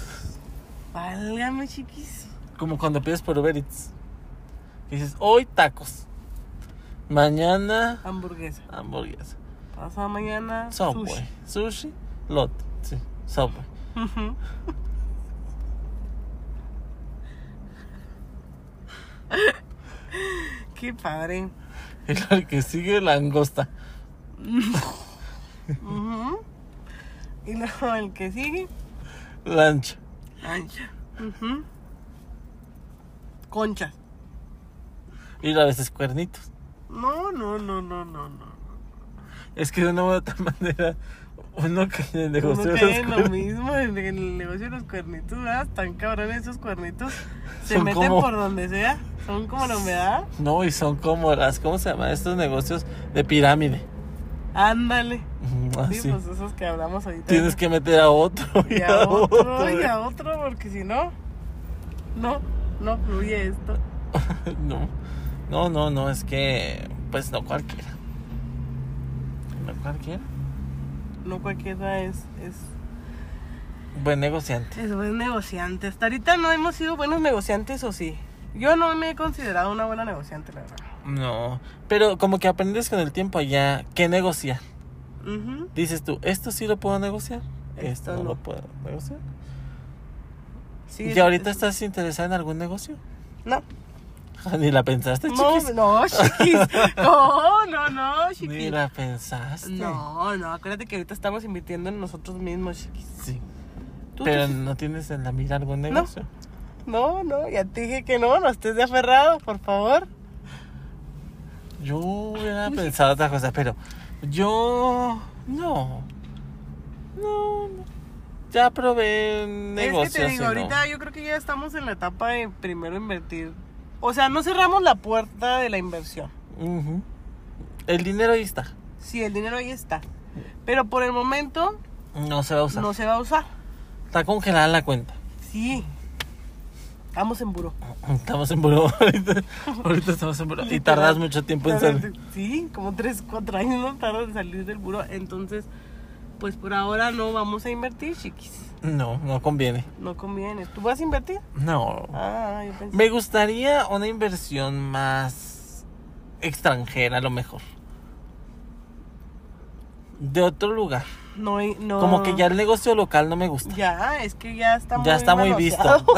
[SPEAKER 2] Válgame, chiquis.
[SPEAKER 1] Como cuando pides por Uber Eats. Que dices, hoy tacos. Mañana
[SPEAKER 2] Hamburguesa.
[SPEAKER 1] hamburguesa.
[SPEAKER 2] Pasado mañana.
[SPEAKER 1] Subway.
[SPEAKER 2] pues.
[SPEAKER 1] Sushi. lote. Sí. Subway.
[SPEAKER 2] Ujú. Qué padre.
[SPEAKER 1] Y lo que sigue, langosta.
[SPEAKER 2] Ujú. Y luego el que sigue,
[SPEAKER 1] Lancha.
[SPEAKER 2] ancha. Conchas.
[SPEAKER 1] Y a veces cuernitos.
[SPEAKER 2] No, no, no, no, no, no.
[SPEAKER 1] Es que de una u otra manera, uno que en el negocio
[SPEAKER 2] Uno
[SPEAKER 1] de los
[SPEAKER 2] cae en lo
[SPEAKER 1] cuernitos
[SPEAKER 2] mismo en el negocio de los cuernitos, ¿verdad? Tan cabrones esos cuernitos. Se
[SPEAKER 1] Son
[SPEAKER 2] meten
[SPEAKER 1] como-
[SPEAKER 2] por donde sea. Son como la humedad.
[SPEAKER 1] No, y son como las, ¿cómo se llaman estos negocios? De pirámide.
[SPEAKER 2] Ándale.
[SPEAKER 1] Ujú,
[SPEAKER 2] Sí,
[SPEAKER 1] Así.
[SPEAKER 2] pues esos que hablamos ahorita.
[SPEAKER 1] Ah, Tienes que meter a otro y,
[SPEAKER 2] y a otro
[SPEAKER 1] otro.
[SPEAKER 2] y a otro porque si no no no fluye esto
[SPEAKER 1] No, no, no, no, es que, pues no cualquiera. No cualquiera.
[SPEAKER 2] no cualquiera es es
[SPEAKER 1] Buen negociante.
[SPEAKER 2] es buen negociante hasta ahorita no hemos sido buenos negociantes o sí yo no me he considerado una buena negociante la verdad
[SPEAKER 1] No, pero como que aprendes con el tiempo ya qué negociar.
[SPEAKER 2] Ujú.
[SPEAKER 1] Dices tú, esto sí lo puedo negociar, esto,
[SPEAKER 2] Esto
[SPEAKER 1] no
[SPEAKER 2] no.
[SPEAKER 1] lo puedo negociar.
[SPEAKER 2] Sí,
[SPEAKER 1] ¿Y
[SPEAKER 2] es-
[SPEAKER 1] ahorita
[SPEAKER 2] es-
[SPEAKER 1] estás interesada en algún negocio?
[SPEAKER 2] no
[SPEAKER 1] Ni la pensaste,
[SPEAKER 2] no
[SPEAKER 1] chiquis.
[SPEAKER 2] no chiquis no no no
[SPEAKER 1] Ni
[SPEAKER 2] chiquis
[SPEAKER 1] la pensaste.
[SPEAKER 2] no no acuérdate que ahorita estamos invirtiendo en nosotros mismos chiquis
[SPEAKER 1] Sí.
[SPEAKER 2] Tú-
[SPEAKER 1] Pero
[SPEAKER 2] tú-
[SPEAKER 1] no tienes en la mira algún negocio.
[SPEAKER 2] no no ya te dije que no no estés de aferrado por favor
[SPEAKER 1] Yo hubiera
[SPEAKER 2] Pues
[SPEAKER 1] pensado otra cosa, pero yo no. No, no. Ya probé negocios.
[SPEAKER 2] Es que te digo,
[SPEAKER 1] y no.
[SPEAKER 2] ahorita yo creo que ya estamos en la etapa de primero invertir. O sea, no cerramos la puerta de la inversión.
[SPEAKER 1] Ujú. El dinero ahí está.
[SPEAKER 2] Sí, el dinero ahí está. Pero por el momento
[SPEAKER 1] No se va a usar.
[SPEAKER 2] no se va a usar.
[SPEAKER 1] Está congelada la cuenta.
[SPEAKER 2] Sí. Estamos en buró.
[SPEAKER 1] Estamos en buró. Ahorita, ahorita estamos en buró. Y tardas mucho tiempo en salir.
[SPEAKER 2] Sí, como 3, 4 años no tardas en salir del buró. Entonces, pues por ahora no vamos a invertir, chiquis.
[SPEAKER 1] No, no conviene.
[SPEAKER 2] No conviene. ¿Tú vas a invertir?
[SPEAKER 1] No.
[SPEAKER 2] Ah, yo pensé.
[SPEAKER 1] Me gustaría una inversión más extranjera, a lo mejor. De otro lugar.
[SPEAKER 2] No, hay- no.
[SPEAKER 1] Como que ya el negocio local no me gusta.
[SPEAKER 2] Ya, es que ya está muy
[SPEAKER 1] Ya está muy visto.
[SPEAKER 2] manoseado.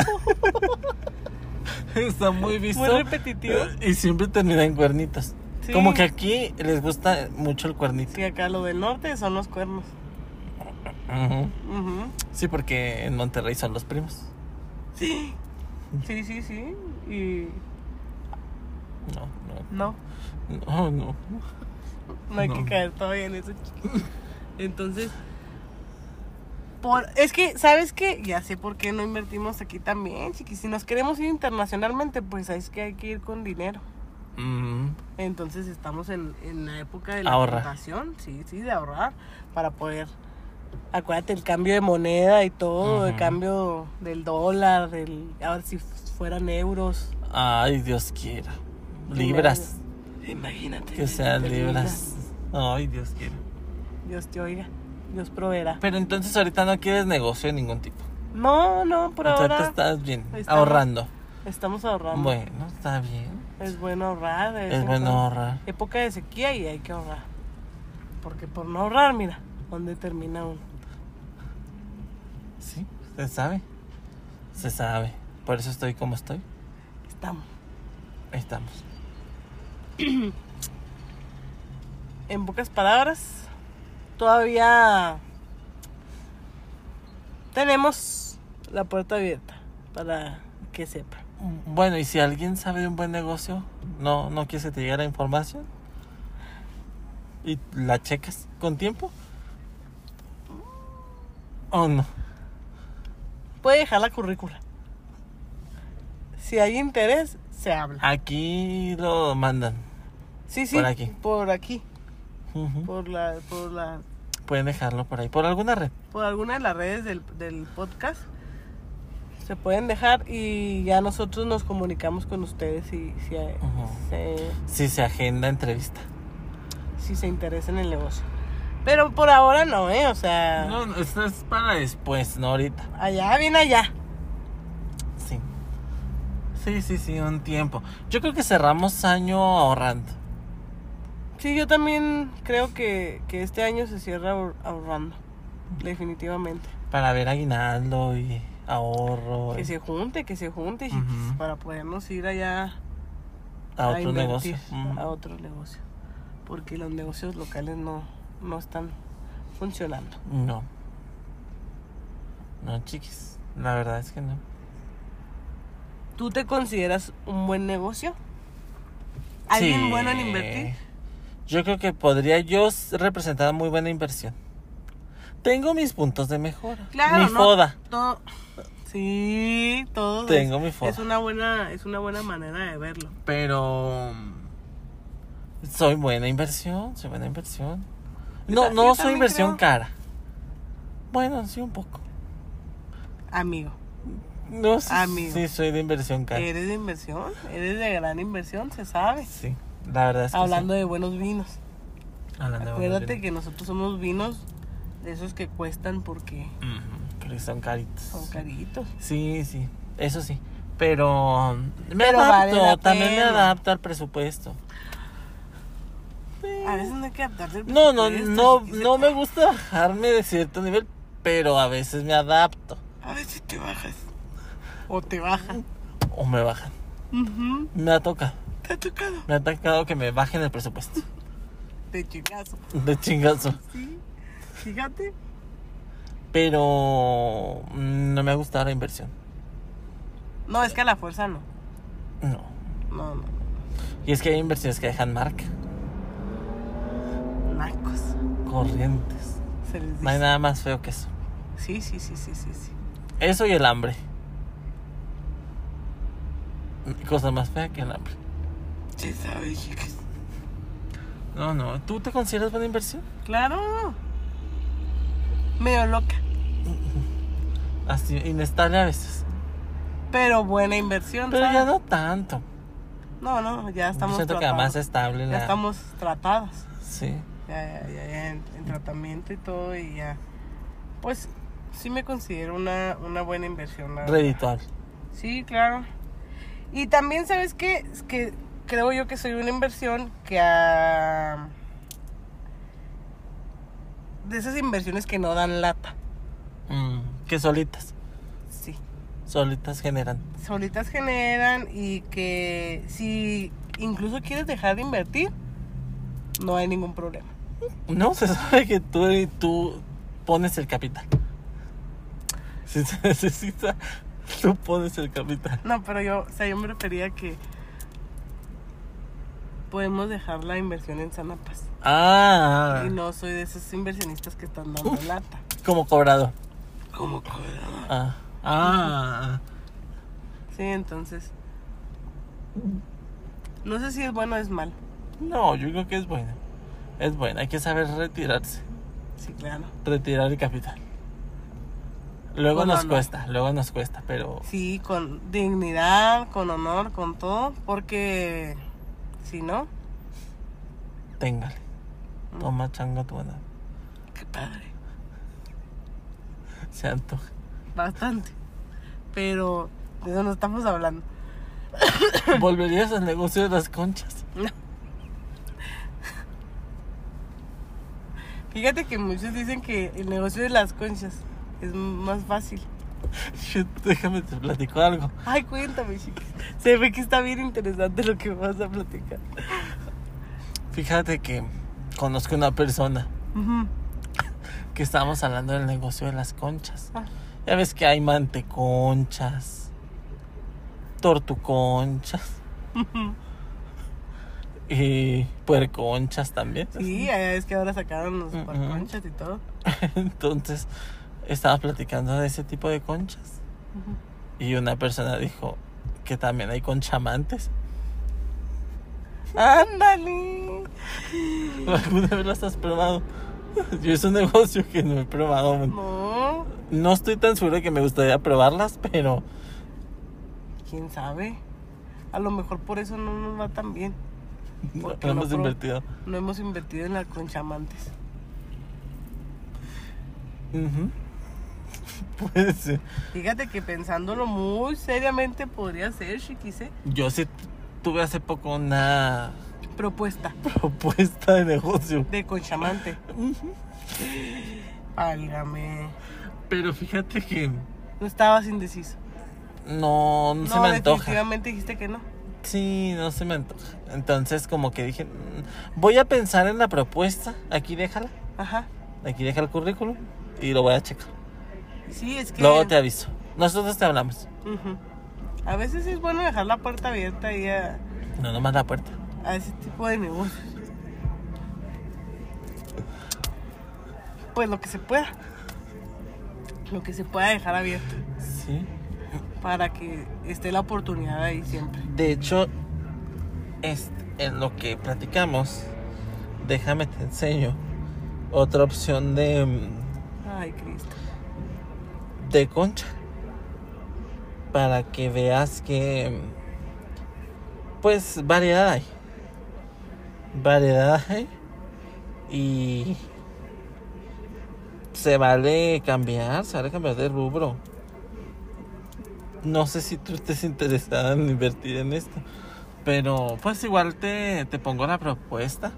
[SPEAKER 1] Está muy visto.
[SPEAKER 2] Muy repetitivo.
[SPEAKER 1] Y siempre termina en cuernitos.
[SPEAKER 2] Sí.
[SPEAKER 1] Eh, Como que aquí les gusta mucho el cuernito.
[SPEAKER 2] Sí, acá lo del norte son los cuernos.
[SPEAKER 1] Ujú.
[SPEAKER 2] Ujú.
[SPEAKER 1] Sí, porque en Monterrey son los primos.
[SPEAKER 2] Sí. Sí, sí, sí. Y
[SPEAKER 1] No, no.
[SPEAKER 2] no,
[SPEAKER 1] No, no.
[SPEAKER 2] no hay que
[SPEAKER 1] No.
[SPEAKER 2] caer todavía en eso. chiquis. Entonces, por, es que, ¿sabes qué? Ya sé por qué no invertimos aquí también, chiquis. Si nos queremos ir internacionalmente, pues es que hay que ir con dinero.
[SPEAKER 1] Mm,
[SPEAKER 2] Entonces estamos en, en la época de la
[SPEAKER 1] Ahorrar.
[SPEAKER 2] votación, sí, sí, de ahorrar para poder. Acuérdate el cambio de moneda y todo, el
[SPEAKER 1] Ujú.
[SPEAKER 2] cambio del dólar, del, ahora si fueran euros.
[SPEAKER 1] Ay, Dios quiera. Libras.
[SPEAKER 2] Imagínate.
[SPEAKER 1] Que sean libras. Ay, Dios quiera.
[SPEAKER 2] Dios te oiga, Dios proveerá.
[SPEAKER 1] Pero entonces ahorita no quieres negocio de ningún tipo.
[SPEAKER 2] No, no, por
[SPEAKER 1] Ahorita
[SPEAKER 2] ahora
[SPEAKER 1] estás bien,
[SPEAKER 2] estamos-
[SPEAKER 1] ahorrando.
[SPEAKER 2] estamos ahorrando.
[SPEAKER 1] Bueno, está bien.
[SPEAKER 2] Es bueno ahorrar. de vez
[SPEAKER 1] Es
[SPEAKER 2] en
[SPEAKER 1] bueno
[SPEAKER 2] cuando.
[SPEAKER 1] ahorrar.
[SPEAKER 2] Época de sequía y hay que ahorrar. Porque por no ahorrar, mira, ¿dónde termina uno?
[SPEAKER 1] Sí, se sabe. Se sabe. Por eso estoy como estoy.
[SPEAKER 2] Estamos.
[SPEAKER 1] Ahí estamos.
[SPEAKER 2] En pocas palabras, todavía tenemos la puerta abierta para que sepa.
[SPEAKER 1] Bueno, y si alguien sabe de un buen negocio, no, no quieres que te llegue la información y la checas con tiempo. Oh no.
[SPEAKER 2] Puede dejar la currícula. Si hay interés, se habla.
[SPEAKER 1] Aquí lo mandan.
[SPEAKER 2] Sí, sí.
[SPEAKER 1] Ah, por aquí.
[SPEAKER 2] Por aquí.
[SPEAKER 1] Ujú.
[SPEAKER 2] Por la, por la,
[SPEAKER 1] Pueden dejarlo por ahí, por alguna red.
[SPEAKER 2] por alguna de las redes del, del podcast. Se pueden dejar y ya nosotros nos comunicamos con ustedes si, si, se,
[SPEAKER 1] Si se agenda entrevista.
[SPEAKER 2] si se interesa en el negocio. Pero por ahora no, ¿eh? O sea,
[SPEAKER 1] No, no, esto es para después, no ahorita.
[SPEAKER 2] allá, bien allá.
[SPEAKER 1] Sí. Sí, sí, sí, un tiempo. Yo creo que cerramos año ahorrando.
[SPEAKER 2] Sí, yo también creo que, que este año se cierra ahor- ahorrando. Definitivamente.
[SPEAKER 1] Para ver aguinaldo y ahorro
[SPEAKER 2] Que
[SPEAKER 1] y
[SPEAKER 2] se junte, que se junte, chiquis,
[SPEAKER 1] Ujú.
[SPEAKER 2] para podernos ir allá
[SPEAKER 1] a otro
[SPEAKER 2] invertir
[SPEAKER 1] negocio. Mm.
[SPEAKER 2] A otro negocio. Porque los negocios locales no, no están funcionando.
[SPEAKER 1] No. No, chiquis. La verdad es que no.
[SPEAKER 2] ¿Tú te consideras un buen negocio? ¿Alguien
[SPEAKER 1] Sí.
[SPEAKER 2] bueno en invertir?
[SPEAKER 1] Yo creo que podría yo s- representar muy buena inversión. Tengo mis puntos de mejora.
[SPEAKER 2] Claro,
[SPEAKER 1] mi
[SPEAKER 2] ¿no?
[SPEAKER 1] foda.
[SPEAKER 2] Todo. Sí, todo.
[SPEAKER 1] Tengo
[SPEAKER 2] es,
[SPEAKER 1] mi foda.
[SPEAKER 2] Es una buena, es una buena manera de verlo.
[SPEAKER 1] Pero mm, soy buena inversión, soy buena inversión.
[SPEAKER 2] Yo
[SPEAKER 1] No,
[SPEAKER 2] ta- yo
[SPEAKER 1] no soy
[SPEAKER 2] también
[SPEAKER 1] inversión
[SPEAKER 2] creo.
[SPEAKER 1] cara. Bueno, sí un poco.
[SPEAKER 2] Amigo,
[SPEAKER 1] No sí-
[SPEAKER 2] Amigo.
[SPEAKER 1] Sí, soy de inversión cara.
[SPEAKER 2] eres de inversión, eres de gran inversión, se sabe.
[SPEAKER 1] Sí, la verdad es que
[SPEAKER 2] Hablando
[SPEAKER 1] sí.
[SPEAKER 2] de buenos vinos.
[SPEAKER 1] Hablando de
[SPEAKER 2] Acuérdate
[SPEAKER 1] Bolivia.
[SPEAKER 2] que nosotros somos vinos de esos que cuestan porque
[SPEAKER 1] Ujú, Porque son caritos.
[SPEAKER 2] son caritos.
[SPEAKER 1] Sí, sí, eso sí. Pero mm, me
[SPEAKER 2] Pero vale
[SPEAKER 1] adapto,
[SPEAKER 2] la
[SPEAKER 1] también me
[SPEAKER 2] pena.
[SPEAKER 1] adapto al presupuesto.
[SPEAKER 2] A veces no hay que adaptarse al
[SPEAKER 1] No, no,
[SPEAKER 2] presupuesto,
[SPEAKER 1] no,
[SPEAKER 2] chiquis.
[SPEAKER 1] no me gusta bajarme de cierto nivel, pero a veces me adapto
[SPEAKER 2] A veces te bajas. O te bajan.
[SPEAKER 1] o me bajan. Me ha tocado.
[SPEAKER 2] Te ha tocado.
[SPEAKER 1] Me ha atacado que me bajen el presupuesto.
[SPEAKER 2] De chingazo.
[SPEAKER 1] De chingazo.
[SPEAKER 2] Sí. Fíjate.
[SPEAKER 1] Pero mm, no me ha gustado la inversión.
[SPEAKER 2] No, es que a la fuerza no.
[SPEAKER 1] No.
[SPEAKER 2] No, no.
[SPEAKER 1] Y es que hay inversiones que dejan marca.
[SPEAKER 2] Nacos.
[SPEAKER 1] Corrientes.
[SPEAKER 2] Se les
[SPEAKER 1] No hay
[SPEAKER 2] dice.
[SPEAKER 1] nada más feo que eso.
[SPEAKER 2] Sí, sí, sí, sí, sí, sí.
[SPEAKER 1] Eso y el hambre. Cosa más fea que el hambre.
[SPEAKER 2] Se sabe, chicas.
[SPEAKER 1] No, no. ¿Tú te consideras buena inversión?
[SPEAKER 2] Claro. Medio loca,
[SPEAKER 1] Así, inestable a veces.
[SPEAKER 2] pero buena inversión.
[SPEAKER 1] Pero ya
[SPEAKER 2] ¿sabes?
[SPEAKER 1] no tanto.
[SPEAKER 2] No, no, ya estamos
[SPEAKER 1] Yo siento que
[SPEAKER 2] tratados.
[SPEAKER 1] más estable
[SPEAKER 2] Ya
[SPEAKER 1] la...
[SPEAKER 2] estamos tratados.
[SPEAKER 1] Sí.
[SPEAKER 2] Ya, ya, ya, ya en, en tratamiento y todo y ya. Pues sí me considero una, una buena inversión. la verdad.
[SPEAKER 1] Redituable.
[SPEAKER 2] Sí, claro. Y también, ¿sabes qué? Es que creo yo que soy una inversión que ah, De esas inversiones que no dan lata.
[SPEAKER 1] Mm, que solitas.
[SPEAKER 2] Sí.
[SPEAKER 1] Solitas generan.
[SPEAKER 2] Solitas generan y que si incluso quieres dejar de invertir, no hay ningún problema.
[SPEAKER 1] No, se sabe que tú, tú pones el capital. Si se necesita, tú pones el capital.
[SPEAKER 2] No, pero yo, o sea, yo me refería que podemos dejar la inversión en sana paz.
[SPEAKER 1] Ah,
[SPEAKER 2] Y no soy de esos inversionistas que están dando lata.
[SPEAKER 1] como cobrado.
[SPEAKER 2] Como
[SPEAKER 1] Ah, ah.
[SPEAKER 2] Sí, entonces. No sé si es bueno o es mal.
[SPEAKER 1] No, yo creo que es buena. Es buena, hay que saber retirarse.
[SPEAKER 2] Sí, claro.
[SPEAKER 1] Retirar el capital. Luego
[SPEAKER 2] Con
[SPEAKER 1] nos
[SPEAKER 2] honor.
[SPEAKER 1] cuesta, luego nos cuesta, pero
[SPEAKER 2] Sí, con dignidad, con honor, con todo, porque si no,
[SPEAKER 1] téngale. Toma changa tu buena.
[SPEAKER 2] qué padre.
[SPEAKER 1] Se antoja.
[SPEAKER 2] Bastante. Pero de eso no estamos hablando.
[SPEAKER 1] ¿Volverías al negocio de las conchas?
[SPEAKER 2] Fíjate que muchos dicen que el negocio de las conchas es más fácil.
[SPEAKER 1] Shit, déjame te platico algo.
[SPEAKER 2] Ay, cuéntame, chicas. Se ve que está bien interesante lo que vas a platicar.
[SPEAKER 1] Fíjate que conozco una persona
[SPEAKER 2] Ujú.
[SPEAKER 1] que estábamos hablando del negocio de las conchas.
[SPEAKER 2] Ah.
[SPEAKER 1] Ya ves que hay manteconchas, tortuconchas y puerconchas también.
[SPEAKER 2] Sí, ya es que ahora sacaron los
[SPEAKER 1] Ujú.
[SPEAKER 2] conchas y todo.
[SPEAKER 1] Entonces estaba platicando de ese tipo de conchas y una persona dijo que también hay conchamantes.
[SPEAKER 2] Ándale.
[SPEAKER 1] ¿Alguna vez las has probado? Yo es un negocio que no he probado.
[SPEAKER 2] No,
[SPEAKER 1] No estoy tan seguro de que me gustaría probarlas, pero
[SPEAKER 2] quién sabe. A lo mejor por eso no nos va tan bien.
[SPEAKER 1] no
[SPEAKER 2] ¿Por qué no
[SPEAKER 1] hemos
[SPEAKER 2] prob-
[SPEAKER 1] invertido.
[SPEAKER 2] No hemos invertido en la conchamantes.
[SPEAKER 1] Ujú. Puede ser.
[SPEAKER 2] Fíjate que pensándolo muy seriamente podría ser, chiquise,
[SPEAKER 1] Yo sí tuve hace poco una
[SPEAKER 2] propuesta
[SPEAKER 1] propuesta de negocio.
[SPEAKER 2] de conchamante. Válgame.
[SPEAKER 1] Pero fíjate que
[SPEAKER 2] No estabas indeciso.
[SPEAKER 1] no, no,
[SPEAKER 2] No,
[SPEAKER 1] se me antoja.
[SPEAKER 2] definitivamente dijiste que no.
[SPEAKER 1] Sí, no se me antoja. Entonces como que dije, "Mm, voy a pensar en la propuesta. Aquí déjala.
[SPEAKER 2] Ajá.
[SPEAKER 1] Aquí deja el currículum y lo voy a checar.
[SPEAKER 2] Sí, es que.
[SPEAKER 1] Luego te aviso. Nosotros te hablamos.
[SPEAKER 2] Ujú. A veces es bueno dejar la puerta abierta ahí a,
[SPEAKER 1] No, nomás la puerta.
[SPEAKER 2] a ese tipo de negocios. Pues lo que se pueda. Lo que se pueda dejar abierto.
[SPEAKER 1] Sí.
[SPEAKER 2] Para que esté la oportunidad ahí siempre.
[SPEAKER 1] De hecho, este, en lo que platicamos, déjame te enseño otra opción de, mm,
[SPEAKER 2] Ay, Cristo.
[SPEAKER 1] de concha. Para que veas que, mm, pues, variedad hay. Variedad hay. Y se vale cambiar, se vale cambiar de rubro. No sé si tú estés interesada en invertir en esto. Pero pues igual te, te pongo la propuesta.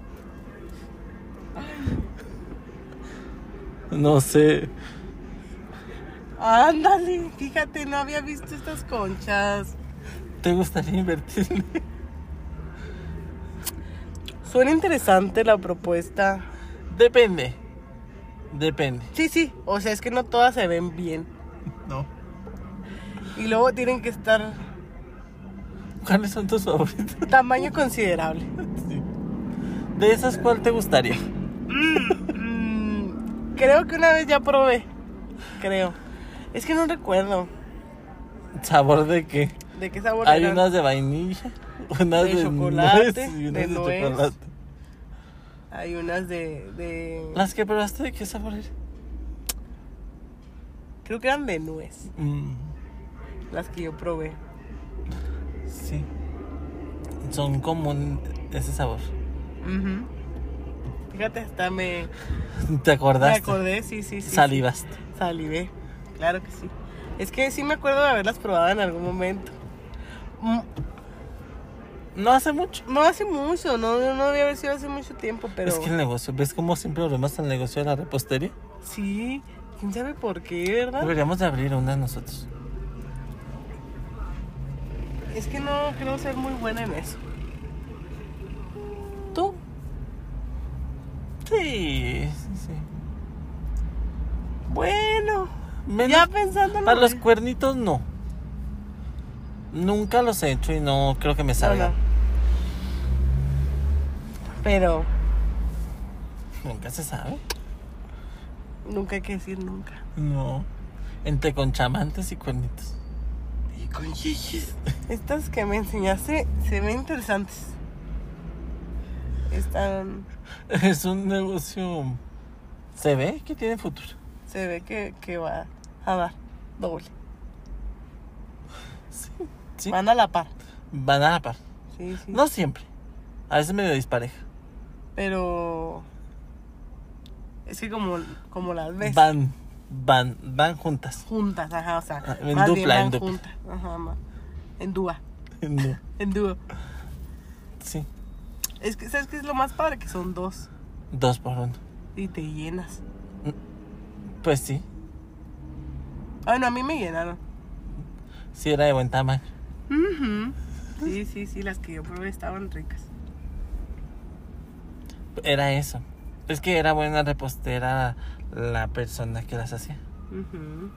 [SPEAKER 1] No sé.
[SPEAKER 2] Ándale, fíjate, no había visto estas conchas.
[SPEAKER 1] ¿Te gustaría invertir?
[SPEAKER 2] Suena interesante la propuesta.
[SPEAKER 1] Depende. Depende.
[SPEAKER 2] Sí, sí, o sea, es que no todas se ven bien.
[SPEAKER 1] No.
[SPEAKER 2] Y luego tienen que estar
[SPEAKER 1] ¿Cuáles son tus favoritos?
[SPEAKER 2] tamaño considerable.
[SPEAKER 1] De esas, ¿cuál te gustaría?
[SPEAKER 2] Mm, creo que una vez ya probé. Creo. Es que no recuerdo
[SPEAKER 1] ¿Sabor de qué?
[SPEAKER 2] de qué sabor
[SPEAKER 1] Hay
[SPEAKER 2] eran.
[SPEAKER 1] unas de vainilla, unas
[SPEAKER 2] De
[SPEAKER 1] de,
[SPEAKER 2] chocolate,
[SPEAKER 1] nuez y unas
[SPEAKER 2] de
[SPEAKER 1] de,
[SPEAKER 2] nuez.
[SPEAKER 1] chocolate.
[SPEAKER 2] Hay unas de, de-
[SPEAKER 1] ¿Las que probaste de qué sabor era?
[SPEAKER 2] Creo que eran de nuez,
[SPEAKER 1] Mm,
[SPEAKER 2] las que yo probé.
[SPEAKER 1] sí. Son común ese sabor.
[SPEAKER 2] Fíjate, hasta me,
[SPEAKER 1] ¿Te
[SPEAKER 2] me
[SPEAKER 1] acordaste?
[SPEAKER 2] acordé, sí, sí, sí.
[SPEAKER 1] Salivaste.
[SPEAKER 2] sí. Salivé, claro que sí. Es que sí me acuerdo de haberlas probado en algún momento. Mm,
[SPEAKER 1] No hace mucho.
[SPEAKER 2] No hace mucho, no, no debe haber sido hace mucho tiempo, pero
[SPEAKER 1] Es que el negocio, ¿ves cómo siempre volvemos al negocio de la repostería?
[SPEAKER 2] sí, quién sabe por qué, ¿verdad?
[SPEAKER 1] Deberíamos de abrir una nosotros.
[SPEAKER 2] Es que no creo ser muy buena en eso.
[SPEAKER 1] ¿Tú? Sí, sí, sí.
[SPEAKER 2] Bueno,
[SPEAKER 1] Menos-
[SPEAKER 2] ya pensando
[SPEAKER 1] Para los cuernitos no. Nunca los he hecho y no creo que me salga.
[SPEAKER 2] Pero
[SPEAKER 1] Nunca se sabe.
[SPEAKER 2] nunca hay que decir nunca.
[SPEAKER 1] No. Entre conchamantes y cuernitos.
[SPEAKER 2] Y con Estas que me enseñaste se ven interesantes. Están.
[SPEAKER 1] Es un negocio. Se ve que tiene futuro.
[SPEAKER 2] Se ve que, que va a dar doble.
[SPEAKER 1] Sí, sí.
[SPEAKER 2] Van a la par.
[SPEAKER 1] Van a la par.
[SPEAKER 2] Sí, sí.
[SPEAKER 1] No siempre. A veces medio dispareja.
[SPEAKER 2] Pero. Es que como, como las ves.
[SPEAKER 1] Van, van, van juntas.
[SPEAKER 2] Juntas, ajá, o sea.
[SPEAKER 1] Ah, en
[SPEAKER 2] más bien
[SPEAKER 1] dupla, en
[SPEAKER 2] van
[SPEAKER 1] dupla.
[SPEAKER 2] juntas. Ajá, ma. En dúa.
[SPEAKER 1] No,
[SPEAKER 2] En dúo.
[SPEAKER 1] Sí.
[SPEAKER 2] Es que, ¿sabes qué es lo más padre? Que son dos.
[SPEAKER 1] Dos por uno.
[SPEAKER 2] Y te llenas.
[SPEAKER 1] Pues sí.
[SPEAKER 2] Bueno, Ah, a mí me llenaron.
[SPEAKER 1] Sí era de buen tamaño.
[SPEAKER 2] Ujú. Sí, sí, sí, las que yo probé estaban ricas.
[SPEAKER 1] Era eso. Es que era buena repostera la persona que las hacía.
[SPEAKER 2] Ujú.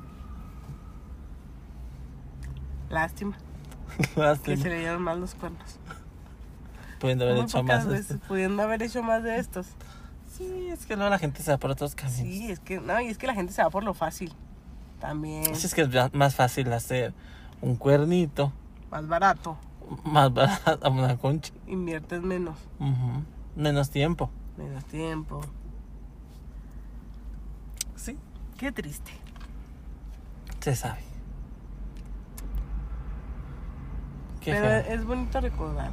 [SPEAKER 2] Lástima que se
[SPEAKER 1] Lástima.
[SPEAKER 2] le dieron mal los cuernos.
[SPEAKER 1] Pudiendo haber
[SPEAKER 2] Muy
[SPEAKER 1] hecho
[SPEAKER 2] pocas
[SPEAKER 1] más. este,
[SPEAKER 2] veces, pudiendo haber hecho más de estos.
[SPEAKER 1] Sí, es que luego la gente se va por otros caminos.
[SPEAKER 2] Sí, es que no, y es que la gente se va por lo fácil. También
[SPEAKER 1] Así es que es ya más fácil hacer un cuernito
[SPEAKER 2] más barato,
[SPEAKER 1] más barato a una concha.
[SPEAKER 2] inviertes menos,
[SPEAKER 1] Ujú. Menos tiempo.
[SPEAKER 2] menos tiempo.
[SPEAKER 1] Sí.
[SPEAKER 2] Qué triste.
[SPEAKER 1] Se sabe. Qué
[SPEAKER 2] Pero eh,
[SPEAKER 1] feo.
[SPEAKER 2] es bonito recordar.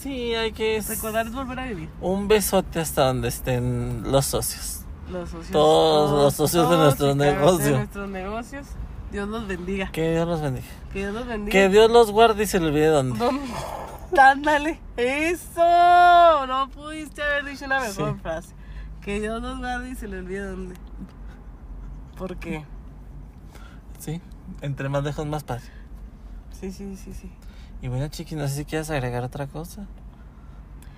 [SPEAKER 1] Sí, hay que.
[SPEAKER 2] Recordar es volver a vivir.
[SPEAKER 1] Un besote hasta donde estén los socios.
[SPEAKER 2] Los socios.
[SPEAKER 1] Todos los socios de nuestro
[SPEAKER 2] y cada-
[SPEAKER 1] negocio.
[SPEAKER 2] De nuestros negocios. Dios los bendiga.
[SPEAKER 1] Que Dios los bendiga.
[SPEAKER 2] Que Dios los bendiga.
[SPEAKER 1] Que Dios los guarde y se le olvide dónde.
[SPEAKER 2] ¿Dónde? Ándale. Eso. No pudiste haber dicho una mejor
[SPEAKER 1] Sí.
[SPEAKER 2] frase. Que Dios los guarde y se le olvide dónde. ¿Por qué?
[SPEAKER 1] Sí, entre más lejos, más padre.
[SPEAKER 2] Sí, sí, sí, sí.
[SPEAKER 1] Y bueno, chiqui, no sé si quieres agregar otra cosa.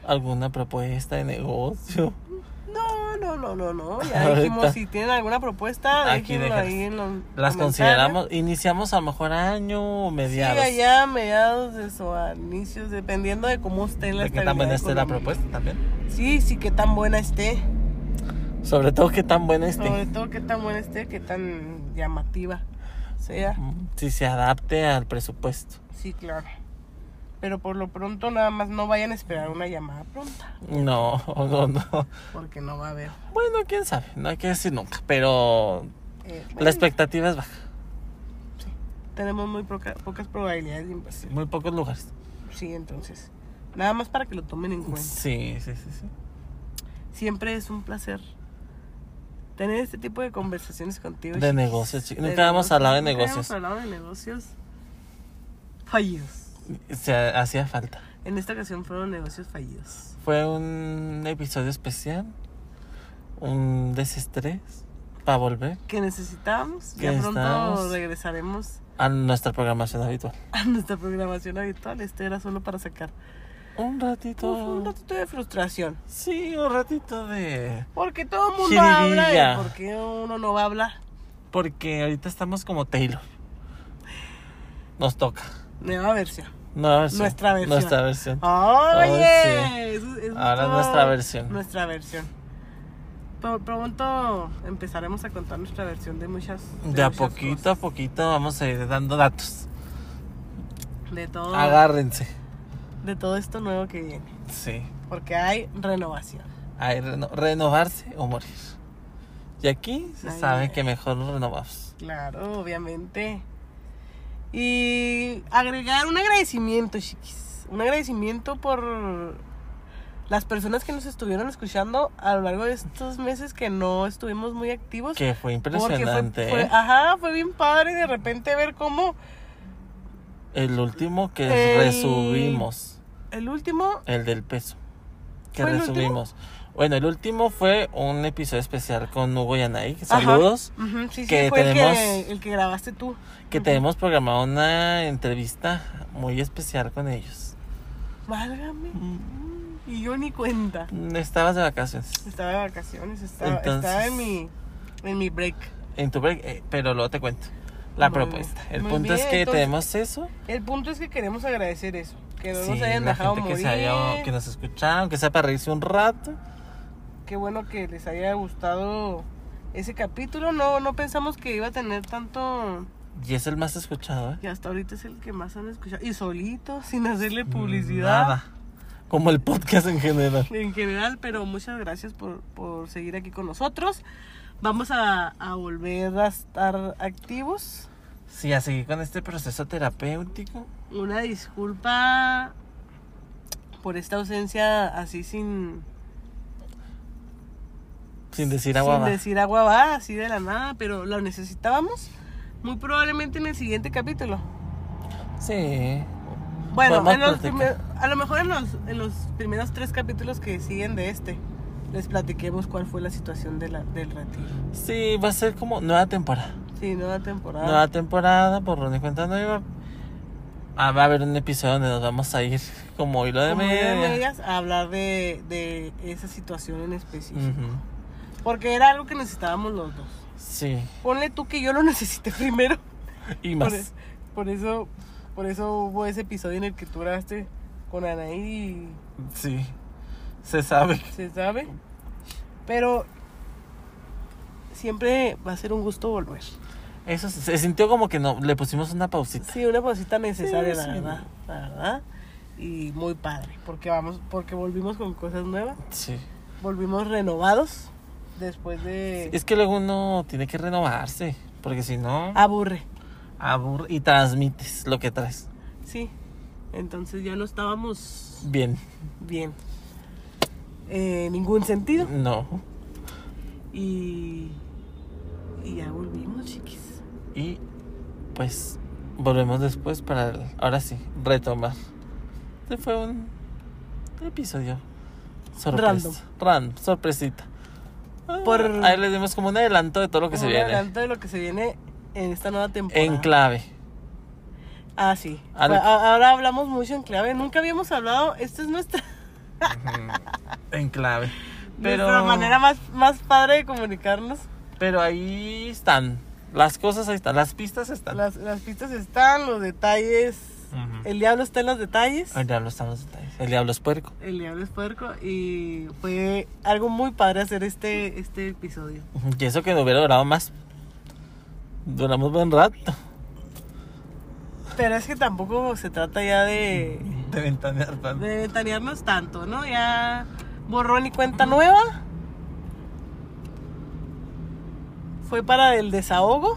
[SPEAKER 1] ¿Alguna propuesta de negocio?
[SPEAKER 2] No, no, no, no, no. Ya
[SPEAKER 1] Ahorita.
[SPEAKER 2] dijimos, si tienen alguna propuesta,
[SPEAKER 1] Aquí
[SPEAKER 2] déjenlo
[SPEAKER 1] déjalas.
[SPEAKER 2] ahí en los
[SPEAKER 1] Las
[SPEAKER 2] comentarios.
[SPEAKER 1] consideramos, iniciamos a lo mejor año o
[SPEAKER 2] Sí,
[SPEAKER 1] mediados.
[SPEAKER 2] allá a mediados de eso, a inicios, dependiendo de cómo esté la
[SPEAKER 1] De qué tan buena
[SPEAKER 2] estabilidad
[SPEAKER 1] esté la
[SPEAKER 2] económica.
[SPEAKER 1] propuesta también.
[SPEAKER 2] Sí, sí, qué tan buena esté.
[SPEAKER 1] Sobre todo qué tan buena esté.
[SPEAKER 2] Sobre todo qué tan buena esté, qué tan llamativa sea.
[SPEAKER 1] Mm, Si se adapte al presupuesto.
[SPEAKER 2] Sí, claro. Pero por lo pronto nada más no vayan a esperar una llamada pronta,
[SPEAKER 1] No, no, no.
[SPEAKER 2] porque no va a haber.
[SPEAKER 1] Bueno, quién sabe, no hay que decir nunca, pero
[SPEAKER 2] Eh,
[SPEAKER 1] la
[SPEAKER 2] bueno,
[SPEAKER 1] expectativa es baja.
[SPEAKER 2] tenemos muy poca- pocas probabilidades de inversión.
[SPEAKER 1] Muy pocos lugares.
[SPEAKER 2] Sí, entonces. Nada más para que lo tomen en cuenta.
[SPEAKER 1] Sí, sí, sí, sí.
[SPEAKER 2] Siempre es un placer tener este tipo de conversaciones contigo.
[SPEAKER 1] De
[SPEAKER 2] chiquis.
[SPEAKER 1] negocios, chiqui-
[SPEAKER 2] De
[SPEAKER 1] nunca hemos hablado de
[SPEAKER 2] Nunca
[SPEAKER 1] negocios.
[SPEAKER 2] hemos hablado de negocios fallidos.
[SPEAKER 1] Se hacía falta.
[SPEAKER 2] En esta ocasión fueron negocios fallidos.
[SPEAKER 1] Fue un episodio especial, un desestrés para volver
[SPEAKER 2] Que necesitábamos.
[SPEAKER 1] Que
[SPEAKER 2] Ya pronto
[SPEAKER 1] necesitábamos.
[SPEAKER 2] regresaremos
[SPEAKER 1] a nuestra programación habitual.
[SPEAKER 2] a nuestra programación habitual. Este era solo para sacar
[SPEAKER 1] Un ratito.
[SPEAKER 2] un ratito de frustración.
[SPEAKER 1] Sí, un ratito de.
[SPEAKER 2] Porque todo el mundo
[SPEAKER 1] Jiribilla.
[SPEAKER 2] habla y porque uno no va a hablar.
[SPEAKER 1] Porque ahorita estamos como Taylor. Nos toca.
[SPEAKER 2] Nueva versión.
[SPEAKER 1] Nueva versión.
[SPEAKER 2] Nuestra versión. Ah,
[SPEAKER 1] Nuestra versión. sí.
[SPEAKER 2] ¡Oye! Eso- eso
[SPEAKER 1] Ahora es
[SPEAKER 2] todo
[SPEAKER 1] nuestra versión.
[SPEAKER 2] Nuestra versión. Por- pronto empezaremos a contar nuestra versión de muchas. de
[SPEAKER 1] De a
[SPEAKER 2] muchas
[SPEAKER 1] poquito a
[SPEAKER 2] cosas.
[SPEAKER 1] poquito vamos a ir dando datos.
[SPEAKER 2] De todo,
[SPEAKER 1] Agárrense.
[SPEAKER 2] de todo esto nuevo que viene.
[SPEAKER 1] Sí.
[SPEAKER 2] Porque hay renovación.
[SPEAKER 1] Hay reno- renovarse o morir. Y aquí se
[SPEAKER 2] Ay,
[SPEAKER 1] sabe
[SPEAKER 2] ay,
[SPEAKER 1] que mejor nos renovamos.
[SPEAKER 2] Claro, obviamente. Y agregar un agradecimiento, chiquis. Un agradecimiento por las personas que nos estuvieron escuchando a lo largo de estos meses que no estuvimos muy activos.
[SPEAKER 1] Que fue
[SPEAKER 2] Porque
[SPEAKER 1] impresionante.
[SPEAKER 2] fue, fue-
[SPEAKER 1] ¿eh?
[SPEAKER 2] ajá, fue bien padre de repente ver cómo
[SPEAKER 1] El último que
[SPEAKER 2] El-
[SPEAKER 1] resubimos,
[SPEAKER 2] el último
[SPEAKER 1] el del peso. Que
[SPEAKER 2] ¿Fue el
[SPEAKER 1] resubimos. Bueno, el último fue un episodio especial con Hugo y Anaí.
[SPEAKER 2] Ajá.
[SPEAKER 1] Saludos.
[SPEAKER 2] Ujú, sí, sí,
[SPEAKER 1] que
[SPEAKER 2] fue el,
[SPEAKER 1] tenemos-
[SPEAKER 2] que, el que grabaste tú.
[SPEAKER 1] Que tenemos programado una entrevista muy especial con ellos.
[SPEAKER 2] Válgame. Mm. Y yo ni cuenta.
[SPEAKER 1] Estabas de vacaciones.
[SPEAKER 2] Estaba de vacaciones, estaba,
[SPEAKER 1] Entonces-
[SPEAKER 2] estaba en mi en mi break.
[SPEAKER 1] En tu break, eh, pero luego te cuento la
[SPEAKER 2] Muy bien,
[SPEAKER 1] propuesta. El
[SPEAKER 2] Mm, muy
[SPEAKER 1] punto es
[SPEAKER 2] bien,
[SPEAKER 1] que
[SPEAKER 2] entonces-
[SPEAKER 1] tenemos eso.
[SPEAKER 2] El punto es que queremos agradecer eso, que no
[SPEAKER 1] Sí,
[SPEAKER 2] nos hayan
[SPEAKER 1] la
[SPEAKER 2] dejado
[SPEAKER 1] gente
[SPEAKER 2] morir.
[SPEAKER 1] que, se haya- que nos escucharon, que sea para reírse un rato.
[SPEAKER 2] Qué bueno que les haya gustado ese capítulo. No no pensamos que iba a tener tanto
[SPEAKER 1] Y es el más escuchado, ¿eh?
[SPEAKER 2] y hasta ahorita es el que más han escuchado y solito sin hacerle publicidad.
[SPEAKER 1] Mm, Nada. Como el podcast en general.
[SPEAKER 2] en general, pero muchas gracias por, por seguir aquí con nosotros. Vamos a, a volver a estar activos.
[SPEAKER 1] Sí, a seguir con este proceso terapéutico.
[SPEAKER 2] Una disculpa por esta ausencia así sin,
[SPEAKER 1] Sin decir agua.
[SPEAKER 2] sin
[SPEAKER 1] va.
[SPEAKER 2] decir agua va, así de la nada, pero lo necesitábamos. Muy probablemente en el siguiente capítulo.
[SPEAKER 1] Sí.
[SPEAKER 2] Bueno,
[SPEAKER 1] Podemos
[SPEAKER 2] en los
[SPEAKER 1] platicar.
[SPEAKER 2] primer- a lo mejor en los, en los primeros tres capítulos que siguen de este, les platiquemos cuál fue la situación de la- del retiro.
[SPEAKER 1] Sí, va a ser como nueva temporada.
[SPEAKER 2] Sí, nueva temporada.
[SPEAKER 1] Nueva temporada, por donde cuenta nueva. Ah, va a haber un episodio donde nos vamos a ir como hilo de
[SPEAKER 2] como
[SPEAKER 1] media.
[SPEAKER 2] medio de medias, a hablar de, de esa situación en específico.
[SPEAKER 1] Ujú.
[SPEAKER 2] Porque era algo que necesitábamos los dos.
[SPEAKER 1] Sí,
[SPEAKER 2] Ponle tú que yo lo necesité primero.
[SPEAKER 1] y
[SPEAKER 2] Por, e,
[SPEAKER 1] más.
[SPEAKER 2] por eso por eso hubo ese episodio en el que tú grabaste con Anaí
[SPEAKER 1] Sí, se sabe.
[SPEAKER 2] y se sabe. Pero siempre va a ser un gusto volver.
[SPEAKER 1] Eso se, se sintió como que no le pusimos una pausita.
[SPEAKER 2] Sí, una cosita necesaria,
[SPEAKER 1] Sí,
[SPEAKER 2] la
[SPEAKER 1] sí.
[SPEAKER 2] verdad. La verdad. Y muy padre. Porque vamos, porque volvimos con cosas nuevas.
[SPEAKER 1] Sí.
[SPEAKER 2] Volvimos renovados. Después de.
[SPEAKER 1] Es que luego uno tiene que renovarse, porque si no,
[SPEAKER 2] aburre.
[SPEAKER 1] aburre y transmites lo que traes.
[SPEAKER 2] Sí. Entonces ya no estábamos
[SPEAKER 1] Bien,
[SPEAKER 2] bien. Eh, en ningún sentido.
[SPEAKER 1] no.
[SPEAKER 2] Y. Y ya volvimos, chiquis.
[SPEAKER 1] Y pues volvemos después para, el- ahora sí, retomar. Este fue un episodio sorpresa.
[SPEAKER 2] Random.
[SPEAKER 1] Random, sorpresita. Ah,
[SPEAKER 2] Por-
[SPEAKER 1] Ahí le dimos como un adelanto de todo lo que se
[SPEAKER 2] Como un
[SPEAKER 1] viene.
[SPEAKER 2] adelanto de lo que se viene en esta nueva temporada.
[SPEAKER 1] En clave.
[SPEAKER 2] Ah, sí.
[SPEAKER 1] Al-
[SPEAKER 2] Fue- a- Ahora hablamos mucho en clave. Nunca habíamos hablado. Esta es nuestra,
[SPEAKER 1] En clave. Pero,
[SPEAKER 2] nuestra manera más, más padre de comunicarnos.
[SPEAKER 1] pero ahí están. Las cosas ahí están. Las pistas están.
[SPEAKER 2] Las, las pistas están, los detalles.
[SPEAKER 1] Ujú.
[SPEAKER 2] El diablo está en los detalles.
[SPEAKER 1] El diablo están los detalles. El diablo es puerco.
[SPEAKER 2] El diablo es puerco y fue algo muy padre hacer este, este episodio.
[SPEAKER 1] Ujú, Y eso que no hubiera durado más. Duramos buen rato.
[SPEAKER 2] Pero es que tampoco se trata ya de,
[SPEAKER 1] De ventanear tanto.
[SPEAKER 2] de ventanearnos tanto, ¿no? Ya borrón y cuenta nueva. Fue para el desahogo,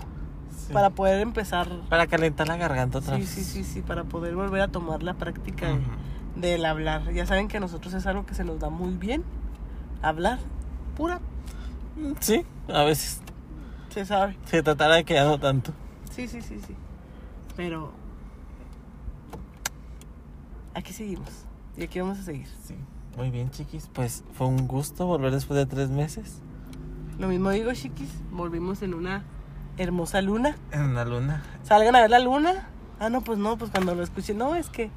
[SPEAKER 2] para poder empezar.
[SPEAKER 1] Para calentar la garganta otra
[SPEAKER 2] Sí,
[SPEAKER 1] vez.
[SPEAKER 2] sí, sí, sí, para poder volver a tomar la práctica de-
[SPEAKER 1] Ah. Ujú.
[SPEAKER 2] del hablar. Ya saben que a nosotros es algo que se nos da muy bien, hablar, pura,
[SPEAKER 1] Mm, Sí, a veces.
[SPEAKER 2] se sabe.
[SPEAKER 1] Se tratará de que ya no tanto.
[SPEAKER 2] Sí, sí, sí, sí. Pero aquí seguimos. Y aquí vamos a seguir.
[SPEAKER 1] Sí. Muy bien, chiquis. Pues fue un gusto volver después de tres meses.
[SPEAKER 2] Lo mismo digo, chiquis. Volvimos en una hermosa luna.
[SPEAKER 1] En la luna.
[SPEAKER 2] Salgan a ver la luna. Ah, no, pues no, pues cuando lo escuchen. No, es que.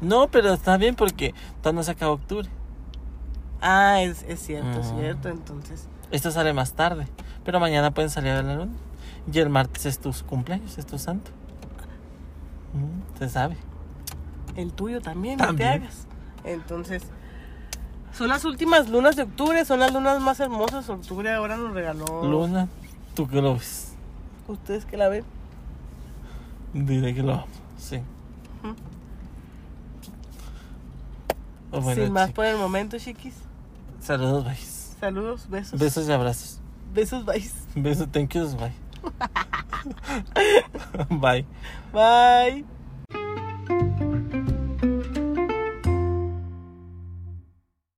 [SPEAKER 1] No, pero está bien porque todavía no se acaba octubre.
[SPEAKER 2] Ah, es, es cierto, es
[SPEAKER 1] Ujú.
[SPEAKER 2] cierto. Entonces,
[SPEAKER 1] Esto sale más tarde, pero mañana pueden salir a la luna. Y el martes es tu cumpleaños, es tu santo. Mm, Se sabe.
[SPEAKER 2] el tuyo también, no te
[SPEAKER 1] También.
[SPEAKER 2] hagas. Entonces, son las últimas lunas de octubre. Son las lunas más hermosas. Octubre ahora nos regaló.
[SPEAKER 1] Luna, tú que lo ves.
[SPEAKER 2] Ustedes que la ven.
[SPEAKER 1] Diré que lo amo. Sí.
[SPEAKER 2] Ujú.
[SPEAKER 1] Bueno,
[SPEAKER 2] Sin más
[SPEAKER 1] chi-
[SPEAKER 2] por el momento, chiquis.
[SPEAKER 1] Saludos, bye.
[SPEAKER 2] Saludos, besos.
[SPEAKER 1] Besos y abrazos.
[SPEAKER 2] Besos, bye.
[SPEAKER 1] Besos, thank yous, bye. bye.
[SPEAKER 2] Bye.